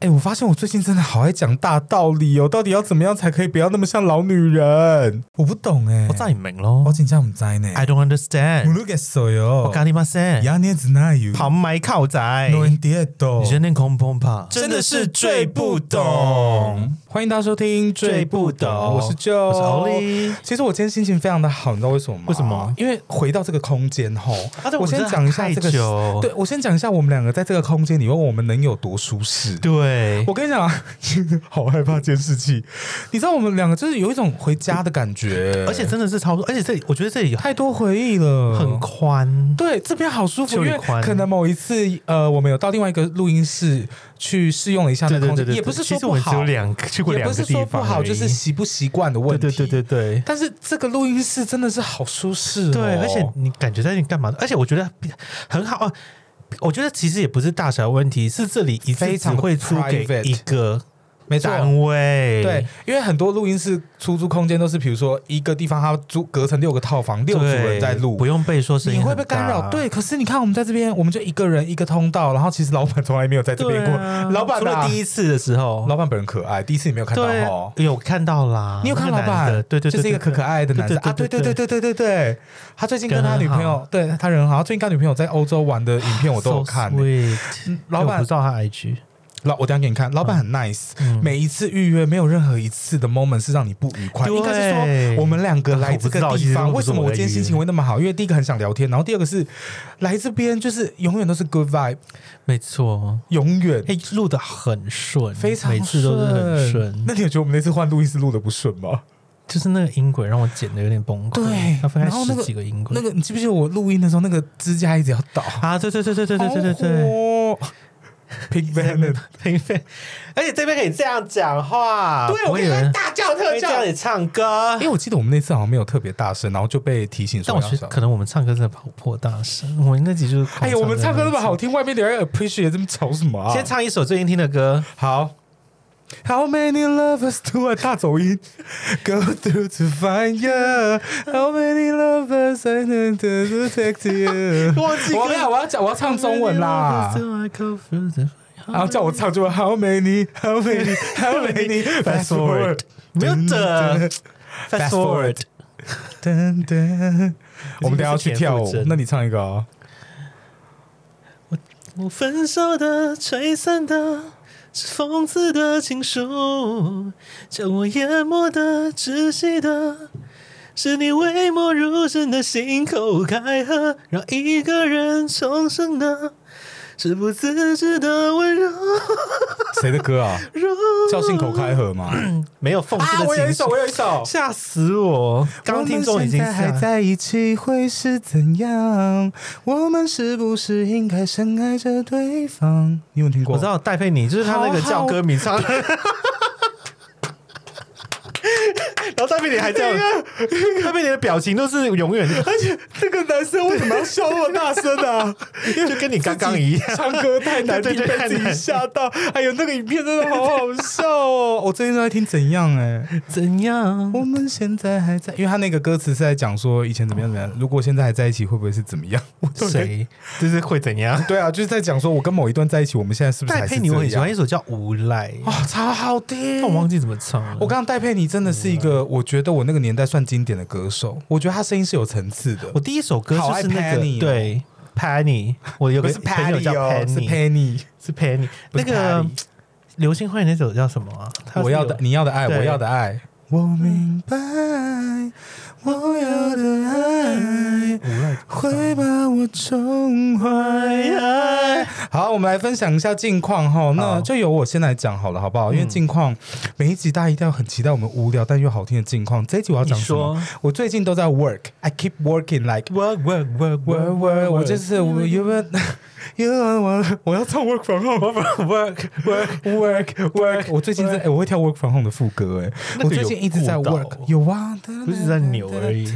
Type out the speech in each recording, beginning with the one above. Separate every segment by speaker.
Speaker 1: 哎、我发现我最近真的好爱讲大道理哦，到底要怎么样才可以不要那么像老女人？我不懂哎、
Speaker 2: 我
Speaker 1: 我
Speaker 2: 真係唔明咯
Speaker 1: 好紧张，我们在呢。
Speaker 2: ，I don't understand，
Speaker 1: look at so 哟
Speaker 2: 我咖喱馬
Speaker 1: 哦
Speaker 2: 聲，
Speaker 1: 牙捏子那有，
Speaker 2: 旁咪靠仔，
Speaker 1: 诺恩迪多
Speaker 2: 你，真的空砰啪，真的是最不懂。。
Speaker 1: 欢迎大家收听《最不懂》，我是 Joe，
Speaker 2: 我是 Oli
Speaker 1: 其实我今天心情非常的好，你知道为什么吗？
Speaker 2: 为什么
Speaker 1: 因为回到这个空间吼，
Speaker 2: 啊但我
Speaker 1: 我
Speaker 2: 真
Speaker 1: 先
Speaker 2: 的
Speaker 1: 讲一下
Speaker 2: 太
Speaker 1: 这个
Speaker 2: 久，
Speaker 1: 对我先讲一下我们两个在这个空间里面，我们能有多舒适。
Speaker 2: 对
Speaker 1: 我，跟你讲啊， 好害怕监视器。你知道我们两个就是有一种回家的感觉，
Speaker 2: 而且真的是超，而且这里我觉得这里
Speaker 1: 太多回忆了，
Speaker 2: 很宽，
Speaker 1: 对，这边好舒服，
Speaker 2: 就
Speaker 1: 因
Speaker 2: 很
Speaker 1: 为
Speaker 2: 宽
Speaker 1: 可能某一次，呃，我们有到另外一个录音室去试用了一下那
Speaker 2: 对
Speaker 1: 个
Speaker 2: 对
Speaker 1: 空
Speaker 2: 对
Speaker 1: 间，
Speaker 2: 对，
Speaker 1: 也不是
Speaker 2: 其
Speaker 1: 说
Speaker 2: 实
Speaker 1: 不
Speaker 2: 我
Speaker 1: 好，
Speaker 2: 们只有两个去过
Speaker 1: 也
Speaker 2: 两
Speaker 1: 不
Speaker 2: 个
Speaker 1: 是
Speaker 2: 地
Speaker 1: 说
Speaker 2: 方，
Speaker 1: 不好，就是习不习惯的问
Speaker 2: 对
Speaker 1: 题。
Speaker 2: 对对对对。
Speaker 1: 但是这个录音室真的是好舒适、哦，
Speaker 2: 对，而且你感觉在那里干嘛？而且我觉得很好啊。我觉得其实也不是大小问题，是这里一次
Speaker 1: 非
Speaker 2: 只
Speaker 1: 常的
Speaker 2: 会租给
Speaker 1: private
Speaker 2: 一个
Speaker 1: 没错。
Speaker 2: 单位，
Speaker 1: 对，，因为很多录音室出租空间都是，比如说一个地方它租隔成六个套房，六组人在录
Speaker 2: 不，用被说声音
Speaker 1: 你会
Speaker 2: 很
Speaker 1: 被干扰。
Speaker 2: 大，啊
Speaker 1: 对，可是你看我们在这边，我们就一个人一个通道，然后其实老板从来没有在这边
Speaker 2: 对
Speaker 1: 过。
Speaker 2: 啊，
Speaker 1: 老板
Speaker 2: 除了第
Speaker 1: 一，
Speaker 2: 一次的时候，
Speaker 1: 老板本人可爱，第一次你没有看到
Speaker 2: 对
Speaker 1: 哦。，
Speaker 2: 有看到啦，
Speaker 1: 你有看
Speaker 2: 那
Speaker 1: 老
Speaker 2: 个男的
Speaker 1: 板？
Speaker 2: 对对，
Speaker 1: 就是一个可可
Speaker 2: 爱。
Speaker 1: 爱的男生
Speaker 2: 对
Speaker 1: 啊！
Speaker 2: 对
Speaker 1: 对对
Speaker 2: 对
Speaker 1: 对对对对对，他最近跟他女朋友，对他人很好。他最近跟他女朋友在欧洲玩的影片我都有看
Speaker 2: So。sweet
Speaker 1: 嗯老
Speaker 2: 哎我
Speaker 1: 板
Speaker 2: 不知，道他 IG，
Speaker 1: 老我等一下给你看，老板很 nice，
Speaker 2: 嗯
Speaker 1: 每一次预约没有任何一次的 moment 是让你不愉快。
Speaker 2: 对
Speaker 1: 应该是说我们两个来这个
Speaker 2: 我不
Speaker 1: 地
Speaker 2: 知道
Speaker 1: 方，为什么啊我
Speaker 2: 其实都不是
Speaker 1: 今
Speaker 2: 我在
Speaker 1: 天心情会那么好？因为第一个很想聊天，然后第二个是来这边就是永远都是 good vibe，
Speaker 2: 没错，
Speaker 1: 永远
Speaker 2: 哎，录的很顺，
Speaker 1: 非常
Speaker 2: 每次都是很顺
Speaker 1: 那，你有觉得我们那次换录音室录的不顺吗？
Speaker 2: 就是那个音轨让我剪的有点崩溃，
Speaker 1: 对
Speaker 2: 它分开
Speaker 1: 然后那
Speaker 2: 十
Speaker 1: 个
Speaker 2: 几个音轨
Speaker 1: 那，个你记不记得我录音的时候，那个支架一直要倒？哦
Speaker 2: 啊，对对对对对对对对对。
Speaker 1: 对。Pig Venom，
Speaker 2: 平 分，而且哎这边可以这样讲 话，
Speaker 1: 对我
Speaker 2: 我
Speaker 1: 跟
Speaker 2: 以
Speaker 1: 他
Speaker 2: 为
Speaker 1: 大叫
Speaker 2: 可
Speaker 1: 特
Speaker 2: 以
Speaker 1: 叫，
Speaker 2: 叫你唱歌
Speaker 1: 因，为我记得我们那次好像没有特别大声，然后就被提醒
Speaker 2: 但
Speaker 1: 说
Speaker 2: 我
Speaker 1: 要
Speaker 2: 觉得
Speaker 1: 小
Speaker 2: 可能我们唱歌真的跑破大声，我们那集就是
Speaker 1: 哎呀，我们唱歌那么好
Speaker 2: 听，
Speaker 1: 听，外面的人 appreciate 这么吵什么啊？
Speaker 2: 先唱一首最近听的歌，
Speaker 1: 好。How many lovers do I 大走 音？Go through to find you. How many lovers I need to protect you？
Speaker 2: 忘记歌
Speaker 1: 我要我要讲我要唱中文 啦。哎然后叫我唱就会 How many, How many, How many fast forward，
Speaker 2: 没有的，Fast
Speaker 1: Fast
Speaker 2: forward，
Speaker 1: forward 噔噔。我们等一下要去跳
Speaker 2: 已经是
Speaker 1: 舞
Speaker 2: 田馥甄，
Speaker 1: 那你唱一个哦。
Speaker 2: 我分手的、吹散的，是讽刺的情书，将我淹没的、窒息的，是你讳莫如深的心口开合，让一个人重生的，是不自知的温柔。
Speaker 1: 谁的歌 啊？
Speaker 2: 柔
Speaker 1: 叫信口开河吗？
Speaker 2: 没有讽刺
Speaker 1: 啊，我有
Speaker 2: 的
Speaker 1: 一
Speaker 2: 情
Speaker 1: 首，
Speaker 2: 书，
Speaker 1: 我有一首。
Speaker 2: 吓死我！刚刚听众已经
Speaker 1: 我们现在还
Speaker 2: 吓
Speaker 1: 在一起会是怎样？我们是不是应该深爱着对方？你有听过？
Speaker 2: 我知道戴佩妮就是她那个
Speaker 1: 好
Speaker 2: 叫
Speaker 1: 好
Speaker 2: 歌名唱，然后戴佩妮还这样，戴佩妮的表情都是永远
Speaker 1: 而且这个男生为什么要笑那么大声 啊？
Speaker 2: 就跟你刚刚一样。
Speaker 1: 唱歌太难听，
Speaker 2: 对对对
Speaker 1: 被自己吓到。哎呦，那个影片真的好好笑哦！我最近都在听《怎样、哎，
Speaker 2: 怎样？
Speaker 1: 我们现在还在，因为他那个歌词是在讲说以前怎么样怎么样，如果现在还在一起，会不会是怎么样？我都在？
Speaker 2: 谁？就是会怎样？
Speaker 1: 对啊，就是在讲说我跟某一段在一起，我们现在是不是
Speaker 2: 戴
Speaker 1: 还是
Speaker 2: 佩妮我很喜
Speaker 1: 这样
Speaker 2: 欢一首叫《无赖》，
Speaker 1: 啊、超好听！
Speaker 2: 但我忘记怎么唱了。
Speaker 1: 我刚刚戴佩妮真的是一
Speaker 2: 嗯
Speaker 1: 个，我觉得我那个年代算经典的歌手。我觉得她声音是有层次的
Speaker 2: 我。第一首歌
Speaker 1: 好
Speaker 2: 就
Speaker 1: 爱
Speaker 2: 是那个
Speaker 1: Penny 哦
Speaker 2: 对 Penny，我有
Speaker 1: 不
Speaker 2: 个
Speaker 1: 是
Speaker 2: 朋友
Speaker 1: Penny
Speaker 2: 叫
Speaker 1: 哦，是
Speaker 2: Penny，
Speaker 1: Penny。
Speaker 2: 是 Penny。
Speaker 1: 不
Speaker 2: 那
Speaker 1: 是
Speaker 2: 个
Speaker 1: Penny
Speaker 2: 《流星花园》那首叫什么啊？它是
Speaker 1: 我要
Speaker 2: 有
Speaker 1: 的，你要的爱，
Speaker 2: 对
Speaker 1: 我要的爱。我明白，我要的爱
Speaker 2: 无赖。
Speaker 1: 会把我宠坏。好，我们来分享一下近况哈。那
Speaker 2: 好
Speaker 1: 就由我先来讲好了，好不好？因为
Speaker 2: 嗯
Speaker 1: 近况每一集大家一定要很期待我们无聊但又好听的近况。这一集我要
Speaker 2: 你
Speaker 1: 讲什么
Speaker 2: 说？
Speaker 1: 我最近都在 work，I keep working like
Speaker 2: work work work
Speaker 1: 我
Speaker 2: work
Speaker 1: 我我就是我原本 因为我我要唱 work from home
Speaker 2: work work
Speaker 1: work work，我最近在、哎，我会跳 work from home 的副歌哎、
Speaker 2: 那个
Speaker 1: 我最近一直在
Speaker 2: 有顾到
Speaker 1: work 有啊，
Speaker 2: 不是在扭而已。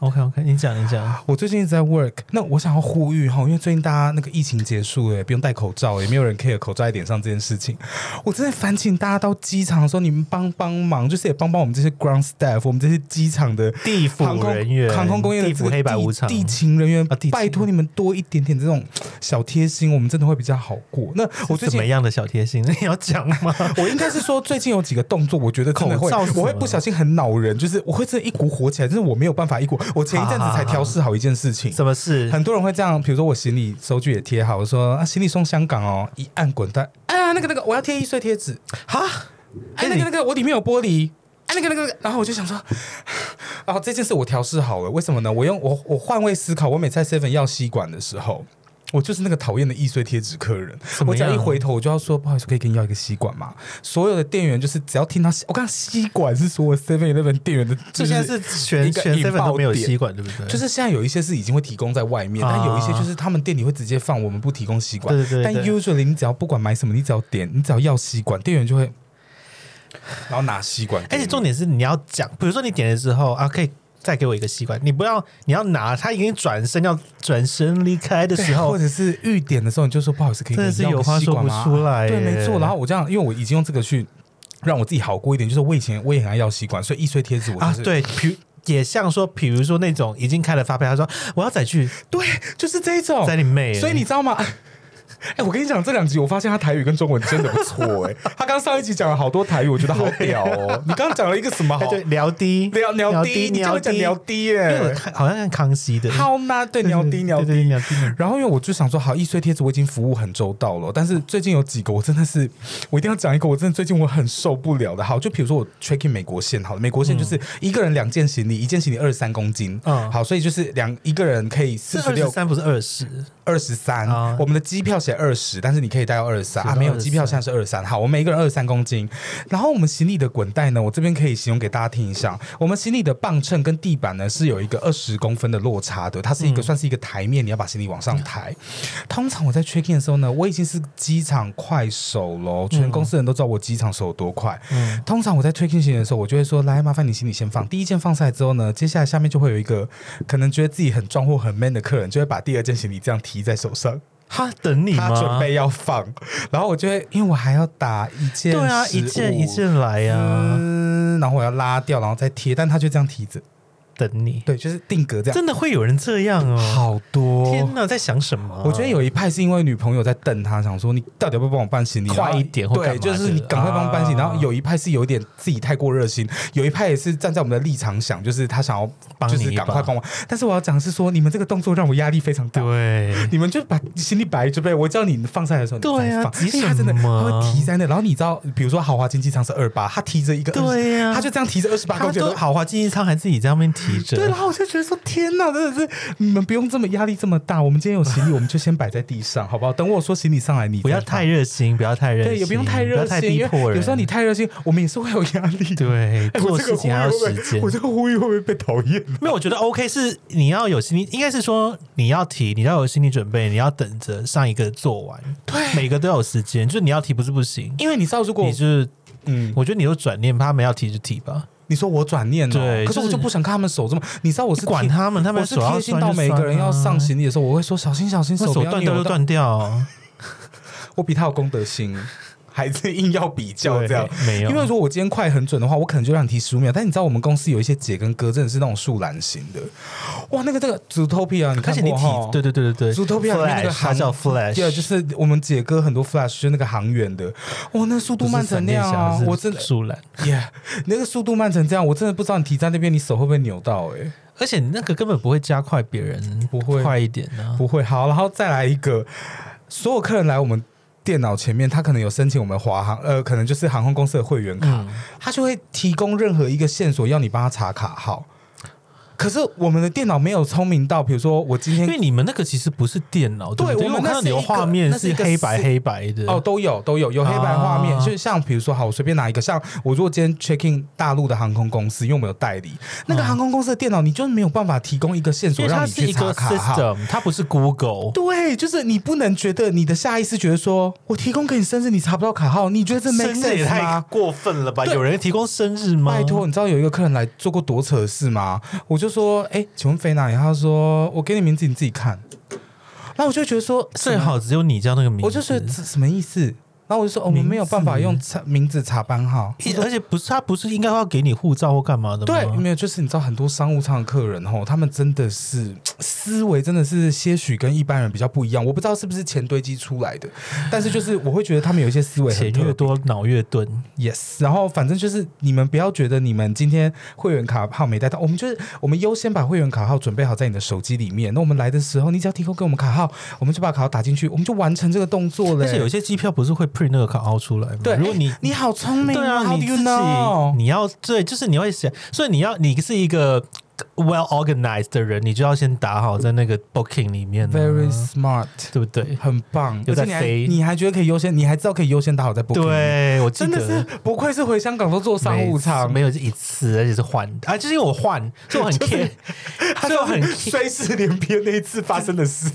Speaker 2: OK OK，你讲你讲，
Speaker 1: 我最近一直在 work，那我想要呼吁哈，因为最近大家那个疫情结束了，也不用戴口罩，也没有人 care 口罩在脸上这件事情。我真的烦请大家到机场的时候，你们帮帮忙，就是也帮帮我们这些 ground staff，我们这些机场的
Speaker 2: 地府
Speaker 1: 航空
Speaker 2: 人员、
Speaker 1: 航空工业的
Speaker 2: 地
Speaker 1: 这
Speaker 2: 府
Speaker 1: 个
Speaker 2: 黑白无常、
Speaker 1: 地勤人员
Speaker 2: 啊地勤
Speaker 1: 拜托你们多一点点这种小贴心，我们真的会比较好过。那我最
Speaker 2: 怎
Speaker 1: 近
Speaker 2: 么样的小贴心？ 你要讲吗？
Speaker 1: 我应该是说，最近有几个动作，我觉得可能会
Speaker 2: 口 罩是，什么
Speaker 1: 我会不小心很恼人，就是我会这一股火起来，但是我没有办法一股。我前一阵子才调试好一件事情，
Speaker 2: 什么事？
Speaker 1: 很多人会这样，比如说我行李收据也贴好，我说啊行李送香港哦，一按滚蛋，啊那个那个我要贴易碎贴纸，
Speaker 2: 哈？
Speaker 1: 哎、那个那个我里面有玻璃。哎、那个那个，那个然后我就想说，然后这件事我调试好了，为什么呢？我用我我换位思考，我每次在 Seven 要吸管的时候，我就是那个讨厌的易碎贴纸客人。
Speaker 2: 么
Speaker 1: 我只要一
Speaker 2: 样
Speaker 1: 回头，我就要说不好意思，可以跟你要一个吸管吗？所有的店员就是只要听到吸，我看吸管是所有 Seven Eleven 店员的，
Speaker 2: 这
Speaker 1: 就
Speaker 2: 现在
Speaker 1: 是
Speaker 2: 是全
Speaker 1: 一个
Speaker 2: 全
Speaker 1: 引
Speaker 2: seven
Speaker 1: 爆
Speaker 2: 都没有
Speaker 1: 点
Speaker 2: 吸管，对不对？
Speaker 1: 就是现在有一些是已经会提供在外面，
Speaker 2: 啊
Speaker 1: 但有一些就是他们店里会直接放，我们不提供吸管。
Speaker 2: 对对对
Speaker 1: 但
Speaker 2: 对
Speaker 1: usually 你只要不管买什么，你只要点，你只要要吸管，店员就会然后拿吸管给
Speaker 2: 而
Speaker 1: 你。
Speaker 2: 且哎重点是你要讲，比如说你点了之后啊，可以再给我一个吸管，你不要你要拿，他已经转身要转身离开的
Speaker 1: 对
Speaker 2: 时候
Speaker 1: 或，者是预点的时候，你就说不好意思，可以
Speaker 2: 真的
Speaker 1: 跟
Speaker 2: 是
Speaker 1: 你要
Speaker 2: 有
Speaker 1: 个
Speaker 2: 话
Speaker 1: 吸
Speaker 2: 说
Speaker 1: 管
Speaker 2: 不
Speaker 1: 吗
Speaker 2: 出来
Speaker 1: 对，
Speaker 2: 耶
Speaker 1: 没错。然后我这样，因为我已经用这个去让我自己好过一点，就是我以前我也很爱要吸管，所以易碎贴纸我、就
Speaker 2: 啊
Speaker 1: 是，
Speaker 2: 对，比也像说，比如说那种已经开了发票，他说我要载去
Speaker 1: 对，就是这种
Speaker 2: 载你妹，
Speaker 1: 哦所以你知道吗？ 哎、我跟你讲，这两集我发现他台语跟中文真的不错哎、他刚上一集讲了好多台语，我觉得好屌 哦。你刚刚讲了一个什么
Speaker 2: 他
Speaker 1: 好
Speaker 2: 就？聊低
Speaker 1: 哎聊聊低，
Speaker 2: 哎低
Speaker 1: 你刚
Speaker 2: 聊
Speaker 1: 刚讲
Speaker 2: 低，
Speaker 1: 聊
Speaker 2: 因
Speaker 1: 低耶、
Speaker 2: 为我看好像看康熙的，
Speaker 1: 好吗？对，聊低聊
Speaker 2: 对对
Speaker 1: 低。
Speaker 2: 对聊低，
Speaker 1: 然后因为我就想说，好，易碎贴纸我已经服务很周到了，但是最近有几个我真的是，我一定要讲一个，我真的最近我很受不了的。好，就比如说我 check in 美国线，好了，美国线就是一个人两件行李，一件行李二十三公斤，
Speaker 2: 嗯
Speaker 1: 好，所以就是两一个人可以四
Speaker 2: 是
Speaker 1: 十
Speaker 2: 二十
Speaker 1: 六
Speaker 2: 三不是二十，
Speaker 1: 二十三
Speaker 2: 啊，
Speaker 1: 我们的机票写二十，但是你可以带到二十三
Speaker 2: 写到
Speaker 1: 啊，没有
Speaker 2: 23
Speaker 1: 机票现在是二十三。好，我们每个人二十三公斤，然后我们行李的滚带呢，我这边可以形容给大家听一下。我们行李的磅秤跟地板呢是有一个二十公分的落差的，它是一个、算是一个台面，你要把行李往上抬。通常我在 check in 的时候呢，我已经是机场快手喽，全公司人都知道我机场手有多快。
Speaker 2: 嗯
Speaker 1: 通常我在 check in 行李的时候，我就会说：“来，麻烦你行李先放。”第一件放下来之后呢，接下来下面就会有一个可能觉得自己很壮或很 man 的客人，就会把第二件行李这样提在手上，
Speaker 2: 他等你吗？
Speaker 1: 他准备要放，然后我就会因为我还要打一件，
Speaker 2: 对啊，一件一，件来啊呀、
Speaker 1: 嗯，然后我要拉掉，然后再贴，但他就这样提着，
Speaker 2: 等你。
Speaker 1: 对，就是定格这样，
Speaker 2: 真的会有人这样哦！
Speaker 1: 好多。
Speaker 2: 天哪，在想什么啊、
Speaker 1: 我觉得有一派是因为女朋友在瞪他，想说你到底要不要帮我搬行李，
Speaker 2: 快
Speaker 1: 然后
Speaker 2: 一点或
Speaker 1: 对，
Speaker 2: 干嘛
Speaker 1: 就是你
Speaker 2: 的
Speaker 1: 赶快帮我搬行李。
Speaker 2: 啊
Speaker 1: 然后有一派是有点自己太过热心，有一派也是站在我们的立场想，就是他想要
Speaker 2: 帮你
Speaker 1: 就
Speaker 2: 一把
Speaker 1: 是赶快帮我。但是我要讲的是说，你们这个动作让我压力非常大。
Speaker 2: 对，
Speaker 1: 你们就把行李摆一准备，我叫你放下来的时候，你
Speaker 2: 对啊
Speaker 1: 再放。
Speaker 2: 急
Speaker 1: 因为他真的
Speaker 2: 什么
Speaker 1: 他会提在那，然后你知道，比如说豪华经济舱是二八，他提着一个20，
Speaker 2: 对啊
Speaker 1: 他就这样提着二十八
Speaker 2: 他
Speaker 1: 公斤的
Speaker 2: 都好啊华经济舱还自己在那边提着，
Speaker 1: 对，然啊后我就觉得说，天哪，真的是你们不用这么压力这么大。我们今天有行李，我们就先摆在地上，好不好？等我说行李上来，你
Speaker 2: 不要
Speaker 1: 再放
Speaker 2: 太热心，不要太热心，
Speaker 1: 对，也不用太
Speaker 2: 不
Speaker 1: 热
Speaker 2: 要太
Speaker 1: 心，
Speaker 2: 逼
Speaker 1: 因
Speaker 2: 迫
Speaker 1: 为
Speaker 2: 人。
Speaker 1: 有时候你太热心，我们也是会有压 力的。
Speaker 2: 对
Speaker 1: 哎
Speaker 2: 做
Speaker 1: 我这个
Speaker 2: 事情还要
Speaker 1: 呼吁会不会
Speaker 2: 时间
Speaker 1: 我。这个呼吁会不会被讨厌？
Speaker 2: 没有，我觉得 OK 是你要有心理，应该是说你要提，你要有心理准备，你要等着上一个做完。
Speaker 1: 对
Speaker 2: 每个都有时间，就是你要提不是不行，
Speaker 1: 因为你知道，如果
Speaker 2: 你就是
Speaker 1: 嗯，
Speaker 2: 我觉得你就转念，他们要提就提吧，
Speaker 1: 你说我转念了，哦
Speaker 2: 对
Speaker 1: 可是我
Speaker 2: 就是
Speaker 1: 就不想看他们手这么，你知道我是
Speaker 2: 你管
Speaker 1: 贴
Speaker 2: 他们他们
Speaker 1: 我是
Speaker 2: 手要
Speaker 1: 贴心
Speaker 2: 酸
Speaker 1: 到
Speaker 2: 就
Speaker 1: 每个
Speaker 2: 酸
Speaker 1: 人要
Speaker 2: 啊
Speaker 1: 上行李的时候，我会说小心小心，
Speaker 2: 那手
Speaker 1: 不要
Speaker 2: 断
Speaker 1: 扭
Speaker 2: 掉就
Speaker 1: 到
Speaker 2: 断掉，啊
Speaker 1: 我比他有公德心，还是硬要比较
Speaker 2: 对
Speaker 1: 这样。
Speaker 2: 没有，
Speaker 1: 因为如果我今天快很准的话，我可能就让你提十五秒。但你知道我们公司有一些姐跟哥真的是那种树懒型的，哇，那个这个 Zootopia，你
Speaker 2: 而
Speaker 1: 看
Speaker 2: 且
Speaker 1: 过
Speaker 2: 你提
Speaker 1: 哈，
Speaker 2: 对对对对对
Speaker 1: Zootopia 里面那个
Speaker 2: Flash，它
Speaker 1: 航
Speaker 2: 叫 Flash，
Speaker 1: 对啊，就是我们姐哥很多 Flash 就是那个航远的，哇，那速度
Speaker 2: 不是
Speaker 1: 慢成
Speaker 2: 闪
Speaker 1: 那
Speaker 2: 电
Speaker 1: 样啊
Speaker 2: 侠，是
Speaker 1: 我真的
Speaker 2: 树懒，
Speaker 1: 耶那个速度慢成这样，我真的不知道你提在那边，你手会不会扭到、欸？哎，
Speaker 2: 而且那个根本不会加快别人，
Speaker 1: 不会
Speaker 2: 快一点啊呢、
Speaker 1: 不会。好，然后再来一个，所有客人来我们电脑前面，他可能有申请我们华航，呃，可能就是航空公司的会员卡，
Speaker 2: 嗯
Speaker 1: 他就会提供任何一个线索要你帮他查卡号。可是我们的电脑没有聪明到，比如说我今
Speaker 2: 因
Speaker 1: 天
Speaker 2: 为你们那个其实不是电脑，
Speaker 1: 对
Speaker 2: 不
Speaker 1: 我们
Speaker 2: 因为看
Speaker 1: 那
Speaker 2: 到
Speaker 1: 是
Speaker 2: 你的
Speaker 1: 一个
Speaker 2: 画面
Speaker 1: 那是一
Speaker 2: 是
Speaker 1: 个
Speaker 2: 黑白
Speaker 1: 四
Speaker 2: 黑白的，
Speaker 1: 哦，都有都有有黑白画面，
Speaker 2: 啊
Speaker 1: 就像比如说好，我随便拿一个，像我如果今天 check in 大陆的航空公司，因为我们有代理，那个航空公司的电脑你就是没有办法提供一个线
Speaker 2: 嗯因
Speaker 1: 索
Speaker 2: 为
Speaker 1: 让
Speaker 2: 它
Speaker 1: 你
Speaker 2: 是
Speaker 1: 去
Speaker 2: 一
Speaker 1: 查
Speaker 2: 个
Speaker 1: 卡号。
Speaker 2: system，它不是 Google。
Speaker 1: 对，就是你不能觉得你的下意识觉得说，我提供给你生日，你查不到卡号，你觉得这 make
Speaker 2: 生日也
Speaker 1: sense
Speaker 2: 太嗯
Speaker 1: 吗？
Speaker 2: 过分了吧？
Speaker 1: 对
Speaker 2: 有人提供生日吗？
Speaker 1: 拜托，，你知道有一个客人来做过多扯的事吗？我就说：“哎、请问飞哪里？”他说：“我给你名字，你自己看。”然后我就觉得说，
Speaker 2: 最好只有你叫那个名字，
Speaker 1: 我就觉得这什么意思？然后我就说：“哦我们没有办法用查名字查班号。”
Speaker 2: 一而且不是他不是应该要给你护照或干嘛的
Speaker 1: 对，
Speaker 2: 吗？
Speaker 1: 没有，就是你知道很多商务舱的客人吼，他们真的是思维真的是些许跟一般人比较不一样。我不知道是不是钱堆积出来的，但是就是我会觉得他们有一些思维很
Speaker 2: 钱
Speaker 1: 特别
Speaker 2: 越多脑越钝，
Speaker 1: ，yes。然后反正就是你们不要觉得你们今天会员卡号没带到，我们就是我们优先把会员卡号准备好在你的手机里面。那我们来的时候，你只要提供给我们卡号，我们就把卡号打进去，我们就完成这个动作了。
Speaker 2: 而且有些机票不是会 print 那个卡凹出来吗？
Speaker 1: 对，
Speaker 2: 如果你
Speaker 1: 哎你好聪明
Speaker 2: 对啊，
Speaker 1: ，How
Speaker 2: 你
Speaker 1: do you
Speaker 2: 自己嗯
Speaker 1: know？
Speaker 2: 你要对，就是你会想，所以你要你是一个 well organized 的人，你就要先打好在那个 booking 里面、啊、
Speaker 1: Very smart。
Speaker 2: 对不对？
Speaker 1: 很棒，
Speaker 2: 又在
Speaker 1: 而且你还
Speaker 2: 飞
Speaker 1: 你还觉得可以优先，你还知道可以优先打好再 booking，，
Speaker 2: 对，我记
Speaker 1: 真
Speaker 2: 得
Speaker 1: 的是不愧是回香港都做商务舱，
Speaker 2: 没有是一次，而且是换啊，就是因为我换，所以我很 care，所以我很 care，
Speaker 1: 衰事连篇那一次发生的 事，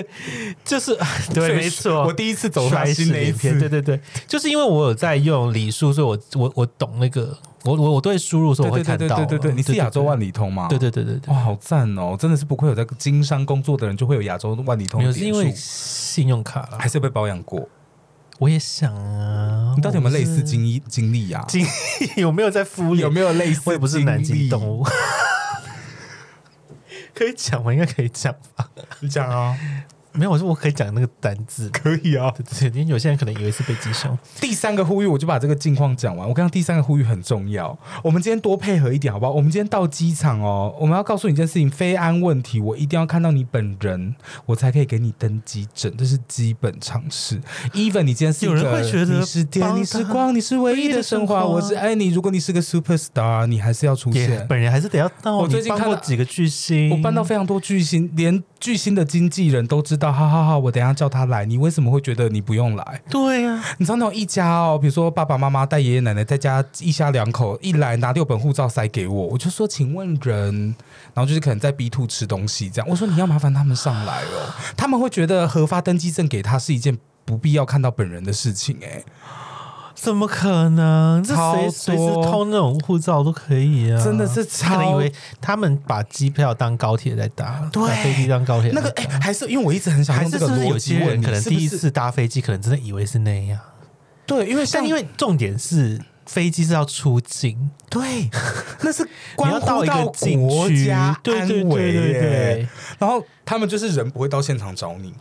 Speaker 2: 就是
Speaker 1: 所
Speaker 2: 对，
Speaker 1: 以
Speaker 2: 没错，
Speaker 1: 我第一次走
Speaker 2: 摔
Speaker 1: 法
Speaker 2: 死
Speaker 1: 心那一
Speaker 2: 一片，
Speaker 1: 次，
Speaker 2: 对对对，就是因为我有在用礼数，所以我我我懂那个，我我我对输入的时候我会
Speaker 1: 对
Speaker 2: 看
Speaker 1: 对对
Speaker 2: 到啊，
Speaker 1: 对对对，你是亚洲万里通吗？
Speaker 2: 对，对对对对对，
Speaker 1: 哇，好赞哦，真的是不愧有在经商工作的人就会有亚洲万里通
Speaker 2: 没
Speaker 1: 的
Speaker 2: 有是
Speaker 1: 点
Speaker 2: 因
Speaker 1: 数，
Speaker 2: 为信用卡啦
Speaker 1: 还，是有被保养过？
Speaker 2: 我也想啊，
Speaker 1: 你到底有没有类似
Speaker 2: 我
Speaker 1: 经历经历呀？
Speaker 2: 经 有没有在敷
Speaker 1: 有
Speaker 2: 衍？
Speaker 1: 没有类似？
Speaker 2: 我也不是南极动
Speaker 1: 物，
Speaker 2: 物， 可以讲吗？应该可以讲吧？
Speaker 1: 你讲啊，
Speaker 2: 没有，我说我可以讲那个单字。
Speaker 1: 可以啊。
Speaker 2: 对对对因为有些人可能以为是被击伤，
Speaker 1: 第三个呼吁，我就把这个近况讲完。我刚刚第三个呼吁很重要，我们今天多配合一点，好不好？我们今天到机场哦，我们要告诉你一件事情：飞安问题，我一定要看到你本人，我才可以给你登机证，这是基本常识。even 你今天是一个
Speaker 2: 有人会觉得
Speaker 1: 你是
Speaker 2: 帮
Speaker 1: 电，
Speaker 2: 他
Speaker 1: 你是光，你是唯一的神话，我是爱你。如果你是个 super star，你还是要出
Speaker 2: 也
Speaker 1: 现。
Speaker 2: 本人还是得要到。
Speaker 1: 我最
Speaker 2: 你
Speaker 1: 近
Speaker 2: 帮
Speaker 1: 看
Speaker 2: 过
Speaker 1: 到
Speaker 2: 几个巨星，
Speaker 1: 我搬到非常多巨星，连巨星的经纪人都知道。好好好，我等一下叫他来。你为什么会觉得你不用来？
Speaker 2: 对啊呀、
Speaker 1: 你知道那种一家哦，比如说爸爸妈妈带爷爷奶奶在家一家两口一来拿六本护照塞给我，我就说请问人，然后就是可能在 B two 吃东西这样，我说你要麻烦他们上来 哦，他们会觉得核发登记证给他是一件。不必要看到本人的事情、哎
Speaker 2: 怎么可能？这
Speaker 1: 超
Speaker 2: 谁
Speaker 1: 多
Speaker 2: 随时偷那种护照都可以啊！
Speaker 1: 哎，真的是
Speaker 2: 他可能以
Speaker 1: 超
Speaker 2: 为他们把机票当高铁在搭，
Speaker 1: 对
Speaker 2: 把飞机当高铁在
Speaker 1: 那
Speaker 2: 搭
Speaker 1: 个，哎、还是因为我一直很想
Speaker 2: 还
Speaker 1: 用
Speaker 2: 是
Speaker 1: 这
Speaker 2: 是
Speaker 1: 个
Speaker 2: 不啊是有
Speaker 1: 逻
Speaker 2: 些
Speaker 1: 辑问
Speaker 2: 人
Speaker 1: 你，
Speaker 2: 可能第一
Speaker 1: 是不
Speaker 2: 次搭飞机，可能真的以为是那样。
Speaker 1: 是对，因为像
Speaker 2: 但因为重点是飞机是要出境，
Speaker 1: 对，那是
Speaker 2: 你
Speaker 1: 关
Speaker 2: 要
Speaker 1: 乎
Speaker 2: 到一个禁
Speaker 1: 国
Speaker 2: 区
Speaker 1: 家，
Speaker 2: 对
Speaker 1: 安
Speaker 2: 对对
Speaker 1: 危
Speaker 2: 对
Speaker 1: 耶
Speaker 2: 对。
Speaker 1: 然后他们就是人不会到现场找你，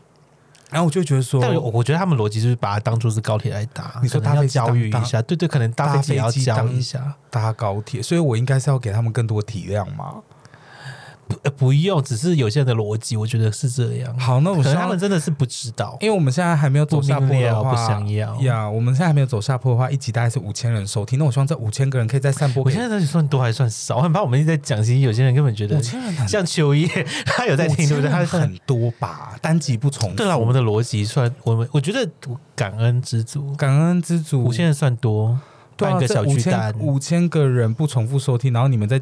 Speaker 1: 然后我就会觉得说，
Speaker 2: 但我我觉得他们逻辑就是把它当做是高铁来搭，
Speaker 1: 你说
Speaker 2: 可
Speaker 1: 搭
Speaker 2: 能要
Speaker 1: 飞机
Speaker 2: 教
Speaker 1: 当
Speaker 2: 育
Speaker 1: 搭
Speaker 2: 一下，对对，可能搭飞机也要
Speaker 1: 搭飞机
Speaker 2: 教
Speaker 1: 当
Speaker 2: 一下，
Speaker 1: 搭高铁，所以我应该是要给他们更多体谅嘛。
Speaker 2: 不呃不用，只是有些人的逻辑，我觉得是这样。
Speaker 1: 好，那我
Speaker 2: 嗯可能
Speaker 1: 想
Speaker 2: 他
Speaker 1: 要
Speaker 2: 们，真的是不知道，
Speaker 1: 因为我们现在还没有走
Speaker 2: 不
Speaker 1: 下坡
Speaker 2: 明
Speaker 1: 的
Speaker 2: 了，
Speaker 1: 话，
Speaker 2: 不想要。
Speaker 1: 呀我们现在还没有走下坡的话，一集大概是五千人收听。那我希望这五千个人可以在散播
Speaker 2: 我
Speaker 1: 给
Speaker 2: 现在到底算多还算少？我很怕我们一直在讲，其实有些人根本觉得
Speaker 1: 五千人很，
Speaker 2: 像秋叶，他有在听，对不对？他
Speaker 1: 5000人
Speaker 2: 是很
Speaker 1: 很多吧，单集不重复。
Speaker 2: 对了，我们的逻辑算，我们我觉得感恩知足，
Speaker 1: 感恩之主，
Speaker 2: 五千人算多，
Speaker 1: 对啊
Speaker 2: 半个小
Speaker 1: 这
Speaker 2: 巨蛋。
Speaker 1: 五千个人不重复收听，然后你们再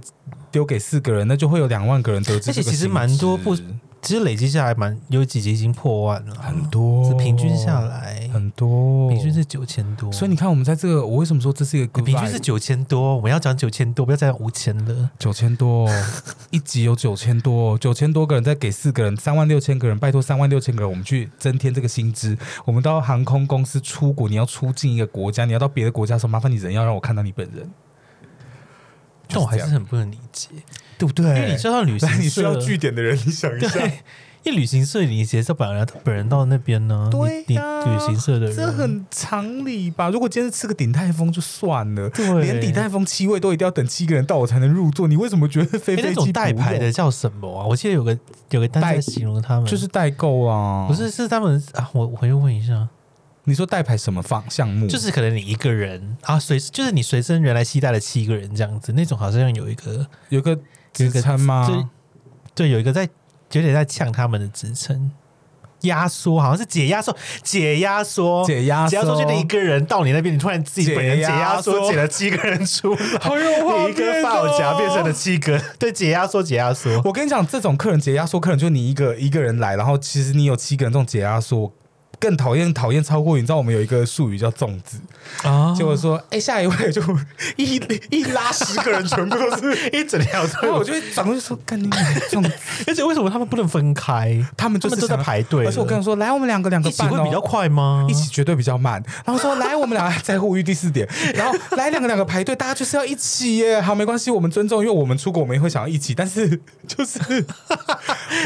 Speaker 1: 丢给四个人，那就会有两万个人得知这个
Speaker 2: 而且
Speaker 1: 性质。
Speaker 2: 其实蛮多不其实累积下来蛮有几集已经破万了，
Speaker 1: 很多，
Speaker 2: 是平均下来，
Speaker 1: 很多，
Speaker 2: 平均是九千多，哎
Speaker 1: 所以你看，我们在这个，我为什么说这是一个 good
Speaker 2: 平均
Speaker 1: vibe
Speaker 2: 是九千多，我们要讲九千多，不要再讲五千了。
Speaker 1: 九千多、哦，一集有九千多、哦，九千多个人再给四个人，三万六千个人，拜托三万六千个人，我们去增添这个薪资。我们到航空公司出国，你要出境一个国家，你要到别的国家的时候，麻烦你人要让我看到你本人，
Speaker 2: 但我还是
Speaker 1: 就是这
Speaker 2: 很不能理解，
Speaker 1: 对不
Speaker 2: 因为
Speaker 1: 对
Speaker 2: 你知道旅 行社，
Speaker 1: 点的人，你想
Speaker 2: 对，因为旅行社你也是要本人本人到那边呢，
Speaker 1: 对
Speaker 2: 你
Speaker 1: 呀
Speaker 2: 你旅行社的人，
Speaker 1: 这很常理吧？如果今天是吃个鼎泰丰就算了，
Speaker 2: 对
Speaker 1: 连鼎泰丰七位都一定要等七个人到我才能入座，你为什么觉得飞
Speaker 2: 哎诶那
Speaker 1: 飞
Speaker 2: 种
Speaker 1: 机
Speaker 2: 代
Speaker 1: 不
Speaker 2: 牌
Speaker 1: 用
Speaker 2: 的叫什么啊？我记得有个有个单
Speaker 1: 代
Speaker 2: 在形容他们，
Speaker 1: 就是代购啊？
Speaker 2: 不是是他们啊？我我回去问一下，
Speaker 1: 嗯你说代牌什么方项目？
Speaker 2: 就是可能你一个人啊，随就是你随身原来携带了七个人这样子，那种好像有一个
Speaker 1: 有一个
Speaker 2: 有一
Speaker 1: 职
Speaker 2: 个
Speaker 1: 称
Speaker 2: 对
Speaker 1: 吗？
Speaker 2: 对，有一个在有点在呛他们的职称，压缩好像是解压缩，解压缩，
Speaker 1: 解压
Speaker 2: 解压缩，就那一个人到你那边，你突然自己本人
Speaker 1: 解
Speaker 2: 解
Speaker 1: 压
Speaker 2: 压缩，
Speaker 1: 缩
Speaker 2: 解了七个人出来，
Speaker 1: 好有画面哦
Speaker 2: 你一个发尾夹变成了七个，对，解压缩，解压缩。
Speaker 1: 我跟你讲，这种客人解压缩客人，就你一个一个人来，然后其实你有七个人这种解压缩，更讨厌讨厌超过你知道我们有一个术语叫粽子，
Speaker 2: 啊，
Speaker 1: 结果说哎、下一位就一一拉十个人全部都是
Speaker 2: 一整条
Speaker 1: 然后我
Speaker 2: 队，
Speaker 1: 就会转过去说干你娘粽 子，
Speaker 2: 而且为什么他们不能分开？
Speaker 1: 他们就
Speaker 2: 他
Speaker 1: 是
Speaker 2: 们都在
Speaker 1: 想要
Speaker 2: 排队了
Speaker 1: 而且我跟你说来我们两个两个
Speaker 2: 一起
Speaker 1: 半、
Speaker 2: 会
Speaker 1: 哦、
Speaker 2: 比较快吗？
Speaker 1: 一起绝对比较慢。然后说来，我们俩在呼吁第四点，然后来两个两个排队，大家就是要一起耶。好，没关系，我们尊重，因为我们出国我们也会想要一起，但是 就是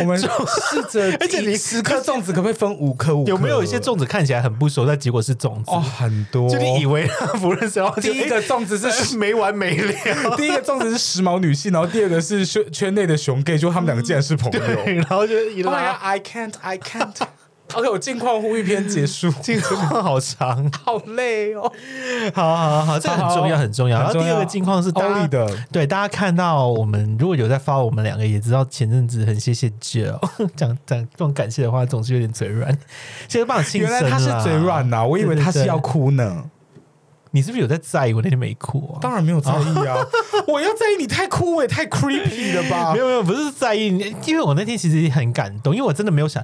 Speaker 1: 我们试 着，
Speaker 2: 而且你
Speaker 1: 十颗粽子可不可以分五颗？五颗
Speaker 2: 有没有一些粽子看起来很不熟，但结果是粽子？
Speaker 1: 哦，很多。
Speaker 2: 就你以为他不认识，然后就
Speaker 1: 第一个粽子 是
Speaker 2: 哎没完没 了。
Speaker 1: 第一个粽子是时髦女性，然后第二个是圈圈内的熊 gay，就他们两个竟然是朋友。
Speaker 2: 对，然后就一
Speaker 1: Oh my
Speaker 2: 拉
Speaker 1: god, I can't, I can't. OK，我近况呼吁篇结束，
Speaker 2: 这个好长，
Speaker 1: 好累哦。
Speaker 2: 好好好，这个很重要，很重要。
Speaker 1: 很
Speaker 2: 然后
Speaker 1: 重
Speaker 2: 第
Speaker 1: 要
Speaker 2: 二个境况是大家
Speaker 1: Oli 的，
Speaker 2: 对大家看到我们如果有在发我们两个，也知道前阵子很谢谢 Jill，讲 讲这种感谢的话，总是有点嘴软。谢谢帮我庆生
Speaker 1: 原
Speaker 2: 啦
Speaker 1: 来他是嘴软
Speaker 2: 啊
Speaker 1: 呐、我以为他是要。
Speaker 2: 对对对
Speaker 1: 哭呢。
Speaker 2: 你是不是有在在意我那天没哭、啊？
Speaker 1: 当然没有在意 啊！我要在意你太酷我也太 creepy 了吧？
Speaker 2: 没有没有，不是在意，因为我那天其实很感动，因为我真的没有想，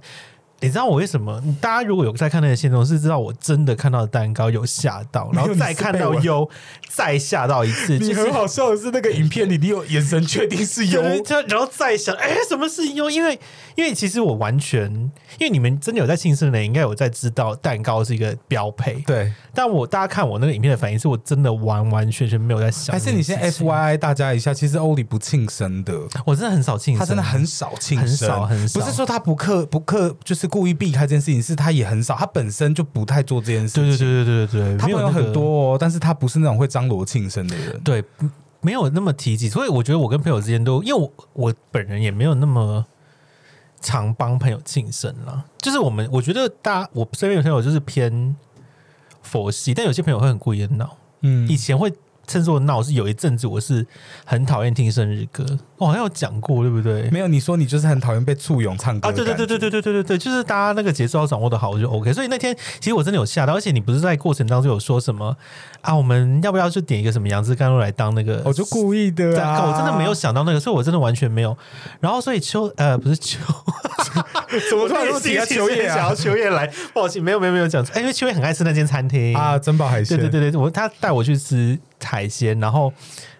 Speaker 2: 你知道我为什么？大家如果有在看那个线动，是知道我真的看到的蛋糕有吓到，然后再看到优，再吓到一次，
Speaker 1: 你
Speaker 2: 就是
Speaker 1: 很好笑的是，那个影片里你有眼神确定是有
Speaker 2: 有，然后再想，哎、什么是优？因为因为其实我完全，因为你们真的有在庆生的人，应该有在知道蛋糕是一个标配，
Speaker 1: 对，
Speaker 2: 但我大家看我那个影片的反应，是我真的完完全全没有在想
Speaker 1: 还
Speaker 2: 这件事情，
Speaker 1: 是你先 F Y I 大家一下，其实欧里不庆生的，
Speaker 2: 我真的很少庆生，
Speaker 1: 他真的很少庆生，
Speaker 2: 很少很少
Speaker 1: 不是说他不克不克，就是故意避开这件事情，是他也很少，他本身就不太做这件事情。
Speaker 2: 对对对对对对对，
Speaker 1: 他朋
Speaker 2: 没有
Speaker 1: 友
Speaker 2: 那个
Speaker 1: 很多哦，但是他不是那种会张罗庆生的人。
Speaker 2: 对，嗯没有那么提及，所以我觉得我跟朋友之间都，因为我我本人也没有那么常帮朋友庆生啦。就是我们，我觉得大家我身边有朋友就是偏佛系，但有些朋友会很故意地闹。
Speaker 1: 嗯
Speaker 2: 以前会趁作闹是有一阵子，我是很讨厌听生日歌，我好像有讲过，对不对？
Speaker 1: 没有，你说你就是很讨厌被簇拥唱歌
Speaker 2: 啊，对对对
Speaker 1: 对，
Speaker 2: 对对对对对对，就是大家那个节奏要掌握的好，我就 OK。所以那天其实我真的有吓到，而且你不是在过程当中有说什么啊？我们要不要去点一个什么杨枝甘露来当那个？
Speaker 1: 哦我就故意的
Speaker 2: 对
Speaker 1: 啊，
Speaker 2: 我真的没有想到那个，所以我真的完全没有。然后所以秋呃不是秋，
Speaker 1: 怎么
Speaker 2: 我
Speaker 1: 突然 又提到秋叶
Speaker 2: 想
Speaker 1: 啊
Speaker 2: 要？秋叶来，抱歉，没有没有没有讲错，哎因为秋叶很爱吃那间餐厅
Speaker 1: 啊，。珍宝海鲜，
Speaker 2: 对对对对，我他带我去吃海鲜，然后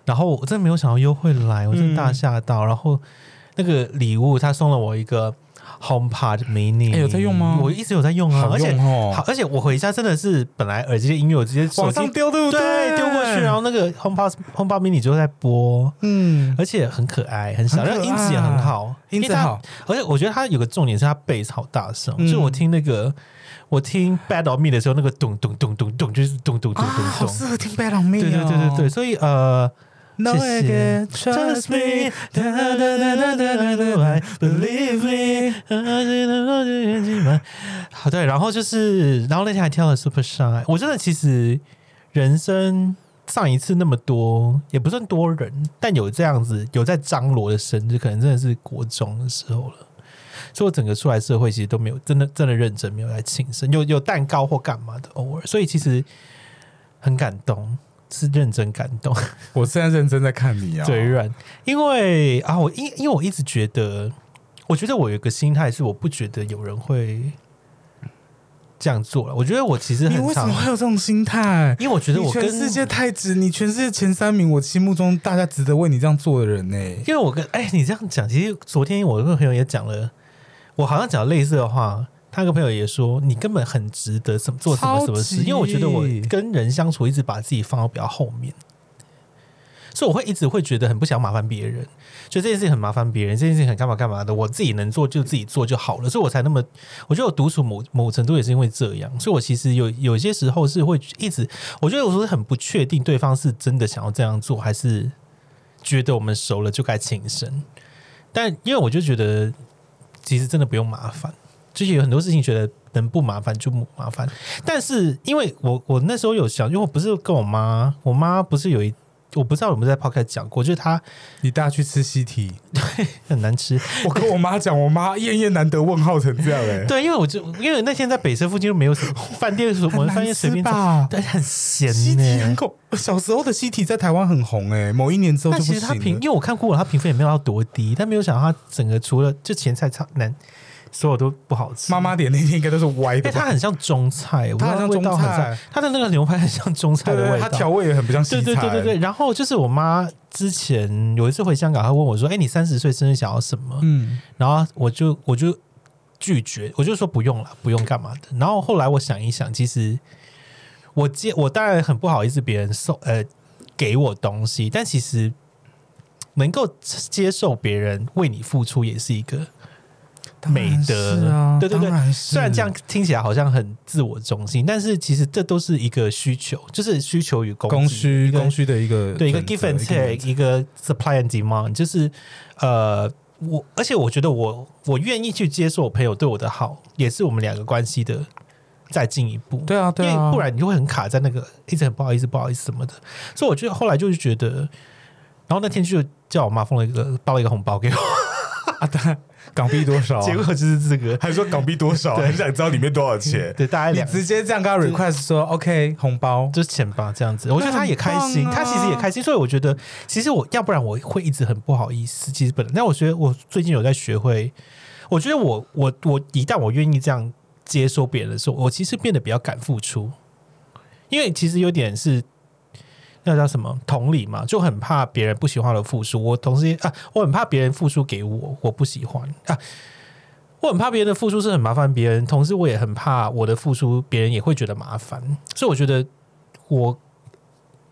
Speaker 2: 然后我真的没有想到优惠来，我真的
Speaker 1: 嗯
Speaker 2: 大吓到。然后那个礼物他送了我一个 HomePod Mini，
Speaker 1: 哎有在用吗
Speaker 2: 我一直有在用啊，
Speaker 1: 好
Speaker 2: 而且
Speaker 1: 用哦
Speaker 2: 好，而且我回家真的是本来耳机的音乐我直接手
Speaker 1: 往
Speaker 2: 机
Speaker 1: 上丢，对不
Speaker 2: 对丢过去，然后那个 HomePod HomePod Mini 就在播，
Speaker 1: 嗯，
Speaker 2: 而且很可爱，很小，
Speaker 1: 很可
Speaker 2: 然
Speaker 1: 爱
Speaker 2: 后音质也很好，
Speaker 1: 音质好
Speaker 2: 因为它。而且我觉得它有个重点是它贝斯好大声，
Speaker 1: 嗯
Speaker 2: 就是我听那个我听《Bad on Me》的时候，那个咚咚咚咚咚就是咚咚咚咚
Speaker 1: 啊，好
Speaker 2: 咚。
Speaker 1: 适合听 Bad on Me，
Speaker 2: 对对对对对，所以呃。
Speaker 1: No
Speaker 2: 谢
Speaker 1: one
Speaker 2: 谢
Speaker 1: can trust me, da da da da da da da, I believe me。
Speaker 2: me。好，对，然后就是，然后那天还跳了 Super Shy。我真的其实人生上一次那么多，也不算多人，但有这样子有在张罗的生日，可能真的是国中的时候了。所以我整个出来社会，其实都没有真的真的认真没有来庆生，有有蛋糕或干嘛的偶尔，所以其实很感动，是认真感动。
Speaker 1: 我现在认真在看你啊，
Speaker 2: 嘴软，因为啊，我因因为我一直觉得，我觉得我有一个心态是，我不觉得有人会这样做了。我觉得我其实
Speaker 1: 你
Speaker 2: 很
Speaker 1: 为什
Speaker 2: 常
Speaker 1: 么，会有这种心态？
Speaker 2: 因为我觉得
Speaker 1: 你
Speaker 2: 我跟
Speaker 1: 全世界太值，你全世界前三名，我心目中大家值得为你这样做的人呢、
Speaker 2: 因为我跟哎、你这样讲，其实昨天我跟朋友也讲了，我好像讲类似的话。他跟朋友也说，你根本很值得什么做什么什么事，
Speaker 1: 超级
Speaker 2: 因为我觉得我跟人相处一直把自己放到比较后面，所以我会一直会觉得很不想麻烦别人，就这件事情很麻烦别人，这件事情很干嘛干嘛的，我自己能做就自己做就好了，所以我才那么，我觉得我独处某某程度也是因为这样，所以我其实有有些时候是会一直，我觉得我说很不确定对方是真的想要这样做，还是觉得我们熟了就该轻生。但因为我就觉得，其实真的不用麻烦，就是有很多事情觉得能不麻烦就不麻烦。但是因为我我那时候有想，因为我不是跟我妈，我妈不是有一，我不知道有没有在 podcast 讲过，就是她
Speaker 1: 你带他去吃西提，
Speaker 2: 很难吃。
Speaker 1: 我跟我妈讲，我妈艳艳难得问号成这样哎、
Speaker 2: 对，因为我就因为那天在北车附近又没有什么饭店，什么
Speaker 1: 很
Speaker 2: 饭
Speaker 1: 难
Speaker 2: 店随
Speaker 1: 吃
Speaker 2: 便找，
Speaker 1: 吧？
Speaker 2: 对，很咸
Speaker 1: 西
Speaker 2: 呢、
Speaker 1: 提很恐，小时候的西提在台湾很红哎、某一年之后
Speaker 2: 但
Speaker 1: 就不
Speaker 2: 其
Speaker 1: 行了。
Speaker 2: 实他评，因为我看过了，他评分也没有到多低，但没有想到他整个除了就前菜超难
Speaker 3: 所有都不好吃。
Speaker 1: 妈妈点那天应该都是歪
Speaker 2: 因为
Speaker 1: 的吧，
Speaker 2: 哎它很像中菜，我
Speaker 1: 它很像中菜
Speaker 2: 味道很像，它的那个牛排很像中菜
Speaker 1: 对
Speaker 2: 的
Speaker 1: 对
Speaker 2: 味
Speaker 1: 对，
Speaker 2: 道。
Speaker 1: 它调味也很不像西
Speaker 2: 对
Speaker 1: 餐，
Speaker 2: 对对对对。然后就是我妈之前有一次回香港，她问我说：“哎、你三十岁生日想要什么？”
Speaker 1: 嗯，
Speaker 2: 然后我就我就拒绝，我就说不用了，不用干嘛的。然后后来我想一想，其实我接我当然很不好意思别人送呃给我东西，但其实能够接受别人为你付出也是一个
Speaker 1: 当然
Speaker 2: 美德
Speaker 1: 是啊，
Speaker 2: 对对对
Speaker 1: 当是，
Speaker 2: 虽然这样听起来好像很自我中心，但是其实这都是一个需求，就是需求与供给
Speaker 1: 供需
Speaker 2: 一个
Speaker 1: 供需的一个
Speaker 2: 对一个
Speaker 1: 准
Speaker 2: give
Speaker 1: 则
Speaker 2: and
Speaker 1: 一个原
Speaker 2: take，
Speaker 1: 则
Speaker 2: 一个 supply and demand，就是呃，我而且我觉得我我愿意去接受我朋友对我的好，也是我们两个关系的再进一步。
Speaker 1: 对啊对
Speaker 2: 因为
Speaker 1: 啊，
Speaker 2: 不然你就会很卡在那个一直很不好意思、不好意思什么的。所以我觉得后来就是觉得，然后那天就叫我妈封了一个包了一个红包给我，
Speaker 1: 哦港币多少啊？
Speaker 2: 结果就是这个，
Speaker 1: 还说港币多少，很想知道里面多少钱。
Speaker 2: 对，大概
Speaker 1: 你
Speaker 2: 两
Speaker 1: 直接这样跟他 request 说 OK 红包，
Speaker 2: 就是钱吧，这样子，哦我觉得他也开心，
Speaker 1: 那很棒啊
Speaker 2: 他其实也开心，所以我觉得，其实我要不然我会一直很不好意思。其实本来，但我觉得我最近有在学会，我觉得我我我一旦我愿意这样接收别人的时候，我其实变得比较敢付出，因为其实有点是那叫什么同理嘛，就很怕别人不喜欢我的付出。我同时啊，我很怕别人付出给我，我不喜欢啊。我很怕别人的付出是很麻烦别人，同时我也很怕我的付出别人也会觉得麻烦，所以我觉得我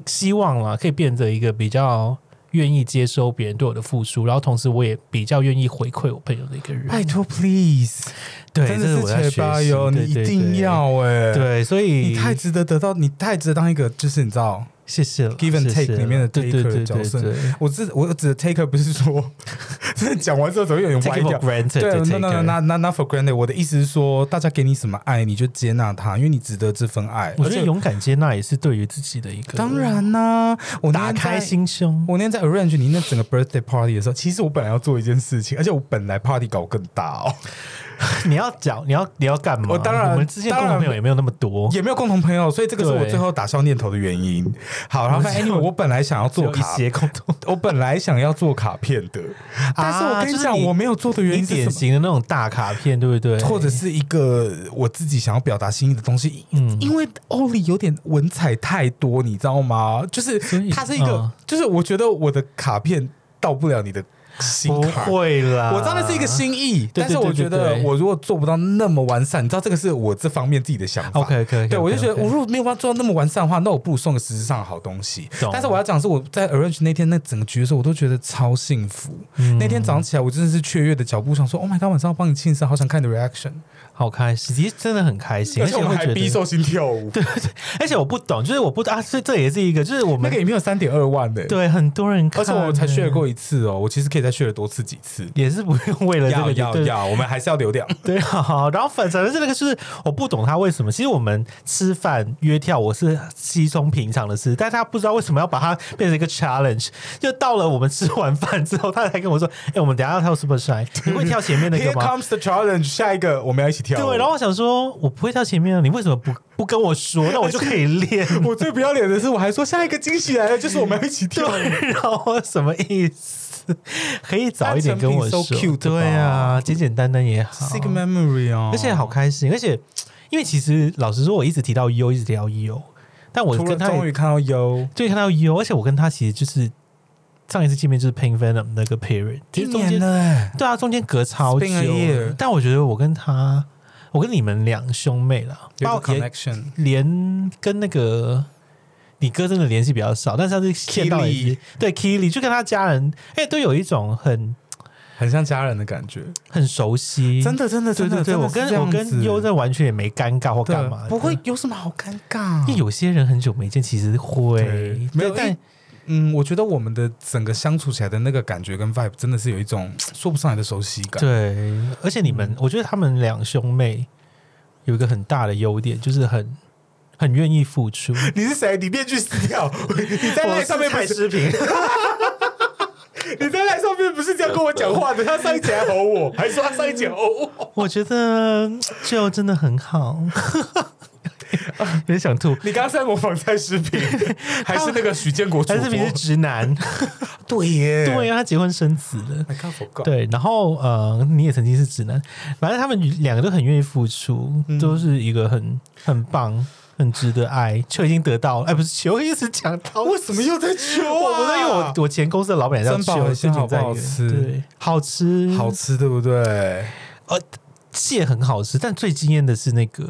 Speaker 2: 希望啦，可以变得一个比较愿意接收别人对我的付出，然后同时我也比较愿意回馈我朋友的一个人。
Speaker 1: 拜托 please，
Speaker 2: 对，
Speaker 1: 哎真
Speaker 2: 这
Speaker 1: 的
Speaker 2: 我在
Speaker 1: 是
Speaker 2: 学
Speaker 1: 切巴
Speaker 2: 习
Speaker 1: 哟，你
Speaker 2: 对
Speaker 1: 一
Speaker 2: 对
Speaker 1: 定
Speaker 2: 对
Speaker 1: 要哎，
Speaker 2: 对，所以
Speaker 1: 你太值得得到，你太值得当一个就是你知道。
Speaker 2: 谢谢了
Speaker 1: give and
Speaker 2: 谢谢
Speaker 1: take
Speaker 2: 了
Speaker 1: 里面的
Speaker 2: 对
Speaker 1: taker
Speaker 2: 对对
Speaker 1: 角色
Speaker 2: 对对
Speaker 1: 我指我指的 taker 不是说， 真的讲完之后怎么有点歪
Speaker 2: Take it
Speaker 1: 掉
Speaker 2: for？granted，
Speaker 1: 对
Speaker 2: 的
Speaker 1: no no
Speaker 2: taker
Speaker 1: no not not not for granted。我的意思是说，大家给你什么爱，你就接纳它，因为你值得这份爱。
Speaker 2: 我觉
Speaker 1: 而
Speaker 2: 得
Speaker 1: 且
Speaker 2: 勇敢接纳也是对于自己的一个，
Speaker 1: 当然啦、我那
Speaker 2: 打
Speaker 1: 天在
Speaker 2: 开心胸。
Speaker 1: 我那天在 arrange 你那整个 birthday party 的时候，其实我本来要做一件事情，而且我本来 party 搞更大哦，
Speaker 2: 你要讲，你要你要干嘛？
Speaker 1: 我当然
Speaker 2: 我们之前
Speaker 1: 当
Speaker 2: 共
Speaker 1: 然
Speaker 2: 同朋友也没有那么多，
Speaker 1: 也没有共同朋友，所以这个是我
Speaker 2: 哦对
Speaker 1: 最后打消念头的原因。好，然后
Speaker 2: 我只有
Speaker 1: anyway，我本来想要
Speaker 2: 只
Speaker 1: 做
Speaker 2: 有一
Speaker 1: 卡，
Speaker 2: 些共同。
Speaker 1: 我本来想要做卡片的，但是我跟
Speaker 2: 啊就
Speaker 1: 你讲，
Speaker 2: 你
Speaker 1: 我没有做的原因
Speaker 2: 你
Speaker 1: 是什
Speaker 2: 典
Speaker 1: 么？
Speaker 2: 型的那种大卡片，对不对？
Speaker 1: 或者是一个我自己想要表达心意的东西，
Speaker 2: 嗯
Speaker 1: 因为欧里有点文采太多，你知道吗？就是
Speaker 2: 以
Speaker 1: 它是一个，
Speaker 2: 嗯
Speaker 1: 就是我觉得我的卡片到不了你的心
Speaker 2: 不
Speaker 1: 坎儿，
Speaker 2: 会啦，
Speaker 1: 我知道那是一个心意，
Speaker 2: 对对
Speaker 1: 但是我觉得
Speaker 2: 对对
Speaker 1: 我如果做不到那么完善，你知道这个是我这方面自己的想法。
Speaker 2: OK OK，
Speaker 1: 对，我就觉得我如果没有办法做到那么完善的话，那我不如送个实质上的好东西
Speaker 2: 懂。
Speaker 1: 但是我要讲的是，我在 arrange 那天那整个局的时候，我都觉得超幸福。
Speaker 2: 嗯
Speaker 1: 那天早上起来，我真的是雀跃的脚步，想说 “Oh my god”，晚上要帮你庆生，好想看你的 reaction。
Speaker 2: 好开心，其实真的很开心，而且会觉得，
Speaker 1: 心跳舞，
Speaker 2: 而且我不懂，就是我不啊，这这也是一个，就是我
Speaker 1: 那
Speaker 2: 们
Speaker 1: 个影片有三点二万的、，
Speaker 2: 对很多人看，
Speaker 1: 而且我才 share 过一次哦，我其实可以再 share 多次几次。
Speaker 2: 也是不用为了这
Speaker 1: 要
Speaker 2: 个
Speaker 1: 要
Speaker 2: 对
Speaker 1: 要，我们还是要流量。
Speaker 2: 对啊，然后反反正这个就是我不懂他为什么。其实我们吃饭约跳，我是稀松平常的事，但他不知道为什么要把它变成一个 challenge。就到了我们吃完饭之后，他才跟我说：“哎、我们等一下要跳 Super Shine，你会跳前面 那个
Speaker 1: Here
Speaker 2: 吗？”
Speaker 1: comes the challenge，下一个我们要一起跳舞。
Speaker 2: 对，然后我想说，我不会跳前面啊，你为什么不不跟我说？那我就可以练。
Speaker 1: 我最不要脸的是，我还说下一个惊喜来了，就是我们要一起跳舞。
Speaker 2: 对，然后我什么意思？可以早一点跟我说。
Speaker 1: 单程品 so cute 吧
Speaker 2: 对啊，简简单单也好。
Speaker 1: 是一个 memory 哦，
Speaker 2: 而且好开心，而且因为其实老实说，我一直提到 U，一直提到 U，但我
Speaker 1: 除了
Speaker 2: 跟他
Speaker 1: 终
Speaker 2: 也
Speaker 1: 于看到 U，
Speaker 2: 对看到 U，而且我跟他其实就是上一次见面就是 Pain Venom 那个 period，其
Speaker 1: 一
Speaker 2: 实中间
Speaker 1: 年了欸，
Speaker 2: 对啊，中间隔超
Speaker 1: It's
Speaker 2: 久
Speaker 1: been a year，
Speaker 2: 但我觉得我跟他，我跟你们两兄妹啦，
Speaker 1: 有
Speaker 2: 包
Speaker 1: 一个
Speaker 2: 括也
Speaker 1: connection。
Speaker 2: 连跟那个你哥真的联系比较少，但是他是见到也是
Speaker 1: Keely
Speaker 2: 对 Kili，就跟他家人，哎，都有一种很
Speaker 1: 很像家人的感觉，
Speaker 2: 很熟悉，
Speaker 1: 真的真的真
Speaker 2: 对对
Speaker 1: 的，
Speaker 2: 对，
Speaker 1: 真的
Speaker 2: 我
Speaker 1: 是
Speaker 2: 跟
Speaker 1: 这样
Speaker 2: 我跟
Speaker 1: 子
Speaker 2: 优这完全也没尴尬或
Speaker 1: 对
Speaker 2: 干嘛的，
Speaker 1: 不会有什么好尴尬，
Speaker 2: 因为有些人很久没见，其实
Speaker 1: 嗯
Speaker 2: 会
Speaker 1: 对没有
Speaker 2: 对但
Speaker 1: 因嗯，我觉得我们的整个相处起来的那个感觉跟 vibe 真的是有一种说不上来的熟悉感。嗯
Speaker 2: 对，而且你们，我觉得他们两兄妹有一个很大的优点，就是很很愿意付出。
Speaker 1: 你是谁？你面具撕 掉！你在赖哎上面不是？
Speaker 2: 视频，
Speaker 1: 你在赖上面不是这样跟我讲话的？他上一集还吼我，
Speaker 2: 嗯
Speaker 1: 还说他上一集吼我。
Speaker 2: 我觉得就真的很好。有点想吐。
Speaker 1: 你刚刚在模仿蔡诗萍， 还是那个许建国主
Speaker 2: 还
Speaker 1: 播？
Speaker 2: 是平是直男，
Speaker 1: 对耶，
Speaker 2: 对呀、他结婚生子了。
Speaker 1: ，My God for God，
Speaker 2: 对，然后呃，你也曾经是直男，反正他们两个都很愿意付出，
Speaker 1: 嗯
Speaker 2: 都是一个很很棒、很值得爱，就已经得到了。哎，不是球，一直讲到
Speaker 1: 为什么又在求
Speaker 2: 我
Speaker 1: 啊？
Speaker 2: 不是因为我我前公司的老板叫
Speaker 1: 森宝
Speaker 2: 秋，
Speaker 1: 很
Speaker 2: 最
Speaker 1: 好
Speaker 2: 近
Speaker 1: 不
Speaker 2: 在
Speaker 1: 好
Speaker 2: 约
Speaker 1: 吃
Speaker 2: 对，好吃，
Speaker 1: 好吃，对不对？
Speaker 2: 呃，蟹很好吃，但最惊艳的是那个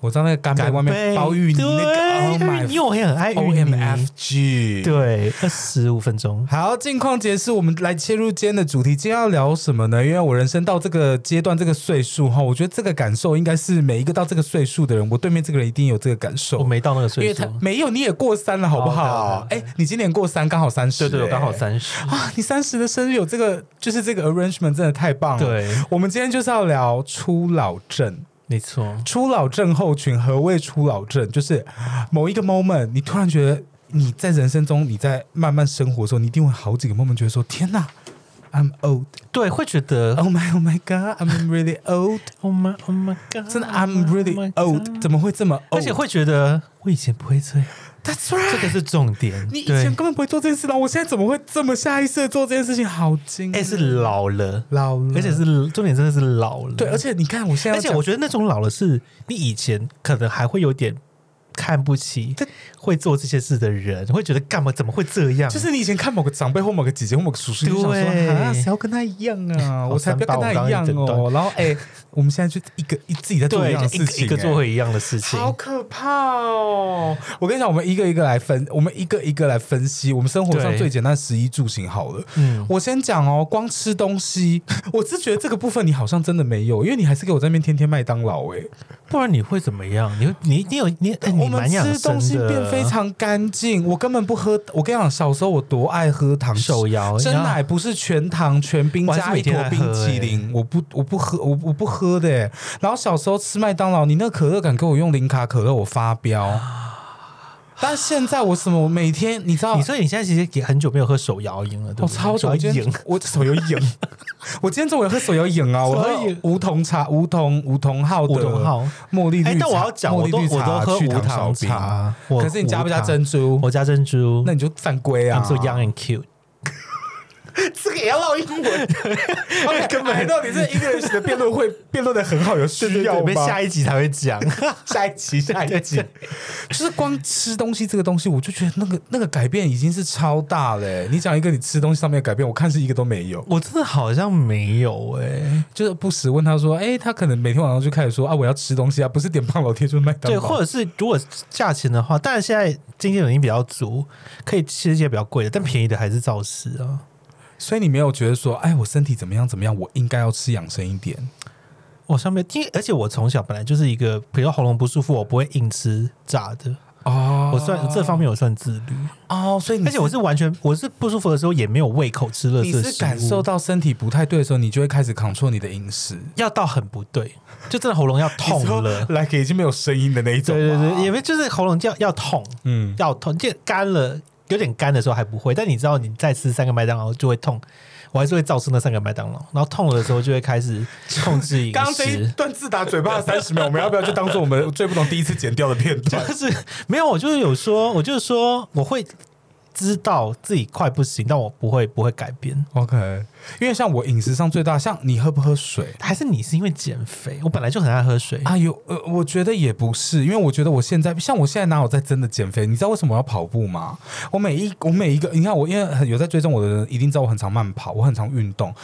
Speaker 1: 我知道那个干贝外面包芋泥那个，Oh
Speaker 2: 对，因为
Speaker 1: my
Speaker 2: 我也很爱芋
Speaker 1: O M
Speaker 2: 泥
Speaker 1: F，G，。
Speaker 2: 对，二十五分钟。
Speaker 1: 好，近况结束，我们来切入今天的主题。今天要聊什么呢？因为我人生到这个阶段、这个岁数哈，我觉得这个感受应该是每一个到这个岁数的人，我对面这个人一定有这个感受。
Speaker 2: 我没到那个
Speaker 1: 因
Speaker 2: 岁
Speaker 1: 为
Speaker 2: 数
Speaker 1: 他，没有，你也过三了，好不
Speaker 2: 哦好
Speaker 1: 好
Speaker 2: 好？
Speaker 1: 哎、你今年过三，刚好三十、
Speaker 2: 对对，我刚好
Speaker 1: 哎
Speaker 2: 三十。
Speaker 1: 啊！你三十的生日有这个，就是这个 arrangement 真的太棒了。，
Speaker 2: 对，
Speaker 1: 我们今天就是要聊初老症。
Speaker 2: 没错，
Speaker 1: 初老症候群，何谓初老症？就是某一个 moment，你突然觉得你在人生中，你在慢慢生活的时候，你一定会好几个 moment 觉得说：“天哪，I'm old,
Speaker 2: 对，会觉得
Speaker 1: oh my, oh my god, I'm really old，
Speaker 2: Oh my Oh my God，
Speaker 1: 真的 I'm really old，怎么会这么 old？”
Speaker 2: Oh 而且会觉得我以前不会这样，
Speaker 1: That's
Speaker 2: 这
Speaker 1: right，
Speaker 2: 个是重点。
Speaker 1: 你以
Speaker 2: 对
Speaker 1: 前根本不会做这件事的，我现在怎么会这么下意识的做这件事情？好惊人！
Speaker 2: 哎是老了，
Speaker 1: 老了，
Speaker 2: 而且是重点真的是老了。
Speaker 1: 对，而且你看，我现在
Speaker 2: 而
Speaker 1: 要
Speaker 2: 且
Speaker 1: 讲，
Speaker 2: 我觉得那种老了是你以前可能还会有点看不起
Speaker 1: 对
Speaker 2: 会做这些事的人，会觉得干嘛怎么会这样？
Speaker 1: 就是你以前看某个长辈或某个姐姐或某个叔叔，你就想
Speaker 2: 对
Speaker 1: 说啊，谁要跟他一样啊？我才不要跟他一样
Speaker 2: 好三八我刚刚
Speaker 1: 哦。然后哎、 我们现在就一个一自己在做
Speaker 2: 对，
Speaker 1: 一样的
Speaker 2: 就
Speaker 1: 事
Speaker 2: 一个
Speaker 1: 情、
Speaker 2: 一个做
Speaker 1: 哎。
Speaker 2: 回一样的事情。
Speaker 1: 好可怕哦！我跟你讲，我们一个一个来分，我们一个一个来分析我们生活上
Speaker 2: 对
Speaker 1: 最简单十一住行好了。
Speaker 2: 嗯，
Speaker 1: 我先讲哦，光吃东西， 我是觉得这个部分你好像真的没有，因为你还是给我在那边天天麦当劳哎、
Speaker 2: 不然你会怎么样？你会你你有你哎，
Speaker 1: 我
Speaker 2: 你
Speaker 1: 们
Speaker 2: 蛮养
Speaker 1: 吃
Speaker 2: 生
Speaker 1: 东西
Speaker 2: 的
Speaker 1: 变非常干净，我根本不喝。我跟你讲，小时候我多爱喝糖
Speaker 2: 手摇
Speaker 1: 真啊
Speaker 2: 然后
Speaker 1: 奶不是全糖全冰
Speaker 2: 我还是
Speaker 1: 加一
Speaker 2: 每天
Speaker 1: 坨
Speaker 2: 在
Speaker 1: 冰
Speaker 2: 喝
Speaker 1: 淇
Speaker 2: 欸
Speaker 1: 淋，我不我不喝我我不喝的欸。然后小时候吃麦当劳，你那可乐敢给我用零卡可乐，我发 飙。但现在我什么，我每天你知道
Speaker 2: 你。说你现在其实也很久没有喝手摇饮了，对
Speaker 1: 我
Speaker 2: 不对？
Speaker 1: 超久，
Speaker 2: 手
Speaker 1: 我
Speaker 2: 摇
Speaker 1: 今天
Speaker 2: 饮，
Speaker 1: 我手游瘾， 我今天中午有喝手游瘾啊，我喝
Speaker 2: 手摇饮
Speaker 1: 梧桐茶，梧桐梧桐号的
Speaker 2: 梧桐号
Speaker 1: 茉莉绿茶，
Speaker 2: 哎，但我要讲，
Speaker 1: 茉
Speaker 2: 我
Speaker 1: 莉
Speaker 2: 都
Speaker 1: 绿
Speaker 2: 我都
Speaker 1: 茶
Speaker 2: 喝
Speaker 1: 去
Speaker 2: 无
Speaker 1: 烧
Speaker 2: 糖
Speaker 1: 饼
Speaker 2: 茶，我
Speaker 1: 可是你加不加
Speaker 2: 无糖
Speaker 1: 珍珠？
Speaker 2: 我加珍珠，
Speaker 1: 那你就犯规啊
Speaker 2: I'm so young and cute。
Speaker 1: 这个也要唠英 文？
Speaker 2: 哦
Speaker 1: 根本哎到底是 English 的辩论会 辩论的很好，有需要
Speaker 2: 对对对
Speaker 1: 吗？
Speaker 2: 下一集才会 讲，
Speaker 1: 下一期，下一期，就是光吃东西这个东西，我就觉得那个那个改变已经是超大了欸、你讲一个你吃东西上面的改变，我看是一个都没有。
Speaker 2: 我真的好像没有哎、
Speaker 1: 就是不时问他说，哎、他可能每天晚上就开始说啊，我要吃东西啊，不是点胖老爹就是麦当
Speaker 2: 对，
Speaker 1: 劳。
Speaker 2: 或者是如果价钱的话，当然现在经济能力比较足，可以吃一些比较贵的，但便宜的还是照吃啊。
Speaker 1: 所以你没有觉得说，哎，我身体怎么样怎么样，我应该要吃养生一点。
Speaker 2: 我上面，因为而且我从小本来就是一个，比如喉咙不舒服，我不会硬吃炸的，
Speaker 1: 哦
Speaker 2: 我算这方面我算自律，
Speaker 1: 哦，所以你
Speaker 2: 而且我是完全我是不舒服的时候也没有胃口吃垃圾
Speaker 1: 你
Speaker 2: 食物，
Speaker 1: 是感受到身体不太对的时候，你就会开始 control 你的饮食。，
Speaker 2: 要到很不对，就真的喉咙要痛了
Speaker 1: 来给已经没有声音的那一种。
Speaker 2: 对对对，因为就是喉咙要要痛，
Speaker 1: 嗯，
Speaker 2: 要痛，就干了，有点干的时候还不会，但你知道你再吃三个麦当劳就会痛，我还是会照吃那三个麦当劳，然后痛了的时候就会开始控制饮
Speaker 1: 刚刚这一
Speaker 2: 食。
Speaker 1: 段自打嘴巴的三十秒，我们要不要就当做我们最不懂第一次剪掉的片段？
Speaker 2: 就是没有，我就是有说，我就是说我会知道自己快不行，但我不会不会改变。
Speaker 1: OK，因为像我饮食上最大，像你喝不喝水？
Speaker 2: 还是你是因为减肥？我本来就很爱喝水，
Speaker 1: 啊，有呃，我觉得也不是，因为我觉得我现在像我现在哪有在真的减肥？你知道为什么我要跑步吗？我每一我每一个，你看我因为很有在追踪我的人，一定知道我很常慢跑，我很常运动。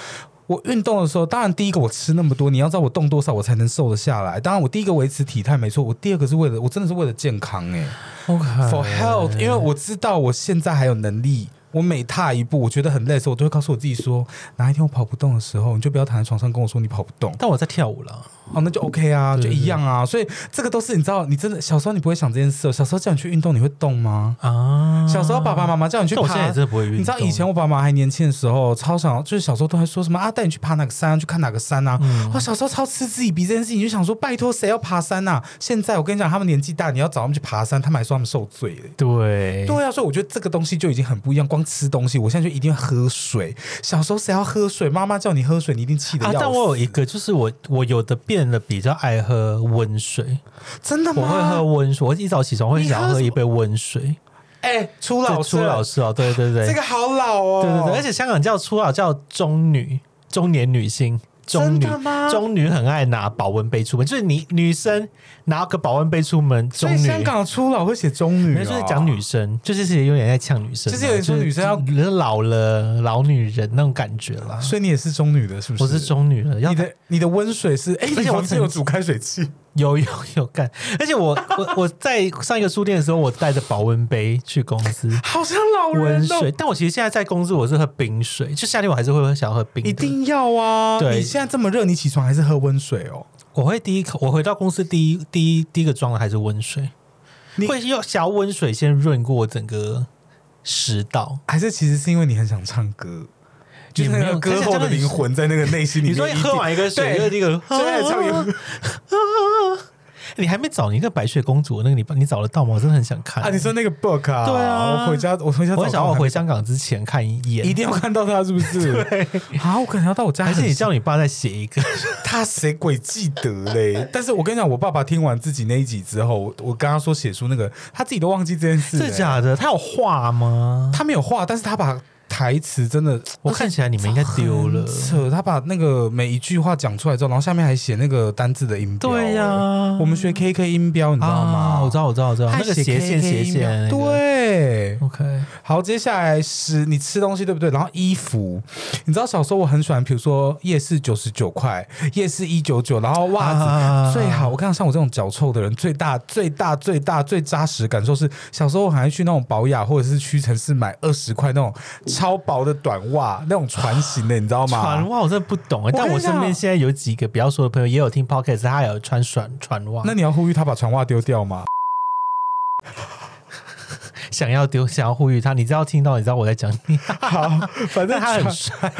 Speaker 1: 我运动的时候，当然第一个我吃那么多，你要知道我动多少我才能瘦得下来。当然我第一个维持体态没错，我第二个是为了我真的是为了健康哎、for health，因为我知道我现在还有能力。我每踏一步，我觉得很累的时候，我都会告诉我自己说：哪一天我跑不动的时候，你就不要躺在床上跟我说你跑不动。
Speaker 2: 但我在跳舞了。
Speaker 1: 哦，那就 OK 啊，就
Speaker 2: 对
Speaker 1: 一样啊。所以这个都是你知道，你真的小时候你不会想这件事哦。小时候叫你去运动，你会动吗？
Speaker 2: 啊！
Speaker 1: 小时候爸爸妈妈叫你去
Speaker 2: 嗯但我现在
Speaker 1: 爬
Speaker 2: 也真。的不会运动。
Speaker 1: 你知道以前我爸妈还年轻的时候，超想就是小时候都还说什么啊，带你去爬哪个山，去看哪个山啊。
Speaker 2: 嗯
Speaker 1: 我小时候超嗤之以鼻这件事情，就想说拜托谁要爬山呐、现在我跟你讲，他们年纪大，你要找他们去爬山，他们还说他们受罪嘞。
Speaker 2: 对
Speaker 1: 对啊，所以我觉得这个东西就已经很不一样，光光吃东西，我现在就一定要喝水。小时候谁要喝水？妈妈叫你喝水，你一定气得
Speaker 2: 啊
Speaker 1: 要死。！
Speaker 2: 但我有一个，就是我我有的变得比较爱喝温水，
Speaker 1: 真的
Speaker 2: 我
Speaker 1: 吗？
Speaker 2: 会喝温水，我一早起床会
Speaker 1: 你喝
Speaker 2: 想要喝
Speaker 1: 什
Speaker 2: 一
Speaker 1: 么
Speaker 2: 杯温水。
Speaker 1: 哎、初
Speaker 2: 对
Speaker 1: 老
Speaker 2: 初老
Speaker 1: 症
Speaker 2: 师哦，对对对，
Speaker 1: 这个好老哦，
Speaker 2: 对对对，而且香港叫初老叫中女，中年女性。中女
Speaker 1: 真的吗，
Speaker 2: 中女很爱拿保温杯出门，就是你女生拿个保温杯出门，
Speaker 1: 所
Speaker 2: 中
Speaker 1: 以
Speaker 2: 女，
Speaker 1: 香港啊初老会写中女、
Speaker 2: 没
Speaker 1: 哦，
Speaker 2: 有就是讲女生，就是其实有点在呛女生啊，
Speaker 1: 就是有点说女生要
Speaker 2: 就是老了老女人那种感觉啦。
Speaker 1: 所以你也是中女的，是不是？
Speaker 2: 我是，中女了，要
Speaker 1: 你的你的温水是，哎、
Speaker 2: 而且
Speaker 1: 你
Speaker 2: 我
Speaker 1: 房间
Speaker 2: 曾
Speaker 1: 有煮开水 器，
Speaker 2: 有有有干，而且我我我在上一个书店的时候，我带着保温杯去公司
Speaker 1: 好像老
Speaker 2: 温
Speaker 1: 人哦
Speaker 2: 水，，但我其实现在在公司我是喝冰水，就夏天我还是会想要喝冰的，
Speaker 1: 一定要啊！
Speaker 2: 对
Speaker 1: 你现在这么热，你起床还是喝温水哦。
Speaker 2: 我会第一口，我回到公司第一第一第一个装的还是温水，
Speaker 1: 你
Speaker 2: 会用小温水先润过我整个食道。
Speaker 1: 还是其实是因为你很想唱歌，就是
Speaker 2: 也没
Speaker 1: 那
Speaker 2: 有
Speaker 1: 个歌后的灵。魂在那个内心里面
Speaker 2: 你
Speaker 1: 一
Speaker 2: 说
Speaker 1: 定。
Speaker 2: 你喝完一个水，又
Speaker 1: 对，
Speaker 2: 第一个，
Speaker 1: 就在唱
Speaker 2: 啊
Speaker 1: 歌
Speaker 2: 你还没找你那个白雪公主那个你你找得到吗？我真的很想看
Speaker 1: 啊，你说那个 book 啊，
Speaker 2: 对啊
Speaker 1: 我回家我回家，
Speaker 2: 我很想要回，香港之前看一
Speaker 1: 一
Speaker 2: 眼，
Speaker 1: 定要看到他是不 是？对，啊，我可能要到我家
Speaker 2: 还
Speaker 1: 很
Speaker 2: 是
Speaker 1: 近，
Speaker 2: 你叫你爸再写一个？
Speaker 1: 他谁鬼记得嘞？但是我跟你讲，我爸爸听完自己那一集之后，我我跟他说写书那个，他自己都忘记这件事、
Speaker 2: 真
Speaker 1: 欸。
Speaker 2: 的假的？他有画吗？
Speaker 1: 他没有画，但是他把台词真的
Speaker 2: 我看起来你们应该丢了
Speaker 1: 很。扯，他把那个每一句话讲出来之后，然后下面还写那个单字的音标、
Speaker 2: 对呀、
Speaker 1: 欸我们学 KK 音标，你知道吗？
Speaker 2: 啊，我知道，我知道，我知道，
Speaker 1: 他
Speaker 2: 那
Speaker 1: 还
Speaker 2: 个
Speaker 1: 写 KK
Speaker 2: 斜线，斜
Speaker 1: 音标
Speaker 2: 线，那个。
Speaker 1: 对，
Speaker 2: OK，
Speaker 1: 好，接下来是你吃东西对不对？然后衣服，你知道小时候我很喜欢，比如说夜市九十九块，夜市一九九，然后袜子、
Speaker 2: 啊
Speaker 1: 最好。我看像我这种脚臭的人，最大最大最大最扎实的感受是，小时候我还去那种保雅或者是屈臣氏买二十块那种超薄的短袜，那种船型的，你知道吗？
Speaker 2: 船袜我真的不懂哎、
Speaker 1: 跟
Speaker 2: 但
Speaker 1: 你
Speaker 2: 我身边
Speaker 1: 讲
Speaker 2: 现在有几个不要说的朋友也有听 podcast，他有穿船船袜，
Speaker 1: 那你要呼吁他把船袜丢掉吗？
Speaker 2: 想要丢想要呼吁他，你知道听到你知道我在讲 你，
Speaker 1: 好，反正
Speaker 2: 但他
Speaker 1: 他
Speaker 2: 很
Speaker 1: 很，
Speaker 2: 帅，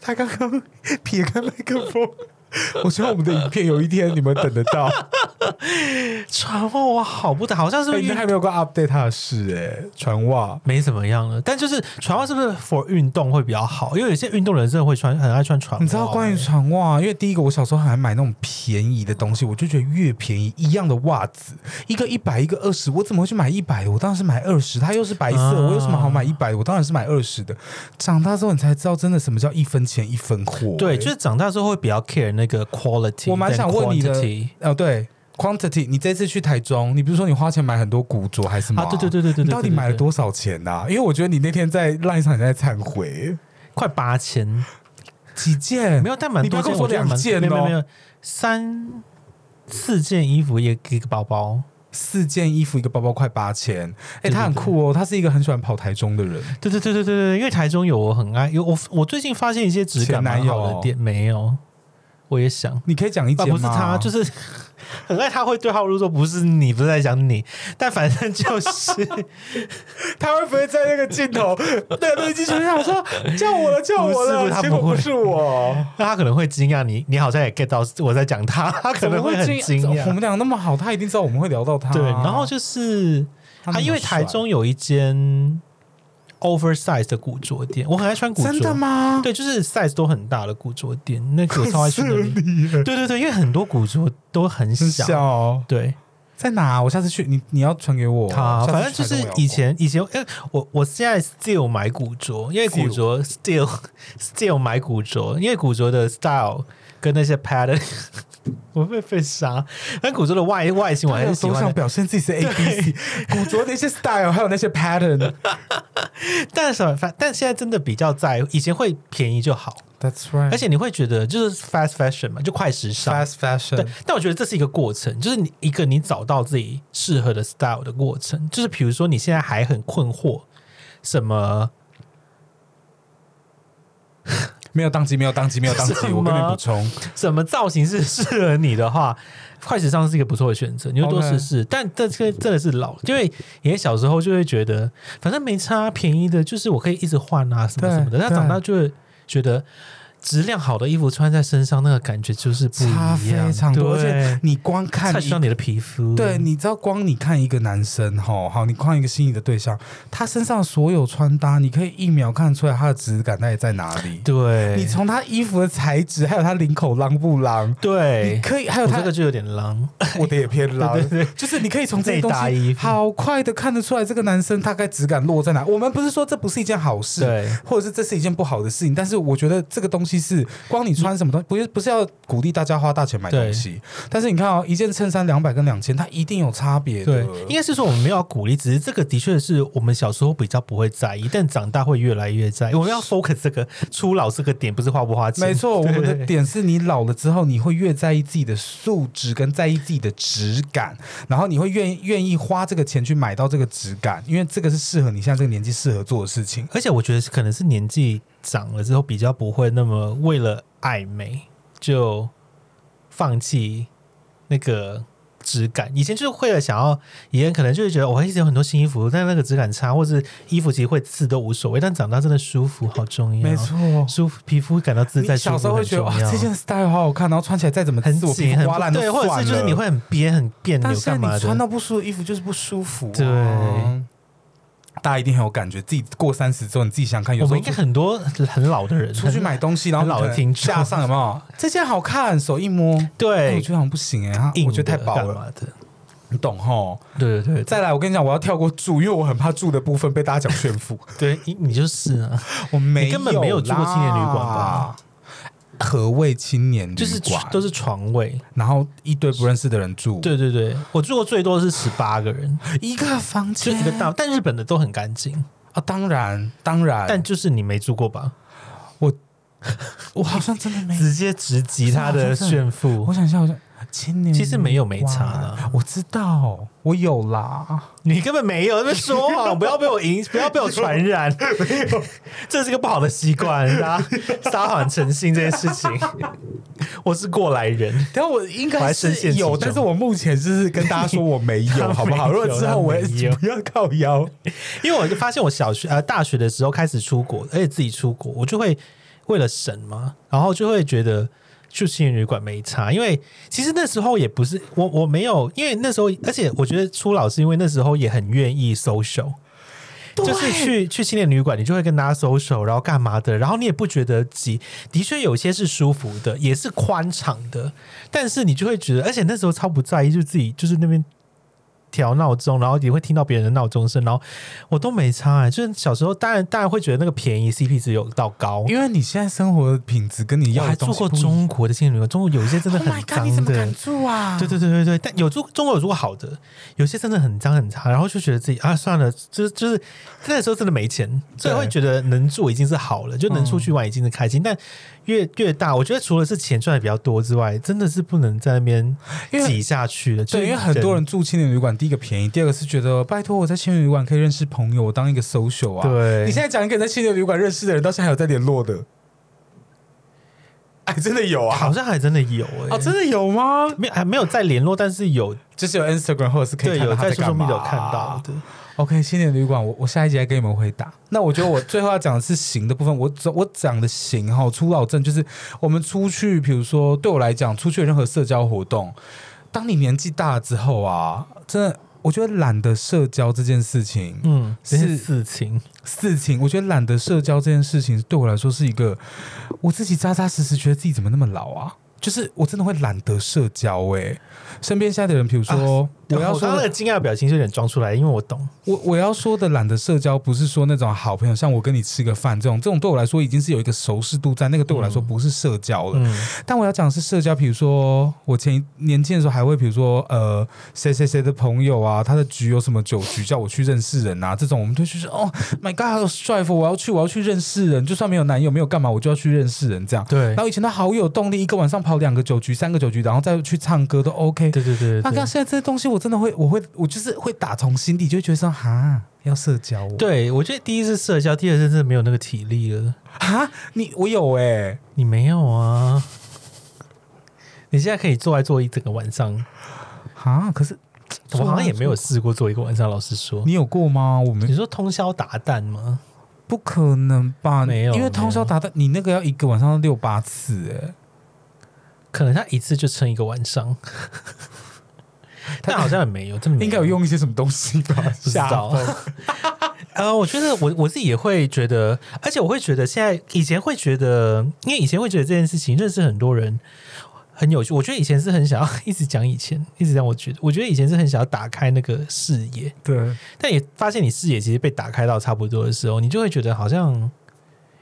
Speaker 1: 他刚刚撇开麦克风。 我希望我们的影片有一天你们等得到。
Speaker 2: 船袜我好不懂，好像是不
Speaker 1: 哎
Speaker 2: 是
Speaker 1: 你
Speaker 2: 运、
Speaker 1: 还没有跟我 update 他的事哎、船袜。
Speaker 2: 没怎么样了，但就是船袜是不是 for 运动会比较好？因为有些运动人真的会穿，很爱穿船袜、
Speaker 1: 你知道关于
Speaker 2: 欸
Speaker 1: 船袜，因为第一个我小时候还买那种便宜的东西，我就觉得越便宜一样的袜子，一个一百，一个二十，我怎么会去买一百的？我当然是买二十，它又是白色，
Speaker 2: 啊
Speaker 1: 我有什么好买一百的？我当然是买二十的。长大之后你才知道，真的什么叫一分钱一分货、
Speaker 2: 对，
Speaker 1: 哎
Speaker 2: 就是长大之后会比较 care 那个 quality，
Speaker 1: 我蛮想问你的
Speaker 2: quantity
Speaker 1: 哦，对，quantity，你这次去台中，你不是说你花钱买很多古着还是什么？
Speaker 2: 啊，对对对对对对，
Speaker 1: 你到底买了
Speaker 2: 对对
Speaker 1: 多少钱呐、因为我觉得你那天在 line 上你在忏悔，欸
Speaker 2: 对快八千，
Speaker 1: 几件
Speaker 2: 没有，但蛮
Speaker 1: 嗯你不要
Speaker 2: 多件，
Speaker 1: 跟我说
Speaker 2: 觉得
Speaker 1: 两
Speaker 2: 蛮
Speaker 1: 件
Speaker 2: 没有没有
Speaker 1: 哦
Speaker 2: 没有三四件衣服，一个一个包包。
Speaker 1: 四件衣服一个包包快八千，哎、
Speaker 2: 对对
Speaker 1: 他很酷哦，他是一个很喜欢跑台中的人，
Speaker 2: 对对对对对对，因为台中有我很爱有我，我最近发现一些质感蛮好的店，没有，我也想，
Speaker 1: 你可以讲一
Speaker 2: 啊
Speaker 1: 件吗？
Speaker 2: 不是他，就是是很爱他会对号入座，不是你，不是在讲你，但反正就是
Speaker 1: 他会不会在那个镜头， 那个录音机前面想说叫我了，叫我
Speaker 2: 不是不是
Speaker 1: 了，
Speaker 2: 他
Speaker 1: 结果
Speaker 2: 不会
Speaker 1: 不是我。
Speaker 2: 那他可能会惊讶你，你好像也 get 到我在讲他，他 可能很惊
Speaker 1: 怎么我
Speaker 2: 讶
Speaker 1: 们，俩那么好，他一定知道我们会聊到他啊。
Speaker 2: 对，然后就是
Speaker 1: 他那
Speaker 2: 啊，
Speaker 1: 么
Speaker 2: 因为台
Speaker 1: 帅
Speaker 2: 中有一间 oversize 的古着店，我很爱穿古着，
Speaker 1: 真的吗？
Speaker 2: 对，就是 size 都很大的古着店，那个我
Speaker 1: 我
Speaker 2: 超爱去那里。
Speaker 1: 里，
Speaker 2: 对对对，因为很多古着都很
Speaker 1: 很
Speaker 2: 小。
Speaker 1: 小哦，
Speaker 2: 对，
Speaker 1: 在哪？我下次去，你你要传给我。
Speaker 2: 好，
Speaker 1: 下次
Speaker 2: 反正
Speaker 1: 去
Speaker 2: 就
Speaker 1: 台中
Speaker 2: 是
Speaker 1: 我要
Speaker 2: 以前以前，哎、我我现在 still 买古着，因为古着 still still 买古着，因为古着的 style 跟那些 pattern，我会被杀。但古着的外外形我
Speaker 1: 逛，
Speaker 2: 还
Speaker 1: 我
Speaker 2: 是喜
Speaker 1: 啊都
Speaker 2: 欢
Speaker 1: 想
Speaker 2: 的，
Speaker 1: 表现自己是 A B C 古着的一些 style，还有那些 pattern。
Speaker 2: 但是反但现在真的比较在乎，以前会便宜就好，
Speaker 1: That's right，
Speaker 2: 而且你会觉得就是 fast fashion 嘛，就快时尚。
Speaker 1: fast
Speaker 2: 对
Speaker 1: fashion，，
Speaker 2: 但我觉得这是一个过程，就是你一个你找到自己适合的 style 的过程。就是比如说你现在还很困惑，什么
Speaker 1: 没有宕机，没有宕机，没有 宕
Speaker 2: 什
Speaker 1: 机。
Speaker 2: 么
Speaker 1: 我跟你补充，
Speaker 2: 什么造型是适合你的话，快时尚是一个不错的选择，你就多
Speaker 1: OK
Speaker 2: 试试。但这这真的是老，因为也小时候就会觉得反正没差，便宜的就是我可以一直换啊什么
Speaker 1: 对
Speaker 2: 什么的。那
Speaker 1: 对
Speaker 2: 长大就会觉得质量好的衣服穿在身上，那个感觉就是不
Speaker 1: 差
Speaker 2: 一样，
Speaker 1: 非常多，而且
Speaker 2: 对，
Speaker 1: 你光看
Speaker 2: touch
Speaker 1: 一
Speaker 2: 到你的皮肤，
Speaker 1: 对，你知道光你看一个男生吼，好，你看一个心仪的对象，他身上所有穿搭，你可以一秒看出来他的质感到底在哪里。
Speaker 2: 对，
Speaker 1: 你从他衣服的材质，还有他领口浪不浪，哎你
Speaker 2: 对，
Speaker 1: 可以，还有
Speaker 2: 我
Speaker 1: 他
Speaker 2: 这个就有点狼，
Speaker 1: 我的也偏浪，就是你可以从这些东
Speaker 2: 内搭
Speaker 1: 西
Speaker 2: 衣服
Speaker 1: 好快的看得出来这个男生大概质感落在哪。我们不是说这不是一件好事。
Speaker 2: 对，
Speaker 1: 或者是这是一件不好的事情，但是我觉得这个东西是光你穿什么东西，不是不是要鼓励大家花大钱买东西，但是你看哦，一件衬衫两百跟两千，它一定有差别的
Speaker 2: 对。，应该是说我们没有要鼓励，只是这个的确是我们小时候比较不会在意，但长大会越来越在意。我们要 focus 这个初老这个点，不是花不花钱。
Speaker 1: 没错，我
Speaker 2: 对
Speaker 1: 们的点是你老了之后，你会越在意自己的素质，跟在意自己的质感，然后你会愿愿意花这个钱去买到这个质感，因为这个是适合你现在这个年纪适合做的事情。
Speaker 2: 而且我觉得是可能是年纪长了之后，比较不会那么为了爱美就放弃那个质感。以前就是会了想要，以前可能就是觉得我一直有很多新衣服，但那个质感差，或者是衣服其实会刺都无所谓。但长大真的舒服好重要，
Speaker 1: 没，错，
Speaker 2: 舒服皮肤感到自在，
Speaker 1: 你小时候会觉得
Speaker 2: 舒服
Speaker 1: 哇
Speaker 2: 很重，要
Speaker 1: 这件 style 好好看，然后穿起来再怎么
Speaker 2: 很
Speaker 1: 刺，我皮
Speaker 2: 紧
Speaker 1: 肤
Speaker 2: 很
Speaker 1: 刮烂都
Speaker 2: 对，或者
Speaker 1: 算
Speaker 2: 是就是
Speaker 1: 了
Speaker 2: 你会很憋很别扭
Speaker 1: 但是
Speaker 2: 干嘛
Speaker 1: 你穿
Speaker 2: 的？
Speaker 1: 到不舒服的衣服就是不舒服、啊
Speaker 2: 对。
Speaker 1: 大家一定很有感觉，自己过三十之后，你自己想想看，有
Speaker 2: 我
Speaker 1: 时候
Speaker 2: 们应该很多很老的人
Speaker 1: 出去
Speaker 2: 很
Speaker 1: 买东西，然后
Speaker 2: 很老的
Speaker 1: 可能
Speaker 2: 听众
Speaker 1: 架上有没有？这件好看，手一摸，哎我
Speaker 2: 对
Speaker 1: 觉，得好像不行哎、它
Speaker 2: 硬
Speaker 1: 我觉得太
Speaker 2: 的
Speaker 1: 薄
Speaker 2: 干
Speaker 1: 了，
Speaker 2: 嘛的，
Speaker 1: 你懂吼？
Speaker 2: 对对对
Speaker 1: 再来，我跟你讲，我要跳过住，因为我很怕住的部分被大家讲炫富。
Speaker 2: 对，你你就是啊，
Speaker 1: 我没
Speaker 2: 你根本没有住过青年旅馆吧
Speaker 1: 啦？何谓青年旅馆？
Speaker 2: 就是都是床位。
Speaker 1: 然后一堆不认识的人住，，
Speaker 2: 对对对，我住过最多是十八个人，
Speaker 1: 一个房
Speaker 2: 就
Speaker 1: 间
Speaker 2: 一个大，但日本的都很干净，
Speaker 1: 啊，当然当然，
Speaker 2: 但就是你没住过吧？
Speaker 1: 我好像真的没
Speaker 2: 直接直击他的炫富
Speaker 1: 我，想一下，我想青年
Speaker 2: 其实没有没差啦
Speaker 1: 哇我知道，我有啦。
Speaker 2: 你根本没有在那边说谎，不要被我影，不要被我传染，这是一个不好的习惯，大家撒谎成性这件事情，我是过来人。
Speaker 1: 但我应
Speaker 2: 我
Speaker 1: 该
Speaker 2: 还深陷
Speaker 1: 是
Speaker 2: 其
Speaker 1: 有，
Speaker 2: 中
Speaker 1: 但是我目前就是跟大家说我没
Speaker 2: 他没
Speaker 1: 有，
Speaker 2: 有
Speaker 1: 好不好？如果之后我也
Speaker 2: 他没有
Speaker 1: 不要靠腰，
Speaker 2: 因为我就发现我小学呃大学的时候开始出国，而且自己出国，我就会为了省嘛，然后就会觉得去青年旅馆没差，因为其实那时候也不是我我没有，因为那时候，而且我觉得初老是因为那时候也很愿意 social。就是去去青年旅馆，你就会跟大家 social，然后干嘛的，然后你也不觉得挤。的确，有些是舒服的，也是宽敞的，但是你就会觉得，而且那时候超不在意，就自己就是那边调闹钟，然后也会听到别人的闹钟声，然后我都没差、欸。就是小时候，当然当然会觉得那个便宜 CP 值有到高。
Speaker 1: 因为你现在生活的品质跟你要
Speaker 2: 我还
Speaker 1: 的
Speaker 2: 住
Speaker 1: 东西
Speaker 2: 过
Speaker 1: 不一样
Speaker 2: 中国的青年旅馆，中国有一些真的
Speaker 1: Oh my
Speaker 2: 很
Speaker 1: god！你怎
Speaker 2: 脏
Speaker 1: 么
Speaker 2: 的
Speaker 1: 敢。住啊？
Speaker 2: 对对对对对，但有住中国有住过好的，有些真的很脏很差，然后就觉得自己啊算了，就是就是那时候真的没钱，所以
Speaker 1: 对嗯
Speaker 2: 会觉得能住已经是好了，就能出去玩已经是开心。但越越大，我觉得除了是钱赚的比较多之外，真的是不能在那边
Speaker 1: 因为
Speaker 2: 挤下去了。就
Speaker 1: 对，
Speaker 2: 是
Speaker 1: 因为很多人住青年旅馆，第一个便宜，第二个是觉得拜托我在青年旅馆可以认识朋友，我当一个 social 啊。
Speaker 2: 对
Speaker 1: 你现在讲一个在青年旅馆认识的人，到现在还有在联络的，哎，真的有啊？
Speaker 2: 好像还真的有哎、
Speaker 1: 哦，真的有吗？
Speaker 2: 没还没有再联络，但是有
Speaker 1: 就是有 Instagram 或者是可以
Speaker 2: 对
Speaker 1: 看到
Speaker 2: 有
Speaker 1: 他
Speaker 2: 在
Speaker 1: 在
Speaker 2: social
Speaker 1: 干嘛
Speaker 2: media 有看到。的，
Speaker 1: OK，青年旅馆，我我下一集来给你们回 答。那我觉得我最后要讲的是行的部分，我走我讲的行哈，初老症就是我们出去，比如说对我来讲，出去任何社交活动，当你年纪大了之后啊，真的，我觉得懒得社交这件事情，
Speaker 2: 嗯，
Speaker 1: 是
Speaker 2: 是事情，
Speaker 1: 事情，我觉得懒得社交这件事情对我来说是一个，我自己扎扎实实觉得自己怎么那么老啊？就是我真的会懒得社交哎、身边现在的人，比如说、
Speaker 2: 啊
Speaker 1: 我要
Speaker 2: 刚刚
Speaker 1: 说
Speaker 2: 那个惊讶的表情是有点装出来，因为我懂，
Speaker 1: 我我要说的懒得社交，不是说那种好朋友，像我跟你吃个饭这种，这种对我来说已经是有一个熟识度在，那个对我来说不是社交了。
Speaker 2: 嗯，
Speaker 1: 但我要讲的是社交，比如说我前一年轻的时候还会，比如说呃谁谁谁的朋友啊，他的局有什么酒局，叫我去认识人啊，这种我们就去说哦，My God，还有 strive，我要去，我要去认识人，就算没有男友，没有干嘛，我就要去认识人这样。
Speaker 2: 对
Speaker 1: 然，后以前都好有动力，一个晚上跑两个酒局、三个酒局，然后再去唱歌都 OK。
Speaker 2: 对对对
Speaker 1: 那
Speaker 2: 对
Speaker 1: 刚。现在这些东西，我真的会，我会，我就是会打从心底就会觉得说，哈，要社交我。
Speaker 2: 对，我觉得第一是社交，第二是真的没有那个体力了。
Speaker 1: 哈，你我有哎、
Speaker 2: 你没有啊？你现在可以坐在坐一整个晚上，
Speaker 1: 哈，可是
Speaker 2: 我好像也没有试过坐一个晚上。老实说，
Speaker 1: 你有过吗？我们
Speaker 2: 你说通宵达旦吗？
Speaker 1: 不可能吧？
Speaker 2: 没有
Speaker 1: 因为通宵达旦，你那个要一个晚上六八次、欸，
Speaker 2: 可能他一次就撑一个晚上，但好像也没有，这么
Speaker 1: 应该有。用一些什么东西吧？
Speaker 2: 不知道
Speaker 1: 吓疯
Speaker 2: 呃，我觉得我我自己也会觉得，而且我会觉得现在以前会觉得，因为以前会觉得这件事情认识很多人很有趣。我觉得以前是很想要一直讲以前， 一直让我觉得，我觉得以前是很想要打开那个视野，
Speaker 1: 对，
Speaker 2: 但也发现你视野其实被打开到差不多的时候，你就会觉得好像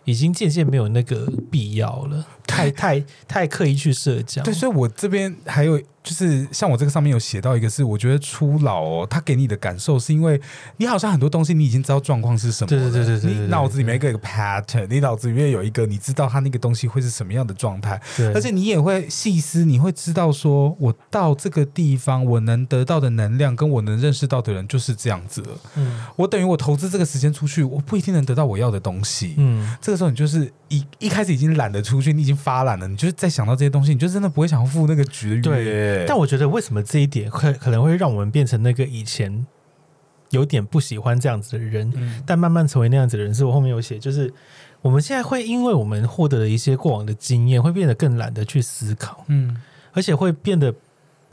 Speaker 2: 已经渐渐没有那个必要了，太太太刻意去社交。
Speaker 1: 对，所以我这边还有就是，像我这个上面有写到一个是，我觉得初老哦，他给你的感受是因为你好像很多东西你已经知道状况是什么了，
Speaker 2: 对对对对对对
Speaker 1: 你
Speaker 2: 对
Speaker 1: 脑子里面有一个 pattern，你脑子里面有一个你知道它那个东西会是什么样的状态，
Speaker 2: 对
Speaker 1: 而且你也会细思，你会知道说，我到这个地方，我能得到的能量跟我能认识到的人就是这样子了。
Speaker 2: 嗯
Speaker 1: 我等于我投资这个时间出去，我不一定能得到我要的东西。
Speaker 2: 嗯，
Speaker 1: 这个时候你就是一一开始已经懒得出去，你已经发懒了，你就是再想到这些东西，你就真的不会想要付那个局的约。
Speaker 2: 对。但我觉得为什么这一点可可能会让我们变成那个以前有点不喜欢这样子的人，
Speaker 1: 嗯
Speaker 2: 但慢慢成为那样子的人，是我后面有写，就是我们现在会因为我们获得了一些过往的经验，会变得更懒得去思考。
Speaker 1: 嗯，
Speaker 2: 而且会变得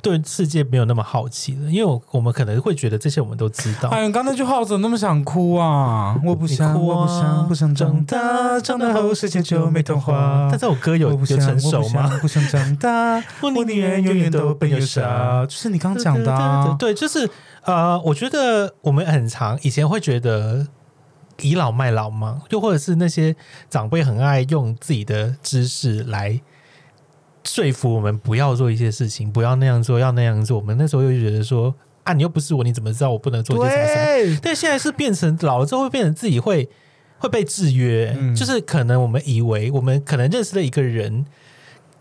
Speaker 2: 对世界没有那么好奇了，因为我我们可能会觉得这些我们都知道。
Speaker 1: 哎，你刚才那句话我怎么那么想哭啊？我不
Speaker 2: 你
Speaker 1: 想，
Speaker 2: 哭啊
Speaker 1: 我不想，不想长大，长大后世界就没童话。
Speaker 2: 但这首歌有
Speaker 1: 我
Speaker 2: 有
Speaker 1: 不想
Speaker 2: 成熟吗？？
Speaker 1: 我不想我不想长大，
Speaker 2: 我
Speaker 1: 我宁愿永远都笨又傻。就是你刚讲的、啊，
Speaker 2: 对，就是呃，我觉得我们很常以前会觉得倚老卖老嘛，又或者是那些长辈很爱用自己的知识来说服我们不要做一些事情，不要那样做，要那样做。我们那时候又觉得说啊，你又不是我，你怎么知道我不能做一些什么事情？
Speaker 1: 对，
Speaker 2: 但现在是变成老了之后会变成自己会会被制约，
Speaker 1: 嗯
Speaker 2: 就是可能我们以为我们可能认识的一个人，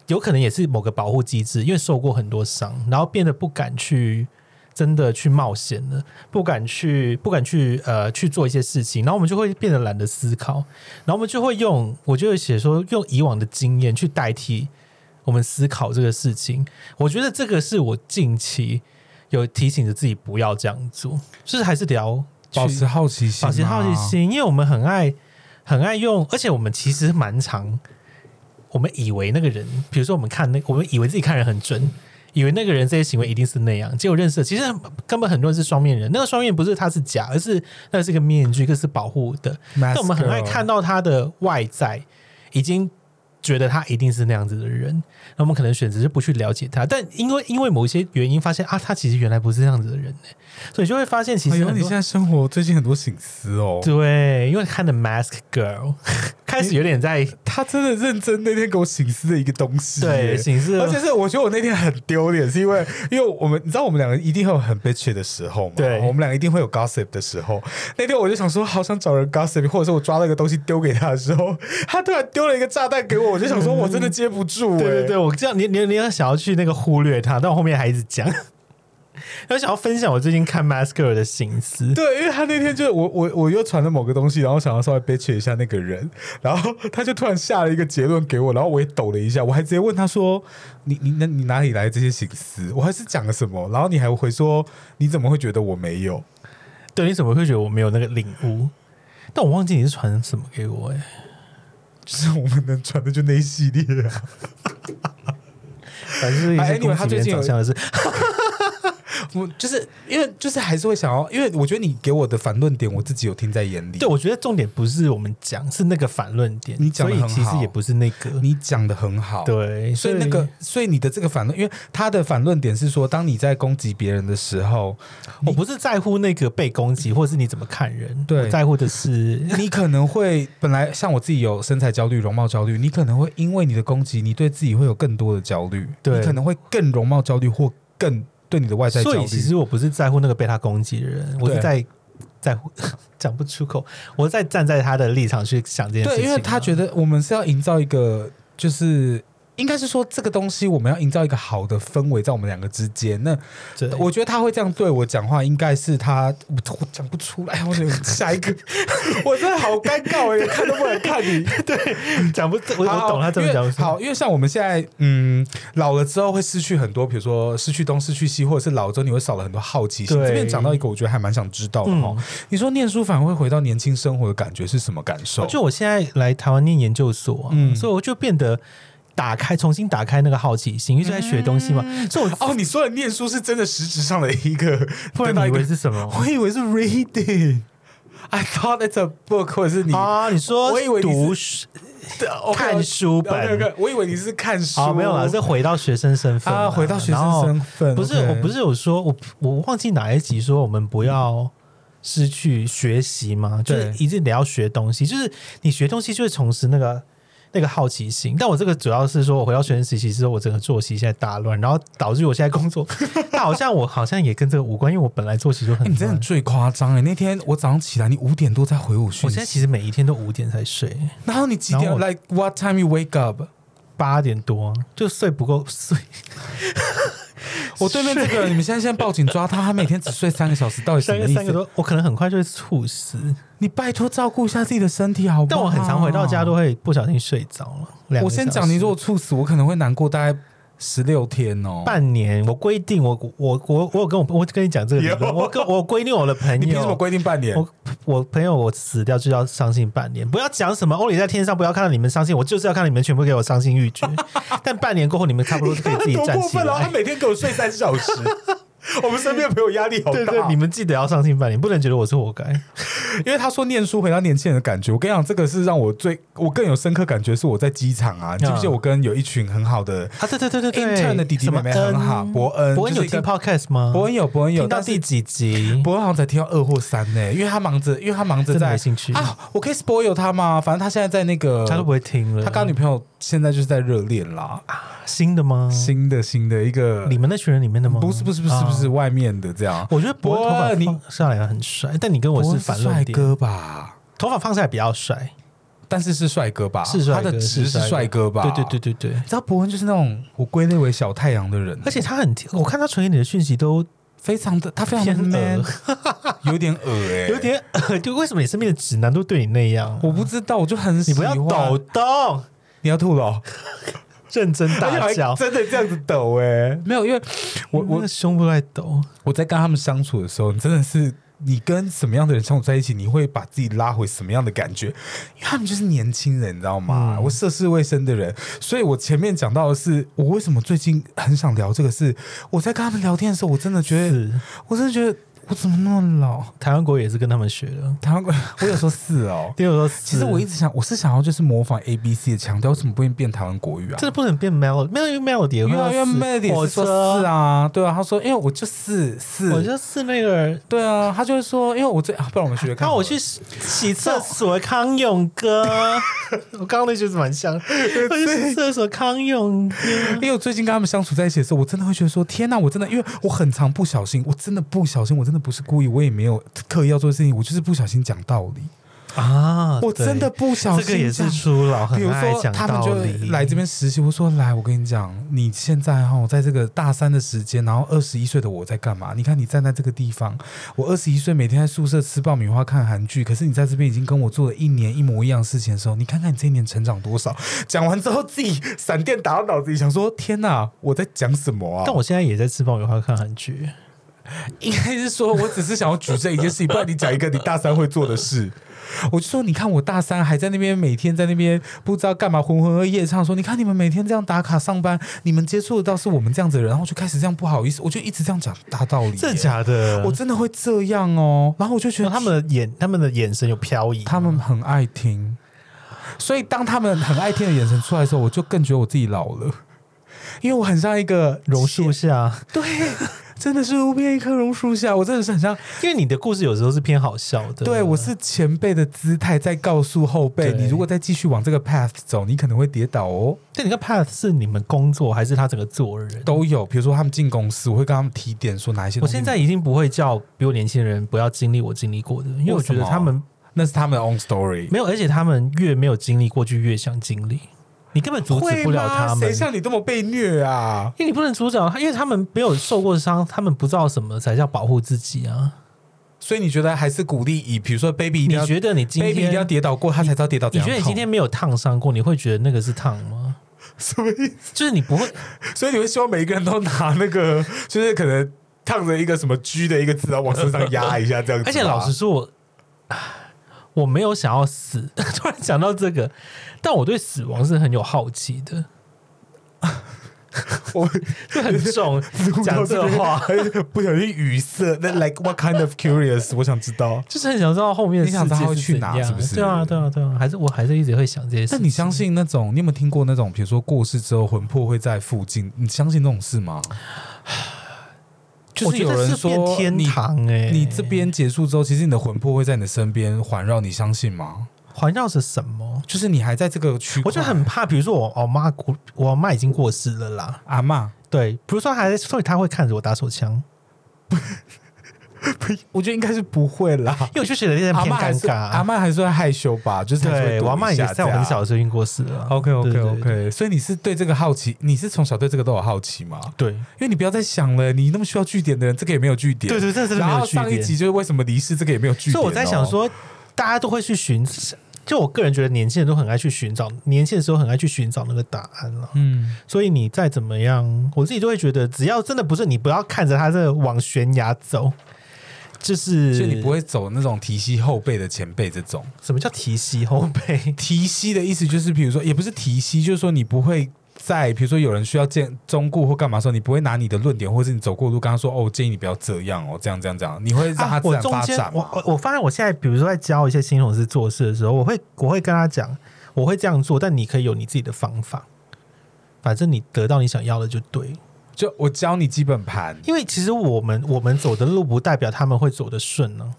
Speaker 2: 有可能也是某个保护机制，因为受过很多伤，然后变得不敢去真的去冒险了，不敢去不敢去呃去做一些事情，然后我们就会变得懒得思考，然后我们就会用我就会写说用以往的经验去代替我们思考这个事情，我觉得这个是我近期。有提醒着自己不要这样做，就是还是得要去
Speaker 1: 保持好奇心，啊
Speaker 2: 保持好奇。心，因为我们很爱很爱用，而且我们其实蛮常，我们以为那个人，比如说我们看那，我们以为自己看人很准，以为那个人这些行为一定是那样，结果认识了其实根本很多人是双面人，那个双面不是他是假，而是那是一个面具，一个是保护的，
Speaker 1: 但
Speaker 2: 但我们很爱看到他的外在，已经觉得他一定是那样子的人，那我们可能选择就不去了解他。但因为因为某一些原因，发现啊，他其实原来不是这样子的人呢、所以就会发现其
Speaker 1: 哎
Speaker 2: 实
Speaker 1: 呦，
Speaker 2: 很
Speaker 1: 你
Speaker 2: 多
Speaker 1: 现在生活最近很多醒思哦。
Speaker 2: 对，因为看的 Mask Girl 开始有点在
Speaker 1: 他真的认真那天给我醒思的一个东西耶，
Speaker 2: 对形式，
Speaker 1: 而且是我觉得我那天很丢脸，是因为因为我们你知道我们两个一定会有很 bitch 的时候嘛，
Speaker 2: 对
Speaker 1: 我们两个一定会有 gossip 的时候。那天我就想说，好想找人 gossip，或者是我抓了一个东西丢给他的时候，他突然丢了一个炸弹给我，我就 想说，我真的接不住、欸，
Speaker 2: 对对对，我这样你你你要想要去那个忽略他，但我后面还一直讲， 然后想要分享我最近看 Mask Girl 的心 思。
Speaker 1: 对，因为他那天就我我我又传了某个东西，然后想要稍微 bitch 一下那个人，然后他就突然下了一个结论给我，然后我也抖了一下，我还直接问他说：“你你那你哪里来的这些心思？我还是讲了什么？”然后你还回说：“你怎么会觉得我没有
Speaker 2: 对，你怎么会觉得我没有那个领悟？但我忘记你是传什么给我哎、？”
Speaker 1: 就是我们能传的就那一系列啊。
Speaker 2: 反正就是一
Speaker 1: 哎
Speaker 2: 些
Speaker 1: ，anyway，
Speaker 2: 攻
Speaker 1: 他最
Speaker 2: 击别人
Speaker 1: 近有
Speaker 2: 长相的事。
Speaker 1: 我就是因为就是还是会想要，因为我觉得你给我的反论点，我自己有听在眼里。
Speaker 2: 对，我觉得重点不是我们讲，是那个反论点。
Speaker 1: 你讲得
Speaker 2: 所以
Speaker 1: 很
Speaker 2: 其实
Speaker 1: 好
Speaker 2: 也不是那个。
Speaker 1: 你讲的很好，
Speaker 2: 对，
Speaker 1: 所以那个，所以你的这个反论，因为他的反论点是说，当你在攻击别人的时候，
Speaker 2: 我不是在乎那个被攻击，或是你怎么看人，
Speaker 1: 对
Speaker 2: 我在乎的是
Speaker 1: 你可能会本来像我自己有身材焦虑、容貌焦虑，你可能会因为你的攻击，你对自己会有更多的焦虑，
Speaker 2: 对
Speaker 1: 你可能会更容貌焦虑或更对你的 外在焦
Speaker 2: 所
Speaker 1: 虑。
Speaker 2: 以其实我不是在乎那个被他攻击的人，我是
Speaker 1: 对
Speaker 2: 在在 乎讲不出口，我在站在他的立场去想这件事情啊、
Speaker 1: 对，因为他觉得我们是要营造一个就是应该是说这个东西我们要营造一个好的氛围在我们两个之间。那
Speaker 2: 对
Speaker 1: 我觉得他会这样对我讲话，应该是他我我讲不出来，我 有下一个，我真的好尴尬，我连看都不能看你。
Speaker 2: 讲不，我
Speaker 1: 好
Speaker 2: 我懂他这么
Speaker 1: 因
Speaker 2: 讲
Speaker 1: 为。好，因为像我们现在，嗯，老了之后会失去很多，比如说失去东、失去西，或者是老了之后你会少了很多好奇心。
Speaker 2: 对嗯
Speaker 1: 这边讲到一个，我觉得还蛮想知道的哈、你说念书反而会回到年轻生活的感觉是什么感受？
Speaker 2: 就我现在来台湾念研究所、啊，
Speaker 1: 嗯
Speaker 2: 所以我就变得打开，重新打开那个好奇心，因为就在学东西嘛。所以我
Speaker 1: 哦，你说的念书是真的实质上的一 个，
Speaker 2: 不然
Speaker 1: 得到
Speaker 2: 你
Speaker 1: 一
Speaker 2: 以
Speaker 1: 个
Speaker 2: 为是什么？
Speaker 1: 我以为是 reading。I thought it's a book，或者是你哦
Speaker 2: 啊，你说
Speaker 1: 我以为你是
Speaker 2: 读书看
Speaker 1: 看
Speaker 2: 书本
Speaker 1: 我以为你是看书，
Speaker 2: 啊，没有啦，是回到学生身份
Speaker 1: 啊，
Speaker 2: 啦
Speaker 1: 回到学
Speaker 2: 然
Speaker 1: 生
Speaker 2: 后
Speaker 1: 身份，
Speaker 2: 不是，
Speaker 1: OK
Speaker 2: 我不是有说，我我忘记哪一集说我们不要失去学习吗？就是
Speaker 1: 对
Speaker 2: 一定得要学东西，就是你学东西就会重拾那个那个好奇心。但我这个主要是说，我回到学生时期之后，我整个作息现在大乱，然后导致我现在工作， 但好像我好像也跟这个无关，因为我本来作息就很
Speaker 1: 欸你真
Speaker 2: 乱
Speaker 1: 的。最夸张哎！那天我早上起来，你五点多才回我讯
Speaker 2: 我
Speaker 1: 息
Speaker 2: 现在，其实每一天都五点才睡，
Speaker 1: 然后你几点
Speaker 2: 然后我
Speaker 1: ？Like what time you wake up？
Speaker 2: 八点多就睡不 够睡，
Speaker 1: 我对面这个人，你们现在现在报警抓他，他每天只睡 三个小时，到底什
Speaker 2: 三
Speaker 1: 么
Speaker 2: 个
Speaker 1: 意
Speaker 2: 三个
Speaker 1: 思？
Speaker 2: 多，我可能很快就会猝死。
Speaker 1: 你拜托照顾一下自己的身体好不
Speaker 2: 但
Speaker 1: 好？
Speaker 2: 我很常回到家都会不小心睡着了。两个
Speaker 1: 我先
Speaker 2: 小
Speaker 1: 讲，你
Speaker 2: 时
Speaker 1: 如果猝死，我可能会难过大概十六天哦。
Speaker 2: 半年，我规定我我我我有跟我我跟你讲这个理论，
Speaker 1: 有
Speaker 2: 我跟我规定我的朋友，
Speaker 1: 你凭什么规定半年？
Speaker 2: 我我朋友我死掉就要伤心半年，不要讲什么欧里在天上，不要看到你们伤心，我就是要看到你们全部给我伤心 欲绝。但半年过后，你们差不多就可以自己
Speaker 1: 多
Speaker 2: 站
Speaker 1: 过
Speaker 2: 起
Speaker 1: 分啊！他
Speaker 2: 来。
Speaker 1: 每天给我睡三小 时，我们身边的朋友压力好大。
Speaker 2: 对对，你们记得要伤心半年，不能觉得我是活该。
Speaker 1: 因为他说念书回到年轻人的感觉，我跟你讲，这个是让我最我更有深刻感觉，是我在机场啊，你记不记得我跟有一群很好的
Speaker 2: 啊，对对对对对
Speaker 1: intern 的弟弟妹妹很好，伯恩，
Speaker 2: 伯恩有
Speaker 1: 就是
Speaker 2: 听
Speaker 1: 一个
Speaker 2: podcast 吗？
Speaker 1: 伯恩有伯恩有，
Speaker 2: 听到
Speaker 1: 但
Speaker 2: 第
Speaker 1: 是
Speaker 2: 几集？
Speaker 1: 伯恩好像才听到二或三呢、因为他忙着，因为他忙着
Speaker 2: 嗯真的
Speaker 1: 在
Speaker 2: 没兴趣
Speaker 1: 啊，我可以 spoil 他吗？反正他现在在那个，
Speaker 2: 他都不会嗯听了。
Speaker 1: 他刚女朋友现在就是在热恋啦，
Speaker 2: 新的吗？
Speaker 1: 新的新的一个
Speaker 2: 你，们那群人里面的吗？啊
Speaker 1: 不是不是不是不是外面的这样，
Speaker 2: 我觉得伯
Speaker 1: 伯
Speaker 2: 恩
Speaker 1: 恩
Speaker 2: 头发放下来很帅，但你跟我
Speaker 1: 伯
Speaker 2: 是
Speaker 1: 恩
Speaker 2: 反
Speaker 1: 帅
Speaker 2: 论点。
Speaker 1: 哥吧？
Speaker 2: 头发放下来比较帅，
Speaker 1: 但是是帅哥吧？
Speaker 2: 是帅哥
Speaker 1: 啊他的值是
Speaker 2: 是帅
Speaker 1: 帅哥吧？
Speaker 2: 对对对。对对。
Speaker 1: 你知道伯恩就是那种我归类为小太阳的人，
Speaker 2: 而且他很，我看他传给你的讯息都
Speaker 1: 非常的他非常的
Speaker 2: 偏
Speaker 1: man，
Speaker 2: 恶
Speaker 1: 有点恶哎、
Speaker 2: 有点， 就为什么你身边的直男都对你那样？
Speaker 1: 我不知道，我就很喜
Speaker 2: 你不
Speaker 1: 欢
Speaker 2: 要抖，动，
Speaker 1: 你要吐了哦、
Speaker 2: 认真
Speaker 1: 而
Speaker 2: 大
Speaker 1: 且还
Speaker 2: 叫，
Speaker 1: 真的这样子抖哎、没有，因为嗯我
Speaker 2: 那
Speaker 1: 我
Speaker 2: 个胸部都在抖。
Speaker 1: 我在跟他们相处的时候，你真的是你跟什么样的人相处在一起，你会把自己拉回什么样的感觉？因为他们就是年轻人，你知道吗？我涉世未深的人，所以我前面讲到的是，我为什么最近很想聊这个事。我在跟他们聊天的时候，我真的觉得，
Speaker 2: 是
Speaker 1: 我真的觉得我怎么那么老？
Speaker 2: 台湾国语也是跟他们学的。
Speaker 1: 台湾，我有时候 是哦。
Speaker 2: 比如说，
Speaker 1: 其实我一直想，我是想要就是模仿 A B C 的腔调，为什么不能变台湾国语啊？
Speaker 2: 真的不能变 melody，melody melody 也会
Speaker 1: 因为因为
Speaker 2: 死
Speaker 1: Melody
Speaker 2: 火
Speaker 1: 也是说
Speaker 2: 车
Speaker 1: 是，啊，对啊，他说因为我就是是，
Speaker 2: 我就是那个
Speaker 1: 对啊，他就会说，因为我最，啊、不然我们学学看
Speaker 2: 看
Speaker 1: 好了。
Speaker 2: 我去洗厕所，康永哥， 我刚刚那句子蛮像。 我去洗厕所，康永哥，
Speaker 1: 因为我最近跟他们相处在一起的时候，我真的会觉得说，天哪，我真的，因为我很常不小心，我真的不小心，我真的不是故意，我也没有刻意要做的事情，我就是不小心讲道理，
Speaker 2: 啊
Speaker 1: 我真的不小
Speaker 2: 对
Speaker 1: 心
Speaker 2: 这个也
Speaker 1: 讲
Speaker 2: 是初老，很
Speaker 1: 比如
Speaker 2: 爱
Speaker 1: 说
Speaker 2: 讲
Speaker 1: 他们
Speaker 2: 道
Speaker 1: 就
Speaker 2: 理。
Speaker 1: 来这边实习，我说来，我跟你讲，你现在哈、在这个大三的时间，然后二十一岁的我在干嘛？你看你站在这个地方，我二十一岁每天在宿舍吃爆米花看韩剧，可是你在这边已经跟我做了一年一模一样的事情的时候，你看看你这一年成长多少？讲完之后自己闪电打到脑子里，想说天哪，我在讲什么啊？
Speaker 2: 但我现在也在吃爆米花看韩剧，
Speaker 1: 应该是说，我只是想要举这一件事情，不然你讲一个你大三会做的事。我就说，你看我大三还在那边，每天在那边不知道干嘛，浑浑噩夜唱说，你看你们每天这样打卡上班，你们接触得到是我们这样子的人，然后就开始这样不好意思，我就一直这样讲大道理耶，
Speaker 2: 真的假的？
Speaker 1: 我真的会这样哦，然后我就觉得
Speaker 2: 然后他们的眼，他们的眼神有飘移，
Speaker 1: 他们很爱听，所以当他们很爱听的眼神出来的时候，我就更觉得我自己老了，因为我很像一个
Speaker 2: 榕树下，
Speaker 1: 对， 真的是无边一棵榕树下，我真的是很像。
Speaker 2: 因为你的故事有时候是偏好笑的。
Speaker 1: 对，我是前辈的姿态在告诉后辈，
Speaker 2: 对
Speaker 1: 你如果再继续往这个 path 走，你可能会跌倒哦。
Speaker 2: 但你看 Path 是你们工作还是他整个做人？
Speaker 1: 都有，比如说他们进公司，我会跟他们提点说哪一些
Speaker 2: 我
Speaker 1: 东西。
Speaker 2: 现在已经不会叫比我年轻的人不要经历我经历过的，因为我觉
Speaker 1: 为
Speaker 2: 得
Speaker 1: 什么
Speaker 2: 他们
Speaker 1: 那是他们的 own story。
Speaker 2: 没有，而且他们越没有经历过，就越想经历。你根本阻止不了他
Speaker 1: 会吗
Speaker 2: 们
Speaker 1: 谁。像你这么被虐啊？
Speaker 2: 因为你不能阻止他，因为他们没有受过伤，他们不知道什么才叫保护自己啊。
Speaker 1: 所以你觉得还是鼓励以，比如说 baby 一定
Speaker 2: 你
Speaker 1: 要
Speaker 2: 觉得你今
Speaker 1: baby 一定要
Speaker 2: 天，
Speaker 1: 跌倒过，他才知道跌倒怎
Speaker 2: 你
Speaker 1: 样
Speaker 2: 觉
Speaker 1: 痛。
Speaker 2: 得 你今天没有烫伤过，你会觉得那个是烫吗？
Speaker 1: 什么意思？
Speaker 2: 就是你不会，
Speaker 1: 所以你会希望每一个人都拿那个，就是可能烫着一个什么 “G” 的一个字，然后往身上压一下这样子吧。
Speaker 2: 而且老实说，我 唉我没有想要死。 突然想到这个，但我对死亡是很有好奇 的，
Speaker 1: 我
Speaker 2: 这很 重 讲这话，
Speaker 1: 不小心语塞。那 like what kind of curious？我想知道。
Speaker 2: 就是很想知道后面的
Speaker 1: 你想知道他会
Speaker 2: 世界
Speaker 1: 去
Speaker 2: 怎
Speaker 1: 哪
Speaker 2: 样
Speaker 1: 是不是
Speaker 2: 对啊，对啊，对啊，还是我还是一直会想这些事。
Speaker 1: 但你相信 那种？你有没有听过那种？比如说过世之后，魂魄会在附近？你相信那种事吗？就
Speaker 2: 我
Speaker 1: 是
Speaker 2: 觉
Speaker 1: 有
Speaker 2: 得
Speaker 1: 人
Speaker 2: 是
Speaker 1: 说
Speaker 2: 变天
Speaker 1: 你
Speaker 2: 堂哎、
Speaker 1: 你这边结束之后，其实你的魂魄会在你的身边环绕，你相信吗？
Speaker 2: 环绕着什么？
Speaker 1: 就是你还在这个区块，
Speaker 2: 我就很怕，比如说哦我我妈过，我妈已经过世了啦。
Speaker 1: 阿妈。
Speaker 2: 对，比如说她还在，所以她会看着我打手枪，
Speaker 1: 我觉得应该是不会啦。
Speaker 2: 因为我就觉得有点
Speaker 1: 阿
Speaker 2: 偏
Speaker 1: 妈还
Speaker 2: 尴
Speaker 1: 是阿
Speaker 2: 尬。啊
Speaker 1: 妈还是会害羞吧，就是还是会
Speaker 2: 对，
Speaker 1: 躲
Speaker 2: 我阿妈
Speaker 1: 一
Speaker 2: 也
Speaker 1: 下
Speaker 2: 是在我
Speaker 1: 这样
Speaker 2: 很小的时候已经过世了。
Speaker 1: OK OK
Speaker 2: 对对
Speaker 1: OK，所以你是对这个好奇，你是从小对这个都有好奇吗？
Speaker 2: 对
Speaker 1: 因为你不要再想了，你那么需要据点的人，这个也没有据点。
Speaker 2: 对对，这真的
Speaker 1: 然
Speaker 2: 没有
Speaker 1: 后
Speaker 2: 区别
Speaker 1: 上一集就是为什么离世，这个也没有据点、哦
Speaker 2: 所以我在想，说，大家都会去寻，就我个人觉得年轻人都很爱去寻找，年轻的时候很爱去寻找那个答案了。
Speaker 1: 嗯，
Speaker 2: 所以你再怎么样，我自己都会觉得，只要真的不是你，不要看着他在往悬崖走，就是
Speaker 1: 嗯所以你不会走那种提膝后背的前辈这种。。
Speaker 2: 什么叫提膝后背
Speaker 1: 提膝的意思就是，比如说，也不是提膝，就是说你不会。在比如说有人需要见忠顾或干嘛的时候，你不会拿你的论点，或是你走过路跟他说：“哦，我建议你不要这样哦，这样这样这样。”你会让他
Speaker 2: 啊，
Speaker 1: 自
Speaker 2: 我
Speaker 1: 然
Speaker 2: 中
Speaker 1: 发
Speaker 2: 间
Speaker 1: 展
Speaker 2: 我
Speaker 1: 吗？
Speaker 2: 我我发现我现在，比如说在教一些新同事做事的时候，我会我会跟他讲，我会这样做，但你可以有你自己的方法，反正你得到你想要的就对了。
Speaker 1: 就我教你基本盘，
Speaker 2: 因为其实我们我们走的路不代表他们会走的顺呢、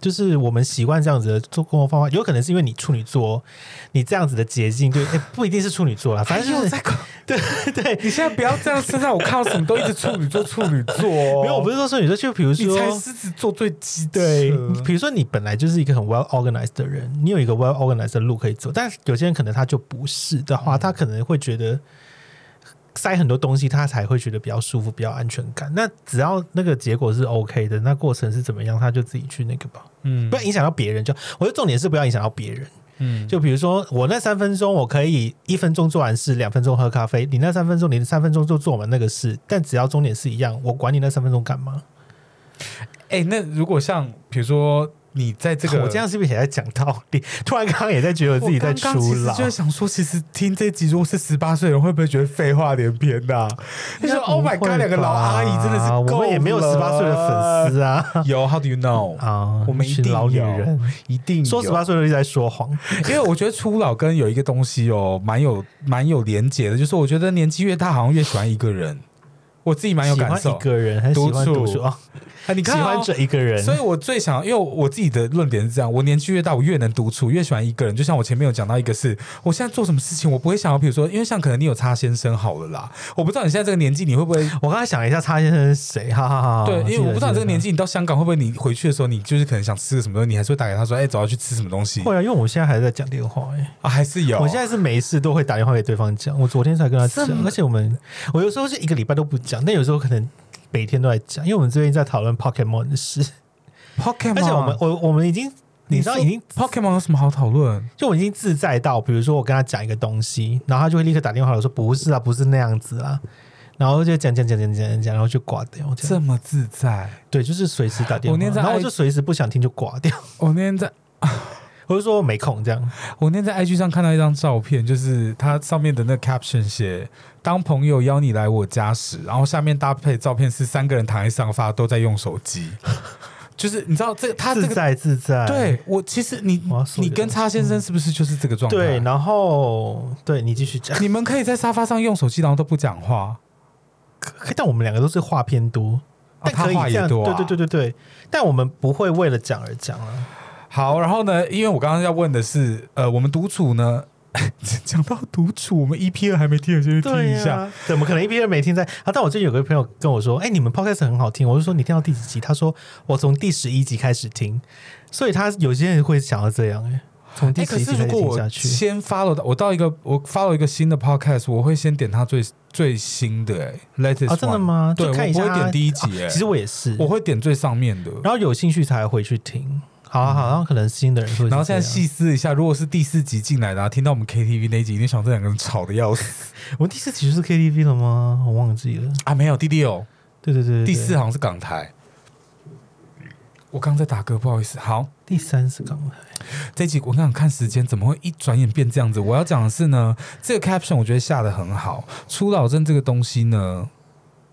Speaker 2: 就是我们习惯这样子的做工作方法，有可能是因为你处女座，你这样子的捷径，对，哎，不一定是处女座啦，反正
Speaker 1: 哎
Speaker 2: 就是 对对，
Speaker 1: 你现在不要这样，身上我看到什么都一直处女座，处女座、哦。
Speaker 2: 没有，我不是说处女座，就比如
Speaker 1: 你
Speaker 2: 说
Speaker 1: 才狮子座最机车
Speaker 2: 对，你比如说你本来就是一个很 well organized 的人，你有一个 well organized 的路可以走，但是有些人可能他就不是的
Speaker 1: 嗯
Speaker 2: 话，他可能会觉得塞很多东西，他才会觉得比较舒服、比较安全感。那只要那个结果是 OK 的，那过程是怎么样，他就自己去那个吧，
Speaker 1: 嗯
Speaker 2: 不要影响到别人就。我觉得重点是不要影响到别人。
Speaker 1: 嗯，
Speaker 2: 就比如说，我那三分钟我可以一分钟做完事，两分钟喝咖啡。你那三分钟，你那三分钟就做完那个事，但只要终点是一样，我管你那三分钟干嘛？
Speaker 1: 哎、那如果像比如说你在这个，
Speaker 2: 我这样是不是也在讲道理？ 突然刚刚也在觉得
Speaker 1: 我
Speaker 2: 自己在
Speaker 1: 刚刚
Speaker 2: 出
Speaker 1: 其实
Speaker 2: 老，
Speaker 1: 就在想说，其实听这集如果是十八岁的人，会不会觉得废话连篇啊 呐、就
Speaker 2: 应
Speaker 1: 说
Speaker 2: 该
Speaker 1: Oh my
Speaker 2: 不会
Speaker 1: God，两个老阿姨真的是
Speaker 2: 吧我
Speaker 1: 够
Speaker 2: 们也没有
Speaker 1: 了
Speaker 2: 十八岁的粉丝 啊
Speaker 1: 有 How do you know？、
Speaker 2: 啊，
Speaker 1: 我们一
Speaker 2: 是
Speaker 1: 定
Speaker 2: 老女
Speaker 1: 有
Speaker 2: 人，
Speaker 1: 一定有
Speaker 2: 说十 八岁的人一直在说谎，
Speaker 1: 因为我觉得初老跟有一个东西哦，蛮有蛮有连结的，就是我觉得年纪越大，好像越喜欢一个人。我自己蛮有
Speaker 2: 喜
Speaker 1: 感
Speaker 2: 欢
Speaker 1: 受
Speaker 2: 一，个人，很喜欢
Speaker 1: 独处
Speaker 2: 独处啊，
Speaker 1: 啊，你
Speaker 2: 喜
Speaker 1: 看哦、
Speaker 2: 欢这一个 人，
Speaker 1: 所以我最想，因为我自己的论点是这样：我年纪越大，我越能独处，越喜欢一个人。就像我前面有讲到一个是，我现在做什么事情，我不会想要，比如说，因为像可能你有擦先生好了啦，我不知道你现在这个年纪，你会不会？
Speaker 2: 我刚才想了一下，擦先生是谁？哈哈哈哈！
Speaker 1: 对，因为我不知道你这个年
Speaker 2: 纪
Speaker 1: 纪，你到香港会不会？你回去的时候，你就是可能想吃个什么东西，你还是会打给他说：“哎、走要去吃什么东西
Speaker 2: 会啊，因为我现在还在讲电话哎。
Speaker 1: 啊？”还是有。
Speaker 2: 我现在是每次都会打电话给对方讲，我昨天才跟他讲
Speaker 1: 这，么
Speaker 2: 而且我们我有时候是一个礼拜都不讲，但有时候可能每天都在讲，因为我们最近在讨论 Pokemon 的事，
Speaker 1: Pokemon，
Speaker 2: 而且我们我我们已经嗯哦你知道
Speaker 1: 说
Speaker 2: 已经
Speaker 1: Pokemon 有什么好讨论？
Speaker 2: 就我已经自在到，比如说我跟他讲一个东西，然后他就会立刻打电话来说不是啊，不是那样子啊，然后就讲讲讲讲讲讲，然后就挂掉。这样
Speaker 1: 这么自在？
Speaker 2: 对，就是随时打电
Speaker 1: 我
Speaker 2: 话，
Speaker 1: 那天在
Speaker 2: 然后我
Speaker 1: I-
Speaker 2: 就随时不想听就挂掉，
Speaker 1: 我那天在
Speaker 2: 我就说我没空这样。
Speaker 1: 我那天在 IG 上看到一张照片，就是它上面的那 caption 写“当朋友邀你来我家时”，然后下面搭配照片是三个人躺在沙发都在用手机， 就是你知道这个他这
Speaker 2: 自
Speaker 1: 个
Speaker 2: 在自在，
Speaker 1: 对我其实你
Speaker 2: 我要搜一
Speaker 1: 你
Speaker 2: 下
Speaker 1: 跟叉先生是不是就是这个状态？
Speaker 2: 对，然后对你继续讲。
Speaker 1: 你们可以在沙发上用手机，然后都不讲话，
Speaker 2: 可但我们两个都是话偏多，
Speaker 1: 啊
Speaker 2: 但可
Speaker 1: 他
Speaker 2: 以
Speaker 1: 话
Speaker 2: 这
Speaker 1: 也
Speaker 2: 样，
Speaker 1: 多、啊，
Speaker 2: 对对对对对。但我们不会为了讲而讲啊，
Speaker 1: 好，然后呢，因为我刚刚要问的是，呃，我们独处呢， 讲到独处，我们 EP 二还没听的，先去听一下。
Speaker 2: 啊，怎么可能一边没听在？啊，但我最近有个朋友跟我说，哎、你们 podcast 很好听，我就说你听到第几集？他说我从第十一集开始听，所以他有些人会想要这样、哎，从
Speaker 1: 哎、
Speaker 2: 第
Speaker 1: 可
Speaker 2: 几集
Speaker 1: 是
Speaker 2: 开
Speaker 1: 如
Speaker 2: 始
Speaker 1: 果
Speaker 2: 听下
Speaker 1: 我
Speaker 2: 去？
Speaker 1: 先 follow 到我到一个我 follow 一个新的 podcast，我会先点它最最新的哎、l e t e s t
Speaker 2: 啊，真的？吗？
Speaker 1: 对，
Speaker 2: 就
Speaker 1: 我
Speaker 2: 看一
Speaker 1: 不
Speaker 2: 下
Speaker 1: 会
Speaker 2: 它。
Speaker 1: 点第一集哎、
Speaker 2: 其实我也是，
Speaker 1: 我会点最上面的。
Speaker 2: 然后有兴趣才回去听。好啊好啊，然后可能新的人会是这样，啊
Speaker 1: 然后现在细思一下，如果是第四集进来的、啊，听到我们 KTV 那一集，一定想这两个人吵的要死
Speaker 2: 我们第四集就是 KTV 了吗？我忘记了。
Speaker 1: 啊！没有第六，
Speaker 2: 对对对对对
Speaker 1: 第四啊好像是港台。我刚在打嗝，不好意思。好，
Speaker 2: 第三是港台，
Speaker 1: 这一集我刚想看时间，怎么会一转眼变这样子？我要讲的是呢，这个 caption 我觉得下的很好。初老症这个东西呢，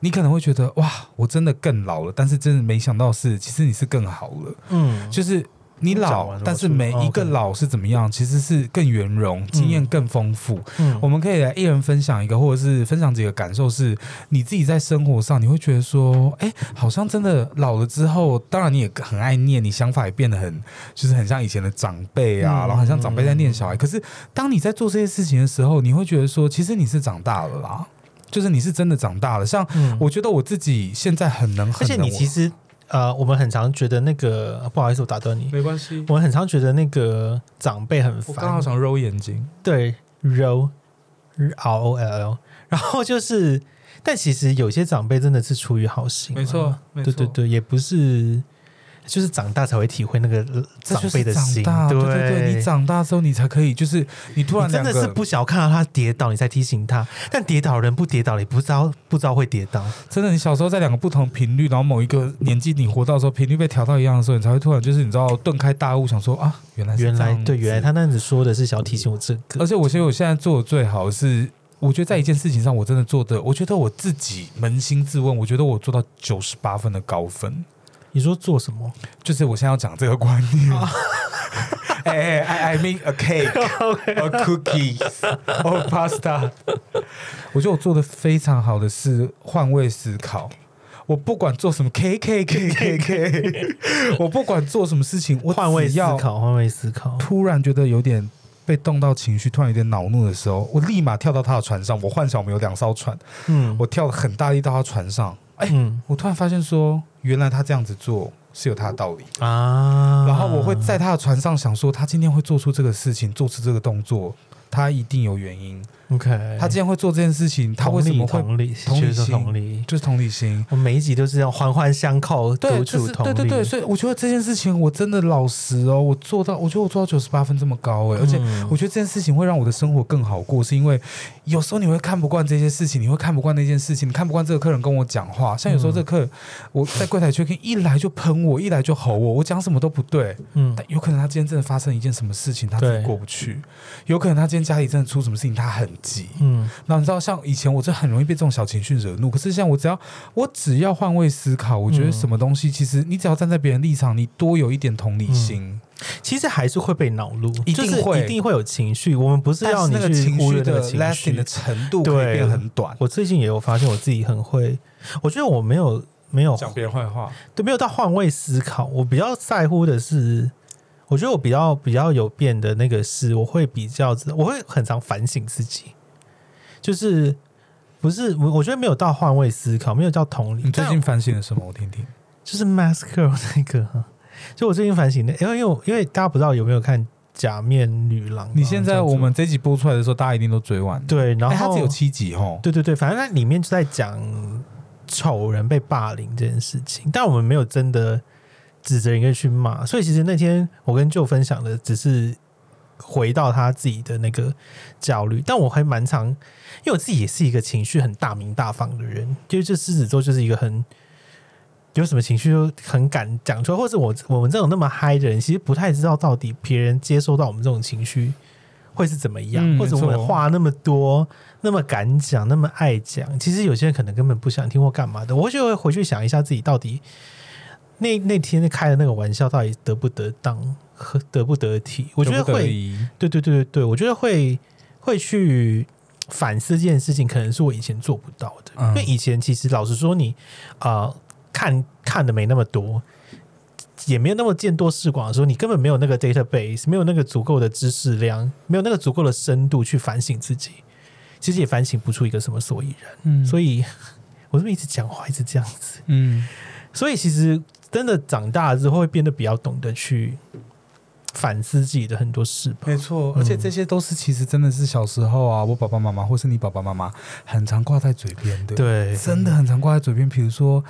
Speaker 1: 你可能会觉得哇，我真的更老了，但是真的没想到是，其实你是更好了。
Speaker 2: 嗯，
Speaker 1: 就是你
Speaker 2: 讲
Speaker 1: 老
Speaker 2: 完了，
Speaker 1: 但
Speaker 2: 我
Speaker 1: 是
Speaker 2: 说
Speaker 1: 每
Speaker 2: 哦
Speaker 1: 一个
Speaker 2: ，OK
Speaker 1: 老是怎么样，其实是更圆融，经验更丰富。
Speaker 2: 嗯
Speaker 1: 我们可以来一人分享一个，或者是分享几个感受，是你自己在生活上，你会觉得说，哎、好像真的老了之后，当然你也很爱念，你想法也变得很，就是很像以前的长辈啊，
Speaker 2: 嗯
Speaker 1: 然后很像长辈在念小孩。可是当你在做这些事情的时候，你会觉得说，其实你是长大了啦，就是你是真的长大了。像
Speaker 2: 嗯
Speaker 1: 我觉得我自己现在很能，
Speaker 2: 而
Speaker 1: 很
Speaker 2: 且
Speaker 1: 能
Speaker 2: 你其
Speaker 1: 我
Speaker 2: 实呃，我们很常觉得那个呃不好意思，我打断你，
Speaker 1: 没关系，
Speaker 2: 我们很常觉得那个长辈很
Speaker 1: 我刚好
Speaker 2: 烦，
Speaker 1: 想揉眼睛。
Speaker 2: 对，roll r o l l，然 后就是，但其实有些长辈真的是出于好心啊，
Speaker 1: 没错，没错，
Speaker 2: 对对对，也不是。就是长大才会体会那个呃
Speaker 1: 这
Speaker 2: 长
Speaker 1: 就
Speaker 2: 辈
Speaker 1: 是
Speaker 2: 的
Speaker 1: 长
Speaker 2: 心，
Speaker 1: 大，对
Speaker 2: 对
Speaker 1: 对，你长大之后你才可以，就是你突然
Speaker 2: 你真
Speaker 1: 两
Speaker 2: 的是
Speaker 1: 个
Speaker 2: 不想要看到他跌倒，你才提醒他。但跌倒的人不跌倒，你不知道不知道会跌倒。
Speaker 1: 真的，你小时候在两个不同频率，然后某一个年纪你活到的时候，频率被调到一样的时候，你才会突然就是你知道顿开大悟，想说啊，原来是
Speaker 2: 原
Speaker 1: 这
Speaker 2: 来
Speaker 1: 样呃
Speaker 2: 对，原来
Speaker 1: 子
Speaker 2: 他那样子说的是想要提醒我这个
Speaker 1: 而。且我觉得我现在做的最好的是。我觉得在一件事情上，我真的做的，我觉得我自己扪心自问，我觉得我做到九十八分的高分，
Speaker 2: 你说做什么
Speaker 1: 就是我现在要讲这个观念。
Speaker 2: 哦
Speaker 1: 哎哎，I I mean a cake, a cookies, or pasta。我觉得我做的非常好的是换位思考。我不管做什么 K K K K K，我 不管做什么事情，我
Speaker 2: 换位
Speaker 1: 只
Speaker 2: 思
Speaker 1: 要
Speaker 2: 考，换位思考。
Speaker 1: 突然觉得有点被动到情绪，突然有点恼怒的时候，我立马跳到他的船上。我幻想我们有两艘船，
Speaker 2: 嗯，
Speaker 1: 我跳很大力到他船上。哎、
Speaker 2: 嗯
Speaker 1: 我突然发现说，原来他这样子做是有他的道理。
Speaker 2: 啊，
Speaker 1: 然后我会在他的船上想说，他今天会做出这个事情，做出这个动作，他一定有原因。
Speaker 2: OK，
Speaker 1: 他今天会做这件事情，他
Speaker 2: 同
Speaker 1: 为什
Speaker 2: 理
Speaker 1: 么会
Speaker 2: 同理，
Speaker 1: 同理
Speaker 2: 就是
Speaker 1: 心
Speaker 2: 同理。
Speaker 1: 就是同理心？
Speaker 2: 我每一集都是要环环相扣，
Speaker 1: 对，
Speaker 2: 独
Speaker 1: 就
Speaker 2: 处
Speaker 1: 是
Speaker 2: 同
Speaker 1: 对
Speaker 2: 理。
Speaker 1: 对对，所以我觉得这件事情我真的老实哦，我做到，我觉得我做到九十八分这么高哎、而且
Speaker 2: 嗯
Speaker 1: 我觉得这件事情会让我的生活更好过，是因为有时候你会看不惯这些事情，你会看不惯那件事情，你看不惯这个客人跟我讲话，像有时候这个客人我在柜台 check in 一来就喷我，一来就吼我，我讲什么都不对，
Speaker 2: 嗯
Speaker 1: 但有可能他今天真的发生一件什么事情，他自
Speaker 2: 对
Speaker 1: 己过不去；有可能他今天家里真的出什么事情，他很急。
Speaker 2: 嗯，
Speaker 1: 那你知道，像以前我就很容易被这种小情绪惹怒。可是像我只要我只要换位思考，我觉得
Speaker 2: 嗯
Speaker 1: 什么东西，其实你只要站在别人立场，你多有一点同
Speaker 2: 嗯
Speaker 1: 理心，
Speaker 2: 其实还是会被恼怒，
Speaker 1: 一定
Speaker 2: 就是
Speaker 1: 会
Speaker 2: 一定会有情绪。我们不是
Speaker 1: 但
Speaker 2: 要
Speaker 1: 是
Speaker 2: 你
Speaker 1: 那个
Speaker 2: 去
Speaker 1: 情绪
Speaker 2: 忽略那
Speaker 1: 的
Speaker 2: 个情
Speaker 1: lasting
Speaker 2: 绪
Speaker 1: 的程度可以
Speaker 2: 对哦
Speaker 1: 变很短。
Speaker 2: 我最近也有发现，我自己很会，我觉得我没有没有
Speaker 1: 讲别人坏话，
Speaker 2: 对，没有到换位思考。我比较在乎的是，我觉得我比较比较有变的那个是，我会比较，我会很常反省自己，就是不是我我觉得没有到换位思考，没有到同理。
Speaker 1: 你最
Speaker 2: 但
Speaker 1: 近反省了什么？我听听。
Speaker 2: 就是 Mask Girl 那个哈，就我最近反省的，因为因为因为大家不知道有没有看《假面女郎》嘛？
Speaker 1: 你现在
Speaker 2: 叫做
Speaker 1: 我们哎这集播出来的时候，大家一定都追完。，
Speaker 2: 对，然
Speaker 1: 然
Speaker 2: 后、
Speaker 1: 后它只有七集哦。
Speaker 2: 对对对，反正它里面就在讲丑人被霸凌这件事情，但我们没有真的指着一个人去骂，所以其实那天我跟舅分享的只是回到他自己的那个焦虑，但我还蛮常，因为我自己也是一个情绪很大明大方的人，就是这狮子座就是一个很。有什么情绪就很敢讲出来，或者我我们这种那么嗨的人，其实不太知道到底别人接收到我们这种情绪会是怎么样，
Speaker 1: 嗯
Speaker 2: 或者我
Speaker 1: 没
Speaker 2: 们
Speaker 1: 错
Speaker 2: 话那么多，那么敢讲，那么爱讲，其实有些人可能根本不想听或干嘛的。我就会回去想一下自己到底那那天开的那个玩笑到底得不得当，和得不得体。我觉得
Speaker 1: 不得
Speaker 2: 会，
Speaker 1: 已
Speaker 2: 对对对对对，我觉得会会去反思这件事情，可能是我以前做不到的。
Speaker 1: 嗯
Speaker 2: 因为以前其实老实说你，啊看看的没那么多。也没有那么见多识广的时候，你根本没有那个 database，没有那个足够的知识量，没有那个足够的深度去反省自己，其实也反省不出一个什么所以然。
Speaker 1: 嗯
Speaker 2: 所以 我这么一直讲话，一直这样子，
Speaker 1: 嗯，
Speaker 2: 所以其实真的长大之后会变得比较懂得去反思自己的很多事吧。
Speaker 1: 没错，而且
Speaker 2: 嗯
Speaker 1: 这些都是其实真的是小时候啊，我爸爸妈妈或是你爸爸妈妈很常挂在嘴边的，，
Speaker 2: 对，
Speaker 1: 真的很常挂在嘴边。比如说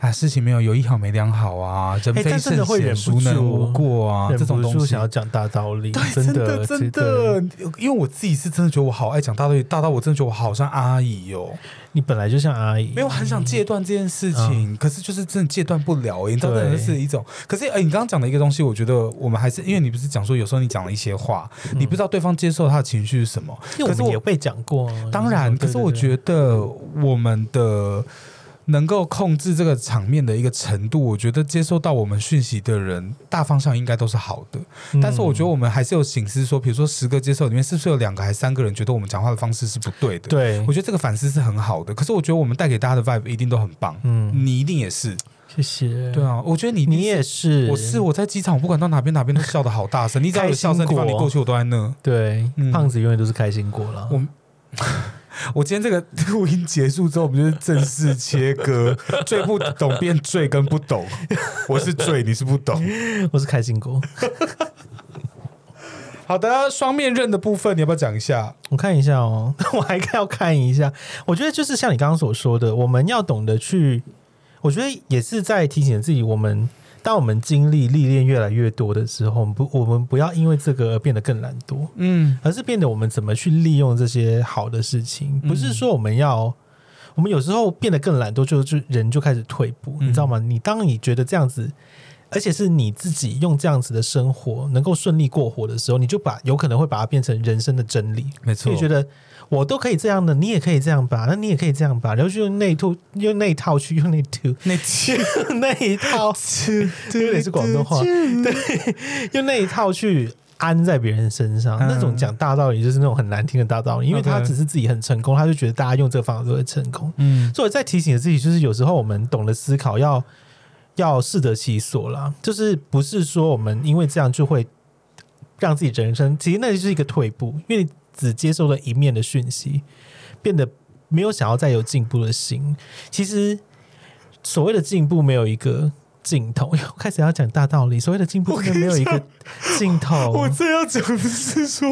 Speaker 1: 啊，事情没有有一好没两好啊，人
Speaker 2: 哎
Speaker 1: 非
Speaker 2: 但真的
Speaker 1: 圣
Speaker 2: 会
Speaker 1: 贤，
Speaker 2: 忍
Speaker 1: 孰
Speaker 2: 不
Speaker 1: 能
Speaker 2: 住哦
Speaker 1: 无过啊？
Speaker 2: 忍
Speaker 1: 这种
Speaker 2: 不
Speaker 1: 东
Speaker 2: 住
Speaker 1: 西
Speaker 2: 想要讲大道理，
Speaker 1: 对，
Speaker 2: 真
Speaker 1: 的真
Speaker 2: 真的，，
Speaker 1: 因为我自己是真的觉得我好爱讲大道理，大到我真的觉得我好像阿姨哦、
Speaker 2: 你本来就像阿姨，
Speaker 1: 没有很想戒断这件事情，可是就是真的戒断不了、欸，你知道，
Speaker 2: 嗯对
Speaker 1: 真的是一种。可是，哎、你刚刚讲的一个东西，我觉得我们还是因为你不是讲说，有时候你讲了一些话，你不知道对方接受他的情绪是什么。
Speaker 2: 嗯因为
Speaker 1: 可
Speaker 2: 我
Speaker 1: 是
Speaker 2: 们
Speaker 1: 我
Speaker 2: 也被讲过啊。
Speaker 1: 当然，可是我
Speaker 2: 得
Speaker 1: 觉得我们的能够控制这个场面的一个程度，我觉得接收到我们讯息的人，大方向应该都是好的。，
Speaker 2: 嗯
Speaker 1: 但是我觉得我们还是有醒思说，比如说十个接受里面，是不是有两个还是三个人觉得我们讲话的方式是不对的？，
Speaker 2: 对
Speaker 1: 我，觉得这个反思是很好的。可是我觉得我们带给大家的 vibe 一定都很棒，
Speaker 2: 嗯，
Speaker 1: 你一定也是。
Speaker 2: 谢谢。
Speaker 1: 对啊，我觉得你一定
Speaker 2: 你也是，
Speaker 1: 我是我在机场，我不管到哪边哪边都笑得好大声。你只要有笑声的地方，
Speaker 2: 开心
Speaker 1: 你
Speaker 2: 果
Speaker 1: 过去我都在那。
Speaker 2: 对
Speaker 1: 嗯
Speaker 2: 胖子永远都是开心果了。
Speaker 1: 我我今天这个 录音结束之后，我们就是正式切割， 最不懂变最跟不懂。我是最，你是不懂。
Speaker 2: 我是开心果。
Speaker 1: 好的，双面刃的部分你要不要讲一下？
Speaker 2: 我看一下 哦，我还要看一下。我觉得就是像你刚刚所说的，我们要懂得去，我觉得也是在提醒自己，我们当我们经历历练越来越多的时候，我们不，我们不要因为这个而变得更懒惰，
Speaker 1: 嗯，
Speaker 2: 而是变得我们怎么去利用这些好的事情，
Speaker 1: 嗯
Speaker 2: 不是说我们要。我们有时候变得更懒惰，就就人就开始退步，
Speaker 1: 嗯
Speaker 2: 你知道吗？你当你觉得这样子，而且是你自己用这样子的生活能够顺利过活的时候，你就把有可能会把它变成人生的真理。
Speaker 1: 没
Speaker 2: 就觉得我都可以这样的，你也可以这样吧，那你也可以这样吧，然后就用那一套，用那一套去用那一套
Speaker 1: 那 期
Speaker 2: 那 一套，这有点是广东话，对，用那一套去安在别人身上。
Speaker 1: 嗯
Speaker 2: 那种讲大道理就是那种很难听的大道理，因为他
Speaker 1: OK
Speaker 2: 只是自己很成功，他就觉得大家用这个方法都会成功。
Speaker 1: 嗯
Speaker 2: 所以我在提醒自己，就是有时候我们懂得思考要，要适得其所啦，就是不是说我们因为这样就会让自己人生，其实那就是一个退步，因为你只接受了一面的讯息，变得没有想要再有进步的心。其实所谓的进步没有一个。尽头， 我开始要讲大道理。所谓的进步，真的没有一个尽头。
Speaker 1: 我这要讲的是说，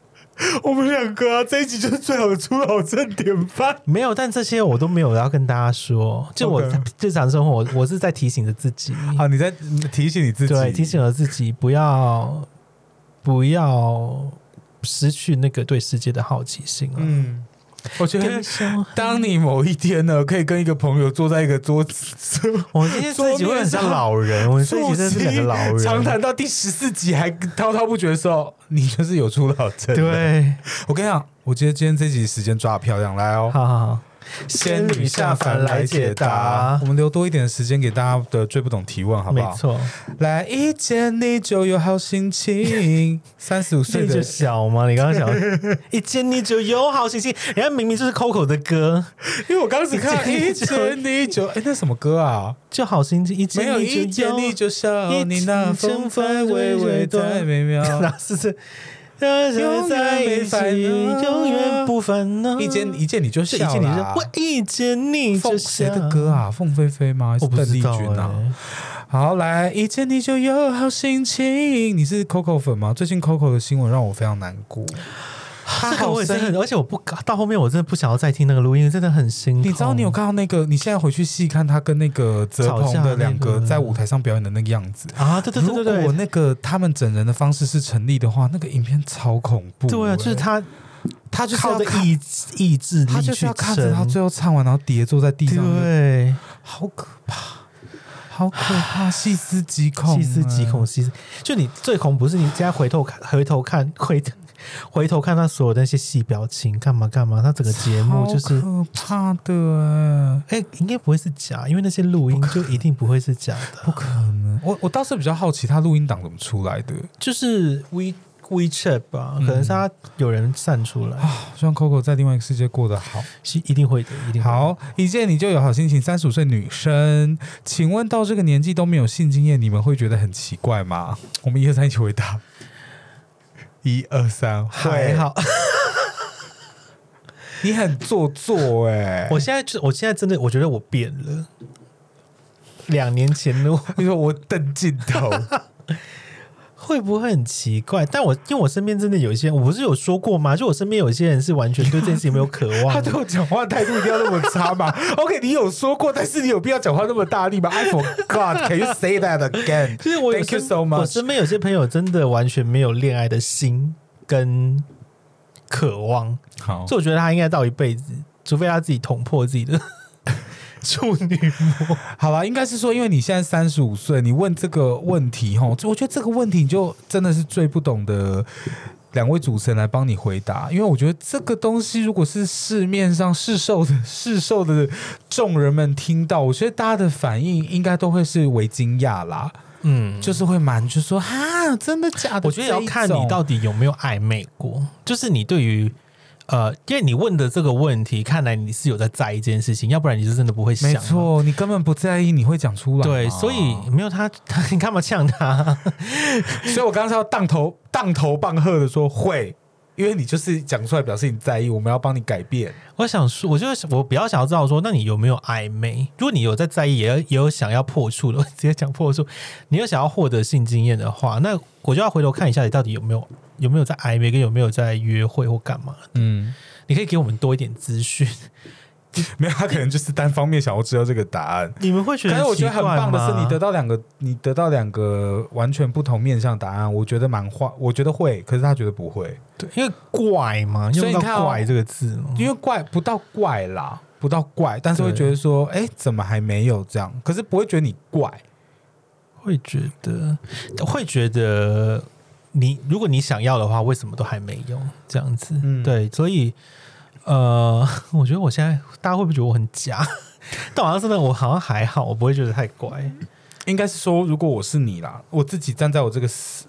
Speaker 1: 我们两个啊，这一集就是最好的出老正典范。
Speaker 2: 没有，但这些我都没有要跟大家说。就我
Speaker 1: OK
Speaker 2: 日常生活，我我是在提醒着自己。
Speaker 1: 好，你在提醒你自己，
Speaker 2: 对，提醒了自己不要不要失去那个对世界的好奇心啊了。
Speaker 1: 嗯，我觉得
Speaker 2: 跟上
Speaker 1: 当你某一天呢，可以跟一个朋友坐在一个桌 子，
Speaker 2: 我今天这一集会很像老 人，我们这一集真的是两个老人。
Speaker 1: 长谈到第十四集还滔滔不绝的时候，你就是有出老正。，
Speaker 2: 对，
Speaker 1: 我跟你讲，我觉得今天这集时间抓得漂亮，来哦。
Speaker 2: 好好好，
Speaker 1: 仙女下凡来解答，我们留多一点时间给大家的最不懂提问，好不好？
Speaker 2: 没错，
Speaker 1: 来一见你就有好心 情。三十五岁
Speaker 2: 这
Speaker 1: 的
Speaker 2: 就小嘛，你刚刚想 一见你就有好心情，人家明明就是 Coco 的歌，
Speaker 1: 因为我刚只看一
Speaker 2: 一
Speaker 1: 见
Speaker 2: 见
Speaker 1: 你就，哎，那什么歌啊？
Speaker 2: 就好心情，一
Speaker 1: 没
Speaker 2: 见
Speaker 1: 有
Speaker 2: 你就
Speaker 1: 一见你就笑，
Speaker 2: 一
Speaker 1: 你那
Speaker 2: 见
Speaker 1: 风范微微太美 妙。
Speaker 2: 哪是这？永在一起，永远不烦恼。
Speaker 1: 一见一见你就
Speaker 2: 这一
Speaker 1: 笑
Speaker 2: 见你是
Speaker 1: 啦
Speaker 2: 我一见你就
Speaker 1: 凤
Speaker 2: 笑
Speaker 1: 谁的歌？啊？凤飞飞吗？还是
Speaker 2: 我不
Speaker 1: 邓丽
Speaker 2: 知道
Speaker 1: 君啊？
Speaker 2: 哎，
Speaker 1: 好，来一见你就有好心情。你是 Coco 粉吗？最近 Coco 的新闻让我非常难过。他
Speaker 2: 这个我也是
Speaker 1: 声音
Speaker 2: 很，而且我不敢到后面，我真的不想要再听那个录音，真的很辛苦。
Speaker 1: 你知道你有看到那个？你现在回去细看他跟那个泽
Speaker 2: 吵
Speaker 1: 鹏
Speaker 2: 架
Speaker 1: 的两
Speaker 2: 那个
Speaker 1: 个在舞台上表演的那个样子。
Speaker 2: 啊？对对对
Speaker 1: 如果
Speaker 2: 对对，
Speaker 1: 那个他们整人的方式是成立的话，那个影片超恐怖、
Speaker 2: 对啊，
Speaker 1: 欸
Speaker 2: 就是他，
Speaker 1: 他就是要
Speaker 2: 靠着
Speaker 1: 看，
Speaker 2: 意意志力
Speaker 1: 他就
Speaker 2: 去
Speaker 1: 是要看着
Speaker 2: 撑
Speaker 1: 他最后唱完，然后跌坐在地上，
Speaker 2: 对，
Speaker 1: 好可怕，好可怕，细思极恐、
Speaker 2: 细思极恐，。细思。就你最恐怖是你现在回头看， 回头看，回回头看他所有的那些细表情，干嘛干嘛，他整个节目就
Speaker 1: 超欸
Speaker 2: 是。
Speaker 1: 可怕的、欸，
Speaker 2: 哎、应该不会是假，因为那些录音就一定不会是假的。
Speaker 1: 不可能。我我倒是比较好奇他录音档怎么出来的
Speaker 2: 就是 We WeChat 吧，可能是他有人散出来，
Speaker 1: 啊！希望 Coco 在另外一个世界过得好。
Speaker 2: 是一定会的，一定会的。
Speaker 1: 好，一见你就有好心情。三十五岁女生，请问到这个年纪都没有性经验，你们会觉得很奇怪吗？我们一二三一起回答。一二三，
Speaker 2: 还好，
Speaker 1: 你很做作哎、
Speaker 2: 我现在就我现在真的，我觉得我变了。两年前的我
Speaker 1: 你说我瞪镜头，
Speaker 2: 会不会很奇怪？但我因为我身边真的有一些，我不是有说过吗？就我身边有一些人是完全对这件事情没有渴望
Speaker 1: 他
Speaker 2: 的，
Speaker 1: 对我讲话态度一定要那么差吗？OK，你有说过，但是你有必要讲话那么大力吗？I forgot，can you say that again？
Speaker 2: 就是我有
Speaker 1: Thank you
Speaker 2: 身
Speaker 1: so
Speaker 2: 我
Speaker 1: much
Speaker 2: 身边有些朋友真的完全没有恋爱的心跟渴望，
Speaker 1: 好
Speaker 2: 所以我觉得他应该到一辈子，除非他自己捅破自己的 处女膜。
Speaker 1: 好啦，应该是说，因为你现在三十五岁，你问这个问题，吼，就我觉得这个问题你就真的是最不懂的两位主持人来帮你回答，因为我觉得这个东西如果是市面上市售的市售的众人们听到，我觉得大家的反应应该都会是为惊讶啦，
Speaker 2: 嗯，
Speaker 1: 就是会蛮就说哈，真的假的？
Speaker 2: 我觉得也要看
Speaker 1: 啊这一
Speaker 2: 你
Speaker 1: 种
Speaker 2: 到底有没有暧昧过，就是你对于。呃，因为你问的这个问题，看来你是有在在意这件事情，要不然你就真的不会想
Speaker 1: 没
Speaker 2: 嘛。
Speaker 1: 错，你根本不在意，你会讲出来嘛，
Speaker 2: 对，所以没有他， 他你干嘛呛他？
Speaker 1: 所以我刚刚是要当头当头棒喝的说会，因为你就是讲出来表示你在意，我们要帮你改变。
Speaker 2: 我想说，我就是我比较想要知道说，那你有没有暧昧？如果你有在在意，也有也有想要破处的，我 直接讲破处，你有想要获得性经验的话，那我就要回头看一下你到底有没有有没有在暧昧，跟有没有在约会或干嘛？
Speaker 1: 嗯，
Speaker 2: 你可以给我们多一点资讯。
Speaker 1: 没有，他可能就是单方面想要知道这个答案。
Speaker 2: 你们会觉
Speaker 1: 可
Speaker 2: 得，
Speaker 1: 是我觉得很棒的是，你得，到两个，你得到两个完全不同面向答案，我觉得蛮坏，我觉得会，可是他觉得不会，
Speaker 2: 对，因为怪嘛，
Speaker 1: 所以
Speaker 2: 用到
Speaker 1: 你看哦
Speaker 2: 怪这个字嘛，
Speaker 1: 因为怪不到怪啦，不到怪，但是会
Speaker 2: 对
Speaker 1: 觉得说，哎，怎么还没有这样？可是不会觉得你怪，
Speaker 2: 会觉得会觉得你如果你想要的话，为什么都还没有这样子？
Speaker 1: 嗯
Speaker 2: 对，所以呃， 我觉得我现在大家会不会觉得我很假？ 但好像真的，我好像还好，我不会觉得太乖。
Speaker 1: 应该是说，如果我是你啦，我自己站在我这个死，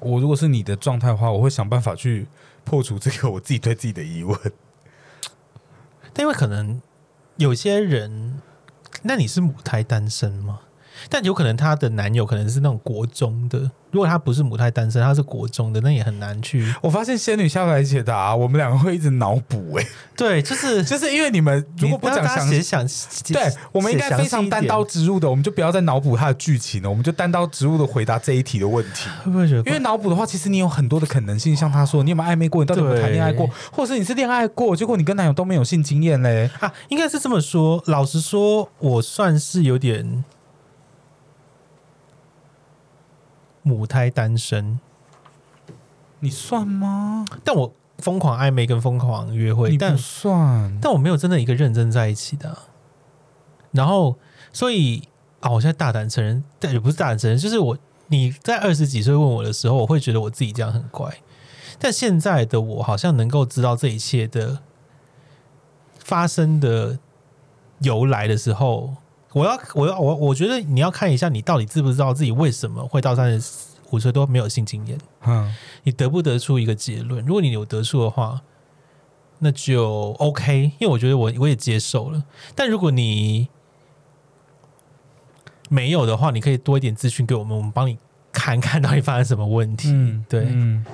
Speaker 1: 我如果是你的状态的话，我会想办法去破除这个我自己对自己的疑问。
Speaker 2: 但因为可能有些人，那你是母胎单身吗？但有可能她的男友可能是那种国中的，如果他不是母胎单身，他是国中的，那也很难去。
Speaker 1: 我发现仙女下来解答、啊我们两个会一直脑补、哎，
Speaker 2: 对，就是
Speaker 1: 就是因为你们如果不讲
Speaker 2: 大家
Speaker 1: 详
Speaker 2: 写
Speaker 1: 细，
Speaker 2: 想，
Speaker 1: 对
Speaker 2: 写
Speaker 1: 我们应该非常单刀。直入的，我们就不要再脑补它的剧情了，我们就单刀直入的回答这一题的问 题。
Speaker 2: 会不会觉得
Speaker 1: 因为
Speaker 2: 怪？
Speaker 1: 脑补的话，其实你有很多的可能性，像他说，你有没有暧昧过？你到底有没有谈恋爱过
Speaker 2: 对？
Speaker 1: 或者是你是恋爱过，结果你跟男友都没有性经验嘞？
Speaker 2: 啊，应该是这么说。老实说，我算是有点母胎单身，
Speaker 1: 你算吗？
Speaker 2: 但我疯狂暧昧跟疯狂约会，
Speaker 1: 你不
Speaker 2: 但
Speaker 1: 算。
Speaker 2: 但我没有真的一个认真在一起的啊、然后，所以啊，我现在大胆承认，但也不是大胆承认，就是我你在二十几岁问我的时候，我会觉得我自己这样很乖，但现在的我好像能够知道这一切的发生的由来的时候，我要我要我我觉得你要看一下，你到底知不知道自己为什么会到三十五岁都没有性经验。
Speaker 1: 嗯，
Speaker 2: 你得不得出一个结论？如果你有得出的话，那就 OK，因为我觉得我我也接受了。但如果你没有的话，你可以多一点资讯给我们，我们帮你看看到底发生什么问题。
Speaker 1: 嗯
Speaker 2: 对
Speaker 1: 嗯。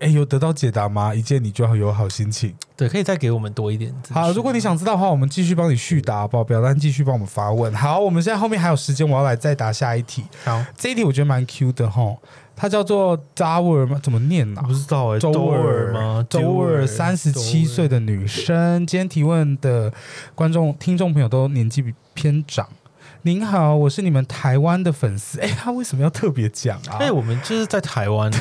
Speaker 1: 哎，有得到解答吗？一见你就要有好心情。
Speaker 2: 对，可以再给我们多一点资讯。
Speaker 1: 好，如果你想知道的话，我们继续帮你续答，好不好？表单继续帮我们发问。好，我们现在后面还有时间，我要来再答下一题。
Speaker 2: 好，
Speaker 1: 这一题我觉得蛮 Q 的哈，它叫做 Dower 吗？怎么念呢、
Speaker 2: 我不知道哎、
Speaker 1: 周
Speaker 2: 周
Speaker 1: 尔
Speaker 2: 尔吗？
Speaker 1: 周尔三十七岁的女生，今天提问的观众、听众朋友都年纪比偏长。您好，我是你们台湾的粉丝。哎，他为什么要特别讲啊？
Speaker 2: 哎、我们就是在 台湾呢、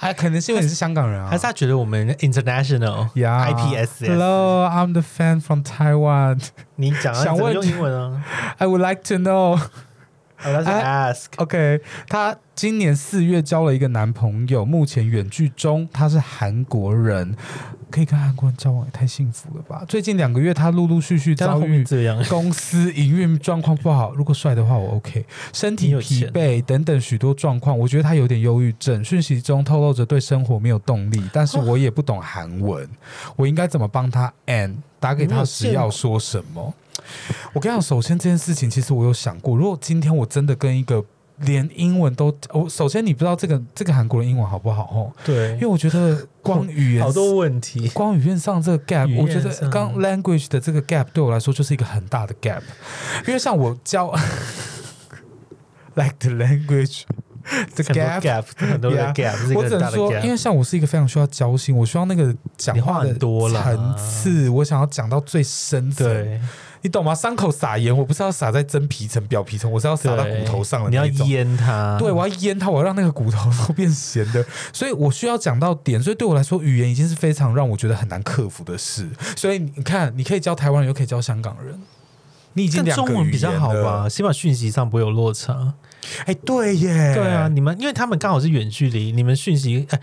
Speaker 1: 哎，可能是因为你是香港人啊，
Speaker 2: 还是他觉得我们 international
Speaker 1: Yeah.
Speaker 2: IPS？
Speaker 1: Hello, I'm the fan from Taiwan.
Speaker 2: 你讲啊，
Speaker 1: 想
Speaker 2: 你怎么
Speaker 1: 问
Speaker 2: 用英文啊
Speaker 1: I would like to know.
Speaker 2: 哦，That's
Speaker 1: 哎
Speaker 2: ask。
Speaker 1: OK，她今年四月交了一个男朋友，目前远距中，他是韩国人，可以跟韩国人交往也太幸福了吧？最近两个月，他陆陆续续
Speaker 2: 但到
Speaker 1: 遭
Speaker 2: 后面
Speaker 1: 遇
Speaker 2: 这样，
Speaker 1: 公司营运状况不好，如果帅的话我 OK，身
Speaker 2: 你
Speaker 1: 体
Speaker 2: 有
Speaker 1: 疲
Speaker 2: 钱
Speaker 1: 惫等等许多状况，我觉得他有点忧郁症。讯息中透露着对生活没有动力，但是我也不懂韩文，我应该怎么帮他？and 打给他时要说什么？我跟你讲，首先这件事情，其实我有想过，如果今天我真的跟一个连英文都，我首先你不知道这个这个韩国人英文好不好哦，
Speaker 2: 对，
Speaker 1: 因为我觉得光语言
Speaker 2: 好多问题。
Speaker 1: 光语言上这个 gap，
Speaker 2: 语言
Speaker 1: 我觉得
Speaker 2: 上
Speaker 1: 刚 language 的这个 gap 对我来说就是一个很大的 gap，因为像我教 like the language 这
Speaker 2: 很多
Speaker 1: gap
Speaker 2: gap，很多的
Speaker 1: Yeah
Speaker 2: gap，这是一个
Speaker 1: 我只
Speaker 2: 很大
Speaker 1: 能
Speaker 2: 的
Speaker 1: 说，因
Speaker 2: gap。
Speaker 1: 为像我是一个非常需要交心，我需要那个讲
Speaker 2: 你话
Speaker 1: 话的
Speaker 2: 很多啦
Speaker 1: 层次，我想要讲到最深层，
Speaker 2: 对，
Speaker 1: 你懂吗？伤口撒盐，我不是要撒在真皮层、表皮层，我是要撒到
Speaker 2: 对
Speaker 1: 骨头上的
Speaker 2: 你要
Speaker 1: 那一种。
Speaker 2: 腌它。
Speaker 1: 对，我要腌它，我要让那个骨头都变咸的， 所以我需要讲到点。所以对我来说，语言已经是非常让我觉得很难克服的事。 所以你看，你可以教台湾人，又可以教香港人，你已经
Speaker 2: 但
Speaker 1: 两
Speaker 2: 中
Speaker 1: 个
Speaker 2: 文
Speaker 1: 语
Speaker 2: 比较
Speaker 1: 言
Speaker 2: 好
Speaker 1: 了
Speaker 2: 吧？？起码讯息上不会有落差。
Speaker 1: 哎，对耶，
Speaker 2: 对啊，，你们因为他们刚好是远距离，你们讯息、哎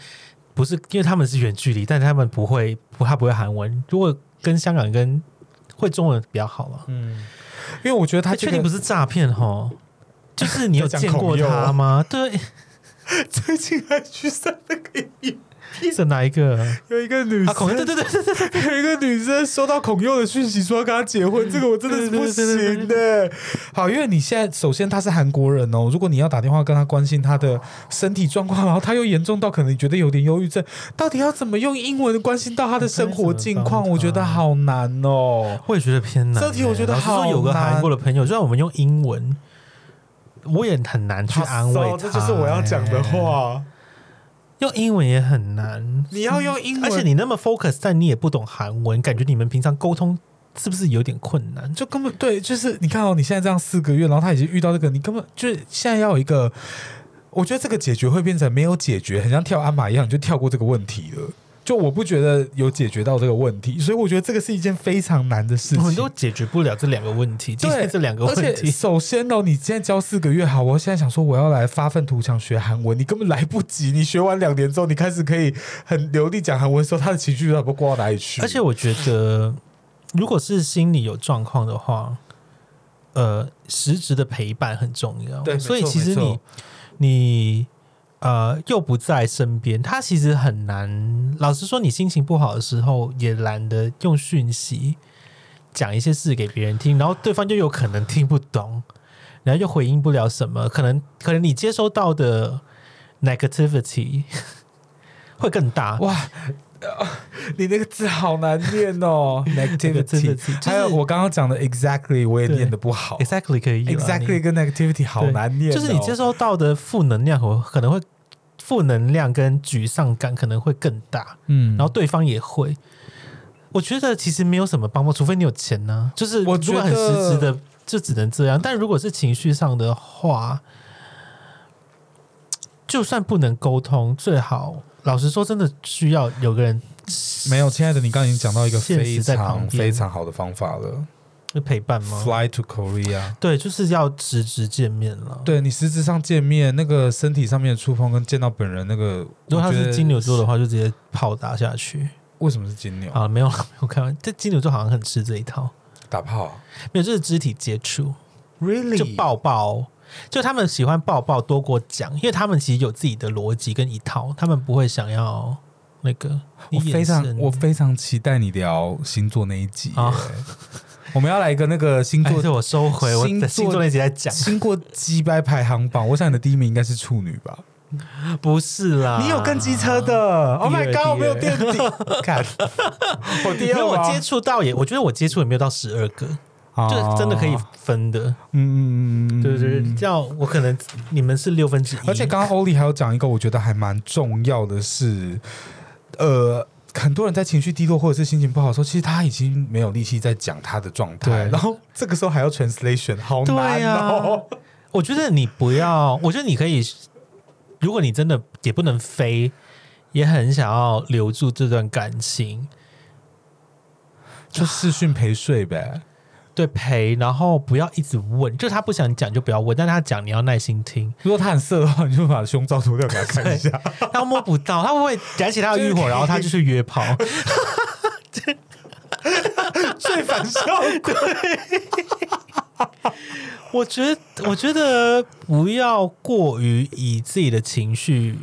Speaker 2: 不是因为他们是远距离，但他们不会不他不会韩文。如果跟香港跟会中文比较好了。
Speaker 1: 嗯，因为我觉得他
Speaker 2: 他
Speaker 1: 这
Speaker 2: 哎确
Speaker 1: 个
Speaker 2: 定不是诈骗哈？就是你有
Speaker 1: 在讲
Speaker 2: 见过
Speaker 1: 孔佑
Speaker 2: 他吗？ 对，
Speaker 1: 最近还去上那个影片
Speaker 2: 是哪一个？
Speaker 1: 有一个女
Speaker 2: 啊，
Speaker 1: 生，
Speaker 2: 孔佑，对对对对对，
Speaker 1: 有一个女生收到孔佑的讯息说要跟他结婚，这个我真的是不行的。好，因为你现在首先他是韩国人哦，如果你要打电话跟他关心他的身体状况，然后他又严重到可能你觉得有点忧郁症，到底要怎么用英文关心到他的生活近况？我觉得好难哦。
Speaker 2: 我也觉得偏难欸。
Speaker 1: 这题我觉得
Speaker 2: 老实说
Speaker 1: 好
Speaker 2: 有个韩
Speaker 1: 难
Speaker 2: 国的朋友，虽然我们用英文，我也很难去安慰他。
Speaker 1: 这就是我要讲的
Speaker 2: 欸，
Speaker 1: 话。
Speaker 2: 用英文也很难，
Speaker 1: 你要用英文，
Speaker 2: 而且你那么 focus，但你也不懂韩文，感觉你们平常沟通是不是有点困难？
Speaker 1: 就根本对，就是你看哦，你现在这样四个月，然后他已经遇到这个，你根本就是现在要有一个，我觉得这个解决会变成没有解决，很像跳鞍马一样，你就跳过这个问题了。就我不觉得有解决到这个问题，所以我觉得这个是一件非常难的事
Speaker 2: 我们
Speaker 1: 情
Speaker 2: 都。解决不了这两个问题，今
Speaker 1: 对
Speaker 2: 天这两个
Speaker 1: 而
Speaker 2: 问
Speaker 1: 且
Speaker 2: 题，
Speaker 1: 首先哦，你现在教四个月好，我现在想说我要来发愤图强学韩文，你根本来不及。你学完两年之后，你开始可以很流利讲韩文的时候，他的情绪到底不过到哪里去？
Speaker 2: 而且我觉得，如果是心理有状况的话，呃，实质的陪伴很重要。
Speaker 1: 对没错
Speaker 2: 所以其实
Speaker 1: 没
Speaker 2: 你
Speaker 1: 错
Speaker 2: 你呃又不在身边，他其实很难。老实说，你心情不好的时候，也懒得用讯息讲一些事给别人听，然后对方就有可能听不懂，然后又回应不了什么，可能可能你接收到的 negativity 会更 大。
Speaker 1: 哇，呃你那个字好难念 哦
Speaker 2: 就是
Speaker 1: ，negativity。还有我刚刚讲的 exactly，我也
Speaker 2: 对
Speaker 1: 念的不好
Speaker 2: Exactly 可以啦你
Speaker 1: ，exactly 跟 negativity 好
Speaker 2: 对
Speaker 1: 难念哦，
Speaker 2: 就是你接收到的负能量和可能会负能量跟沮丧感可能会更大，
Speaker 1: 嗯，
Speaker 2: 然后对方也会。我觉得其实没有什么帮助，除非你有钱呢、就是
Speaker 1: 我
Speaker 2: 如果
Speaker 1: 觉
Speaker 2: 很
Speaker 1: 得
Speaker 2: 实质的，就只能这样。但如果是情绪上的话，就算不能沟通，最好老实说，真的需要有个人
Speaker 1: 没有，亲爱的，你刚刚已经讲到一个
Speaker 2: 现
Speaker 1: 非
Speaker 2: 实在旁
Speaker 1: 常
Speaker 2: 边
Speaker 1: 非常好的方法了
Speaker 2: 陪伴吗？
Speaker 1: ，fly to Korea。
Speaker 2: 对，就是要实质见面了。，
Speaker 1: 对你实质上见面，那个身体上面的触碰跟见到本人那个，
Speaker 2: 如果他
Speaker 1: 我觉得
Speaker 2: 是金牛座的话，就直接炮打下去。
Speaker 1: 为什么是金牛？
Speaker 2: 啊，没有了， 没有开玩笑。这金牛座好像很吃这一套，
Speaker 1: 打炮啊
Speaker 2: 没有，就是肢体接触，
Speaker 1: ，really
Speaker 2: 就抱抱，就他们喜欢抱抱多过讲，因为他们其实有自己的逻辑跟一套，他们不会想要那个。
Speaker 1: 我
Speaker 2: 你眼
Speaker 1: 非常
Speaker 2: 神
Speaker 1: 我非常期待你聊星座那一集耶
Speaker 2: 啊。
Speaker 1: 我们要来一个那个星
Speaker 2: 哎
Speaker 1: 座
Speaker 2: 对我收回我
Speaker 1: 星
Speaker 2: 的
Speaker 1: 座
Speaker 2: 星座那集在讲，
Speaker 1: 经过鸡掰排行榜，我想你的第一名应该是处女吧？
Speaker 2: 不是啦，
Speaker 1: 你有跟机车的？Oh my
Speaker 2: 第二
Speaker 1: god，我没有
Speaker 2: 第
Speaker 1: 垫底， 看我第
Speaker 2: 因为
Speaker 1: 二啊
Speaker 2: 我
Speaker 1: 吗
Speaker 2: 接触到也，我觉得我接触也没有到十二个，就真的可以
Speaker 1: 哦
Speaker 2: 分的，
Speaker 1: 嗯嗯嗯嗯，嗯
Speaker 2: 对不对？
Speaker 1: 嗯
Speaker 2: 这样我可能你们是六分之一，
Speaker 1: 而且刚刚欧丽还有讲一个，我觉得还蛮重要的是，呃。很多人在情绪低落或者是心情不好的时候，其实他已经没有力气在讲他的状态，
Speaker 2: 对
Speaker 1: 然后这个时候还要 translation，好难
Speaker 2: 对
Speaker 1: 哦。
Speaker 2: 我觉得你不要，我觉得你可以，如果你真的也不能飞，也很想要留住这段感情，
Speaker 1: 就视讯陪睡呗。
Speaker 2: 对陪，然后不要一直问，就是他不想讲就不要问，但他讲你要耐心 听，
Speaker 1: 如果他很色的话，你就把胸罩脱掉给他看一 下。
Speaker 2: 他摸不到，他会燃起他的欲火，然后他就去约炮，
Speaker 1: 最反效果。
Speaker 2: 我觉得，我觉得不要过于以自己的情绪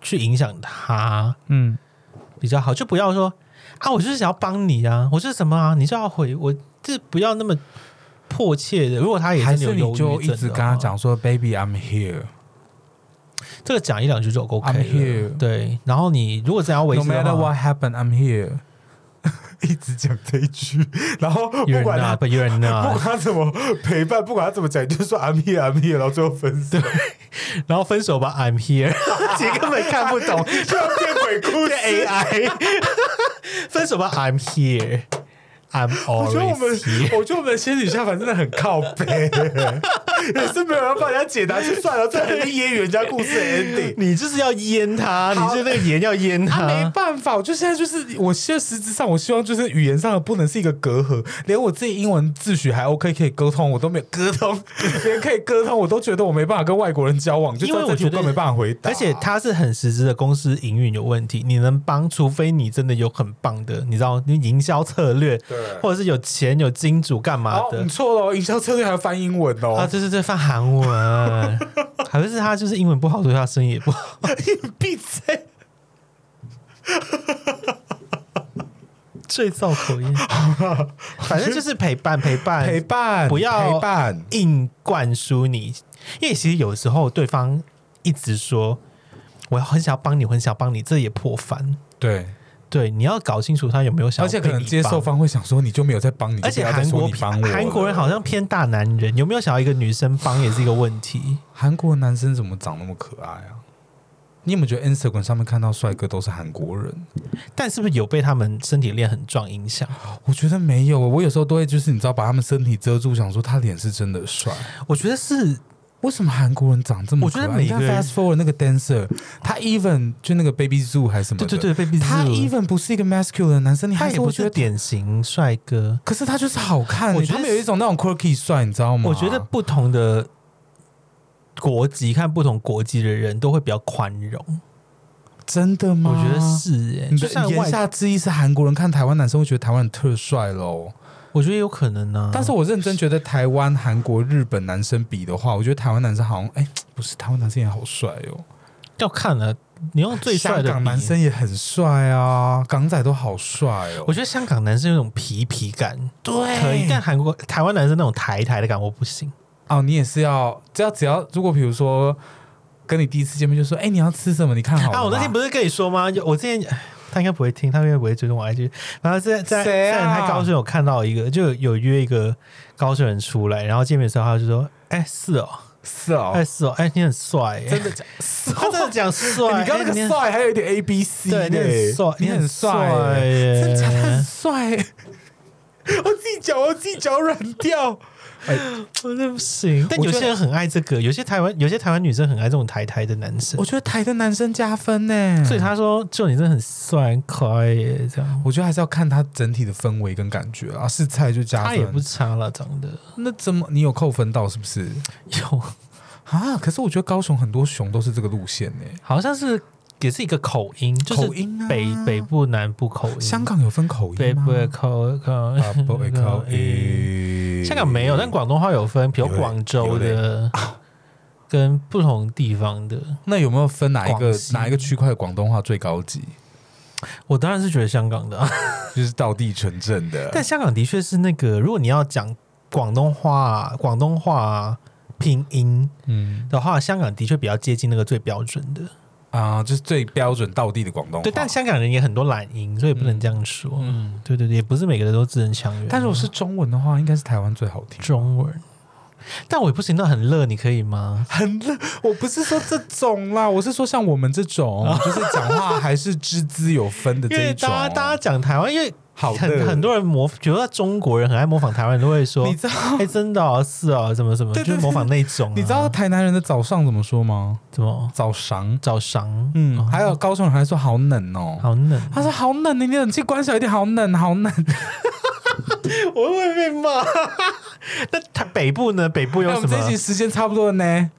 Speaker 2: 去影响他
Speaker 1: 嗯，
Speaker 2: 比较好，就不要说啊，我就是想要帮你啊，我就是什么啊，你就要回我，这不要那么迫切的。如果他也
Speaker 1: 哎还
Speaker 2: 真的
Speaker 1: 是
Speaker 2: 有
Speaker 1: 你
Speaker 2: 忧
Speaker 1: 就
Speaker 2: 郁
Speaker 1: 一
Speaker 2: 症
Speaker 1: 直
Speaker 2: 的哦
Speaker 1: 跟他
Speaker 2: 话
Speaker 1: 讲说，Baby I'm here,
Speaker 2: 这个讲一两句就 OK
Speaker 1: I'm
Speaker 2: 了
Speaker 1: here
Speaker 2: 对，然后你如果真的要维
Speaker 1: no
Speaker 2: 持的
Speaker 1: matter
Speaker 2: 话
Speaker 1: what happened I'm here。 一直讲这一句，然后不
Speaker 2: You're
Speaker 1: 管他
Speaker 2: not, but you're
Speaker 1: 不
Speaker 2: not
Speaker 1: 管。他怎么陪伴，不管他怎么讲，你就说 I'm here, I'm here，然后最后分手，
Speaker 2: 然后分手吧 ，I'm here。其实根本看不懂
Speaker 1: 就要变鬼故事。
Speaker 2: 哎 AI。分手吧，I'm here。I'm
Speaker 1: 我觉得我们
Speaker 2: always here。，
Speaker 1: 我觉得我们仙女下凡真的很靠背， 也是没有人帮人家解答，就算了，这还是揶揄人家故事的 ending。
Speaker 2: 你就是要淹他，你就那个盐要淹
Speaker 1: 啊，没
Speaker 2: 他。
Speaker 1: 办法，我就现在就是，我现在实质上，我希望就是语言上的不能是一个隔阂，连我自己英文自诩还 OK 可以沟通，我都没有沟通，连可以沟通我都觉得我没办法跟外国人交往，就
Speaker 2: 因为我
Speaker 1: 这题
Speaker 2: 觉
Speaker 1: 我
Speaker 2: 得
Speaker 1: 都没办法回答。
Speaker 2: 而且他是很实质的公司营运有问题，你能帮，除非你真的有很棒的，你知道，你营销策略，
Speaker 1: 对
Speaker 2: 或者是有钱有金主干嘛
Speaker 1: 哦，
Speaker 2: 的
Speaker 1: 你。错了哦，营销策略还要翻英文哦，
Speaker 2: 啊，对对对，放韩文，还是他就是英文不好，所以他生意也不好。
Speaker 1: 你 闭嘴。
Speaker 2: 最造 口音，反正就是陪伴陪伴
Speaker 1: 陪伴，
Speaker 2: 不要
Speaker 1: 陪伴，
Speaker 2: 硬灌输你，因为其实有时候对方一直说我很想要帮你，我很想要帮你，这也破烦。
Speaker 1: 对，
Speaker 2: 对，你要搞清楚他有没有想
Speaker 1: 而
Speaker 2: 要
Speaker 1: 且
Speaker 2: 被
Speaker 1: 可
Speaker 2: 你帮，
Speaker 1: 能接受方会想说，你就没有在帮你，
Speaker 2: 而
Speaker 1: 就
Speaker 2: 且
Speaker 1: 不要再
Speaker 2: 韩
Speaker 1: 说
Speaker 2: 国
Speaker 1: 你帮我了。
Speaker 2: 韩国人好像偏大男人，有没有想要一个女生帮也是一个问题。
Speaker 1: 韩国男生怎么长那么可爱啊？你有没有觉得 Instagram 上面看到帅哥都是韩国人？
Speaker 2: 但是不是有被他们身体练很壮影响？
Speaker 1: 我觉得没有，我有时候都会就是你知道把他们身体遮住，想说他脸是真的帅。
Speaker 2: 我觉得是
Speaker 1: 为什么韩国人长这么
Speaker 2: 我
Speaker 1: 可
Speaker 2: 觉
Speaker 1: 爱？
Speaker 2: 得每
Speaker 1: 你
Speaker 2: 个
Speaker 1: 看
Speaker 2: 人
Speaker 1: Fast Forward 那个 dancer，他 even 就那个 Baby Zoo 还是什么
Speaker 2: 对
Speaker 1: 的，
Speaker 2: 对对，被逼
Speaker 1: 他
Speaker 2: 自入
Speaker 1: even 不是一个 masculine 的男生，你还
Speaker 2: 他也
Speaker 1: 是
Speaker 2: 不
Speaker 1: 会觉
Speaker 2: 是
Speaker 1: 得
Speaker 2: 典型帅哥。
Speaker 1: 可是他就是好看、
Speaker 2: 我
Speaker 1: 欸，
Speaker 2: 觉得
Speaker 1: 他们有一种那种 quirky 帅，你知道吗？
Speaker 2: 我觉得不同的国籍，看不同国籍的人都会比较宽容。
Speaker 1: 真的吗？
Speaker 2: 我觉得是哎、
Speaker 1: 你
Speaker 2: 就
Speaker 1: 的
Speaker 2: 算
Speaker 1: 言
Speaker 2: 外，
Speaker 1: 下之意是韩国人看台湾男生会觉得台湾人特帅喽。
Speaker 2: 我觉得有可能啊呢、
Speaker 1: 但是我认真觉得台湾、韩国、日本男生比的话，我觉得台湾男生好像哎、不是台湾男生也好帅哦，
Speaker 2: 要看了，你用最帅
Speaker 1: 香
Speaker 2: 的
Speaker 1: 港男
Speaker 2: 比
Speaker 1: 生，也很帅啊，港仔都好帅哦。
Speaker 2: 我觉得香港男生有种皮皮感，
Speaker 1: 对
Speaker 2: 可以，但韩国台湾男生那种台台的感我不行。
Speaker 1: 哦，你也是要只要只要，如果比如说跟你第一次见面就说，哎、你要吃什么？你看好了吗
Speaker 2: 啊，我那天不是跟你说吗？有我之前唉他应该不会听，他应该不会追踪我 IG。然后在在
Speaker 1: 谁
Speaker 2: 在
Speaker 1: 啊
Speaker 2: 他高中有看到一个，就有约一个高中人出来，然后见面的时候他就说：“哎、是哦，
Speaker 1: 是
Speaker 2: 哎、
Speaker 1: 哦，
Speaker 2: 是哦，哎、你很帅、哎
Speaker 1: 真 的假是
Speaker 2: 他真的讲帅、
Speaker 1: 你刚那个
Speaker 2: 哎很
Speaker 1: 帅还有一点 A B C，
Speaker 2: 对，你很帅，
Speaker 1: 你很帅
Speaker 2: 帅
Speaker 1: 欸，
Speaker 2: 耶
Speaker 1: 真假的很帅 欸。我自己脚，我自己脚软掉。
Speaker 2: 我真的不行。但
Speaker 1: 我
Speaker 2: 有
Speaker 1: 觉
Speaker 2: 些人很爱这个，有些台湾有些台湾女生很爱这种台台的男生
Speaker 1: 我，觉得台的男生加分呢，
Speaker 2: 所以他说：“就你真的很帅，很可爱耶。”这样，
Speaker 1: 我觉得还是要看他整体的氛围跟感觉啊，是菜就加分。
Speaker 2: 他也不差了，长得
Speaker 1: 那怎么你有扣分到是不是？
Speaker 2: 有，
Speaker 1: 啊，可是我觉得高雄很多熊都是这个路线呢、
Speaker 2: 好像是也是一个口音，就是
Speaker 1: 口音啊
Speaker 2: 北北部南部口音，
Speaker 1: 香港有分口
Speaker 2: 北
Speaker 1: 音吗啊
Speaker 2: 部？的口口
Speaker 1: 北部 的口音，
Speaker 2: 哎香港没有，但广东话有分，比如
Speaker 1: 有嘞
Speaker 2: 广州
Speaker 1: 有
Speaker 2: 的跟不同地方的。
Speaker 1: 那有没有分哪一个
Speaker 2: 广西
Speaker 1: 哪一个区块的广东话最高级？
Speaker 2: 我当然是觉得香港的啊，
Speaker 1: 就是道地纯正的。
Speaker 2: 但香港的确是那个，如果你要讲广东话，广东话拼音
Speaker 1: 嗯
Speaker 2: 的话，香港的确比较接近那个最标准的。
Speaker 1: 啊，就是最标准道地的广东话。
Speaker 2: 对，但香港人也很多懒音，所以不能这样说。
Speaker 1: 嗯，
Speaker 2: 对对对，也不是每个人都字正腔圆。
Speaker 1: 但如果是中文的话，应该是台湾最好 听。
Speaker 2: 中文，但我也不行，那很热，你可以吗？
Speaker 1: 很热，我不是说这种啦， 我是说像我们这种， 就是讲话还是之资有分的这
Speaker 2: 因为
Speaker 1: 一种。
Speaker 2: 大家大家讲台湾，因为
Speaker 1: 好的
Speaker 2: 很很多人模，比如说中国人很爱模仿台湾人，都会说
Speaker 1: 你知道、：“
Speaker 2: 哎、真的哦，是哦，怎么怎么，
Speaker 1: 对对
Speaker 2: 就是模仿那种啊、
Speaker 1: 你知道台南人的早上怎么说吗？
Speaker 2: 怎么
Speaker 1: 早上，
Speaker 2: 早上
Speaker 1: 嗯，还有高雄人还说好冷哦。
Speaker 2: 好冷，
Speaker 1: 他说：“好冷，你冷气关小一点，好冷，好冷。
Speaker 2: 我会被骂。 那台北部呢？北部”
Speaker 1: 哎
Speaker 2: 有
Speaker 1: 我
Speaker 2: 什
Speaker 1: 们
Speaker 2: 么
Speaker 1: 这？集时间差不多了呢。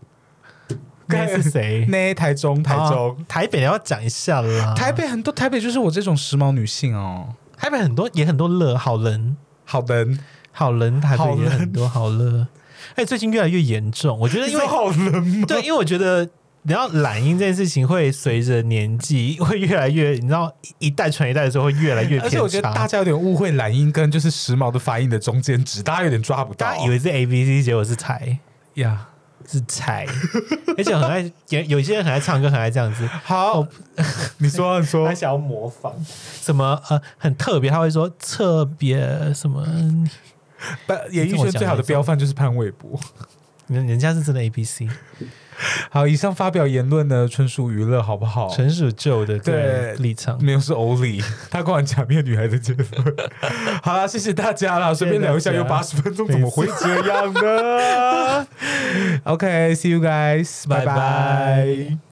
Speaker 2: 那是谁？
Speaker 1: 呢，台中，台中，
Speaker 2: 啊台北要讲一下啦。
Speaker 1: 台北很多，台北就是我这种时髦女性哦。
Speaker 2: 台北很多也很多乐，好人
Speaker 1: 好冷，
Speaker 2: 好人台
Speaker 1: 好
Speaker 2: 北
Speaker 1: 人
Speaker 2: 也很多好乐。哎，最近越来越严重，我觉得因为
Speaker 1: 好冷吗？
Speaker 2: 对，因为我觉得你要懒音这件事情会随着年纪会越来越，你知道一一代传一代的时候会越来越
Speaker 1: 而且我觉
Speaker 2: 偏
Speaker 1: 得
Speaker 2: 差。
Speaker 1: 大家有点误会懒音跟就是时髦的发音的中间值，大家有点抓不到。
Speaker 2: 大家以为是 A B C，结果是台。
Speaker 1: 呀
Speaker 2: 是菜，而且很爱有有些人很爱唱歌，很爱这样子，
Speaker 1: 好，哦你说你说
Speaker 2: 他，想要模仿什么呃很特别，他会说特别什么，
Speaker 1: 但演艺圈最好的标范就是潘玮柏。
Speaker 2: 人人家是真的 A B C，
Speaker 1: 好，以上发表言论呢，纯属娱乐，好不好？
Speaker 2: 纯属旧的个人
Speaker 1: 对
Speaker 2: 立场。
Speaker 1: 没有是欧 里，他光假面女孩的结 婚。好啦，谢谢大家啦，随便聊一下
Speaker 2: 谢谢
Speaker 1: 有
Speaker 2: 大家
Speaker 1: 八十分钟，怎么会这 样呢？OK，see、you guys，拜
Speaker 2: 拜
Speaker 1: 拜。
Speaker 2: 拜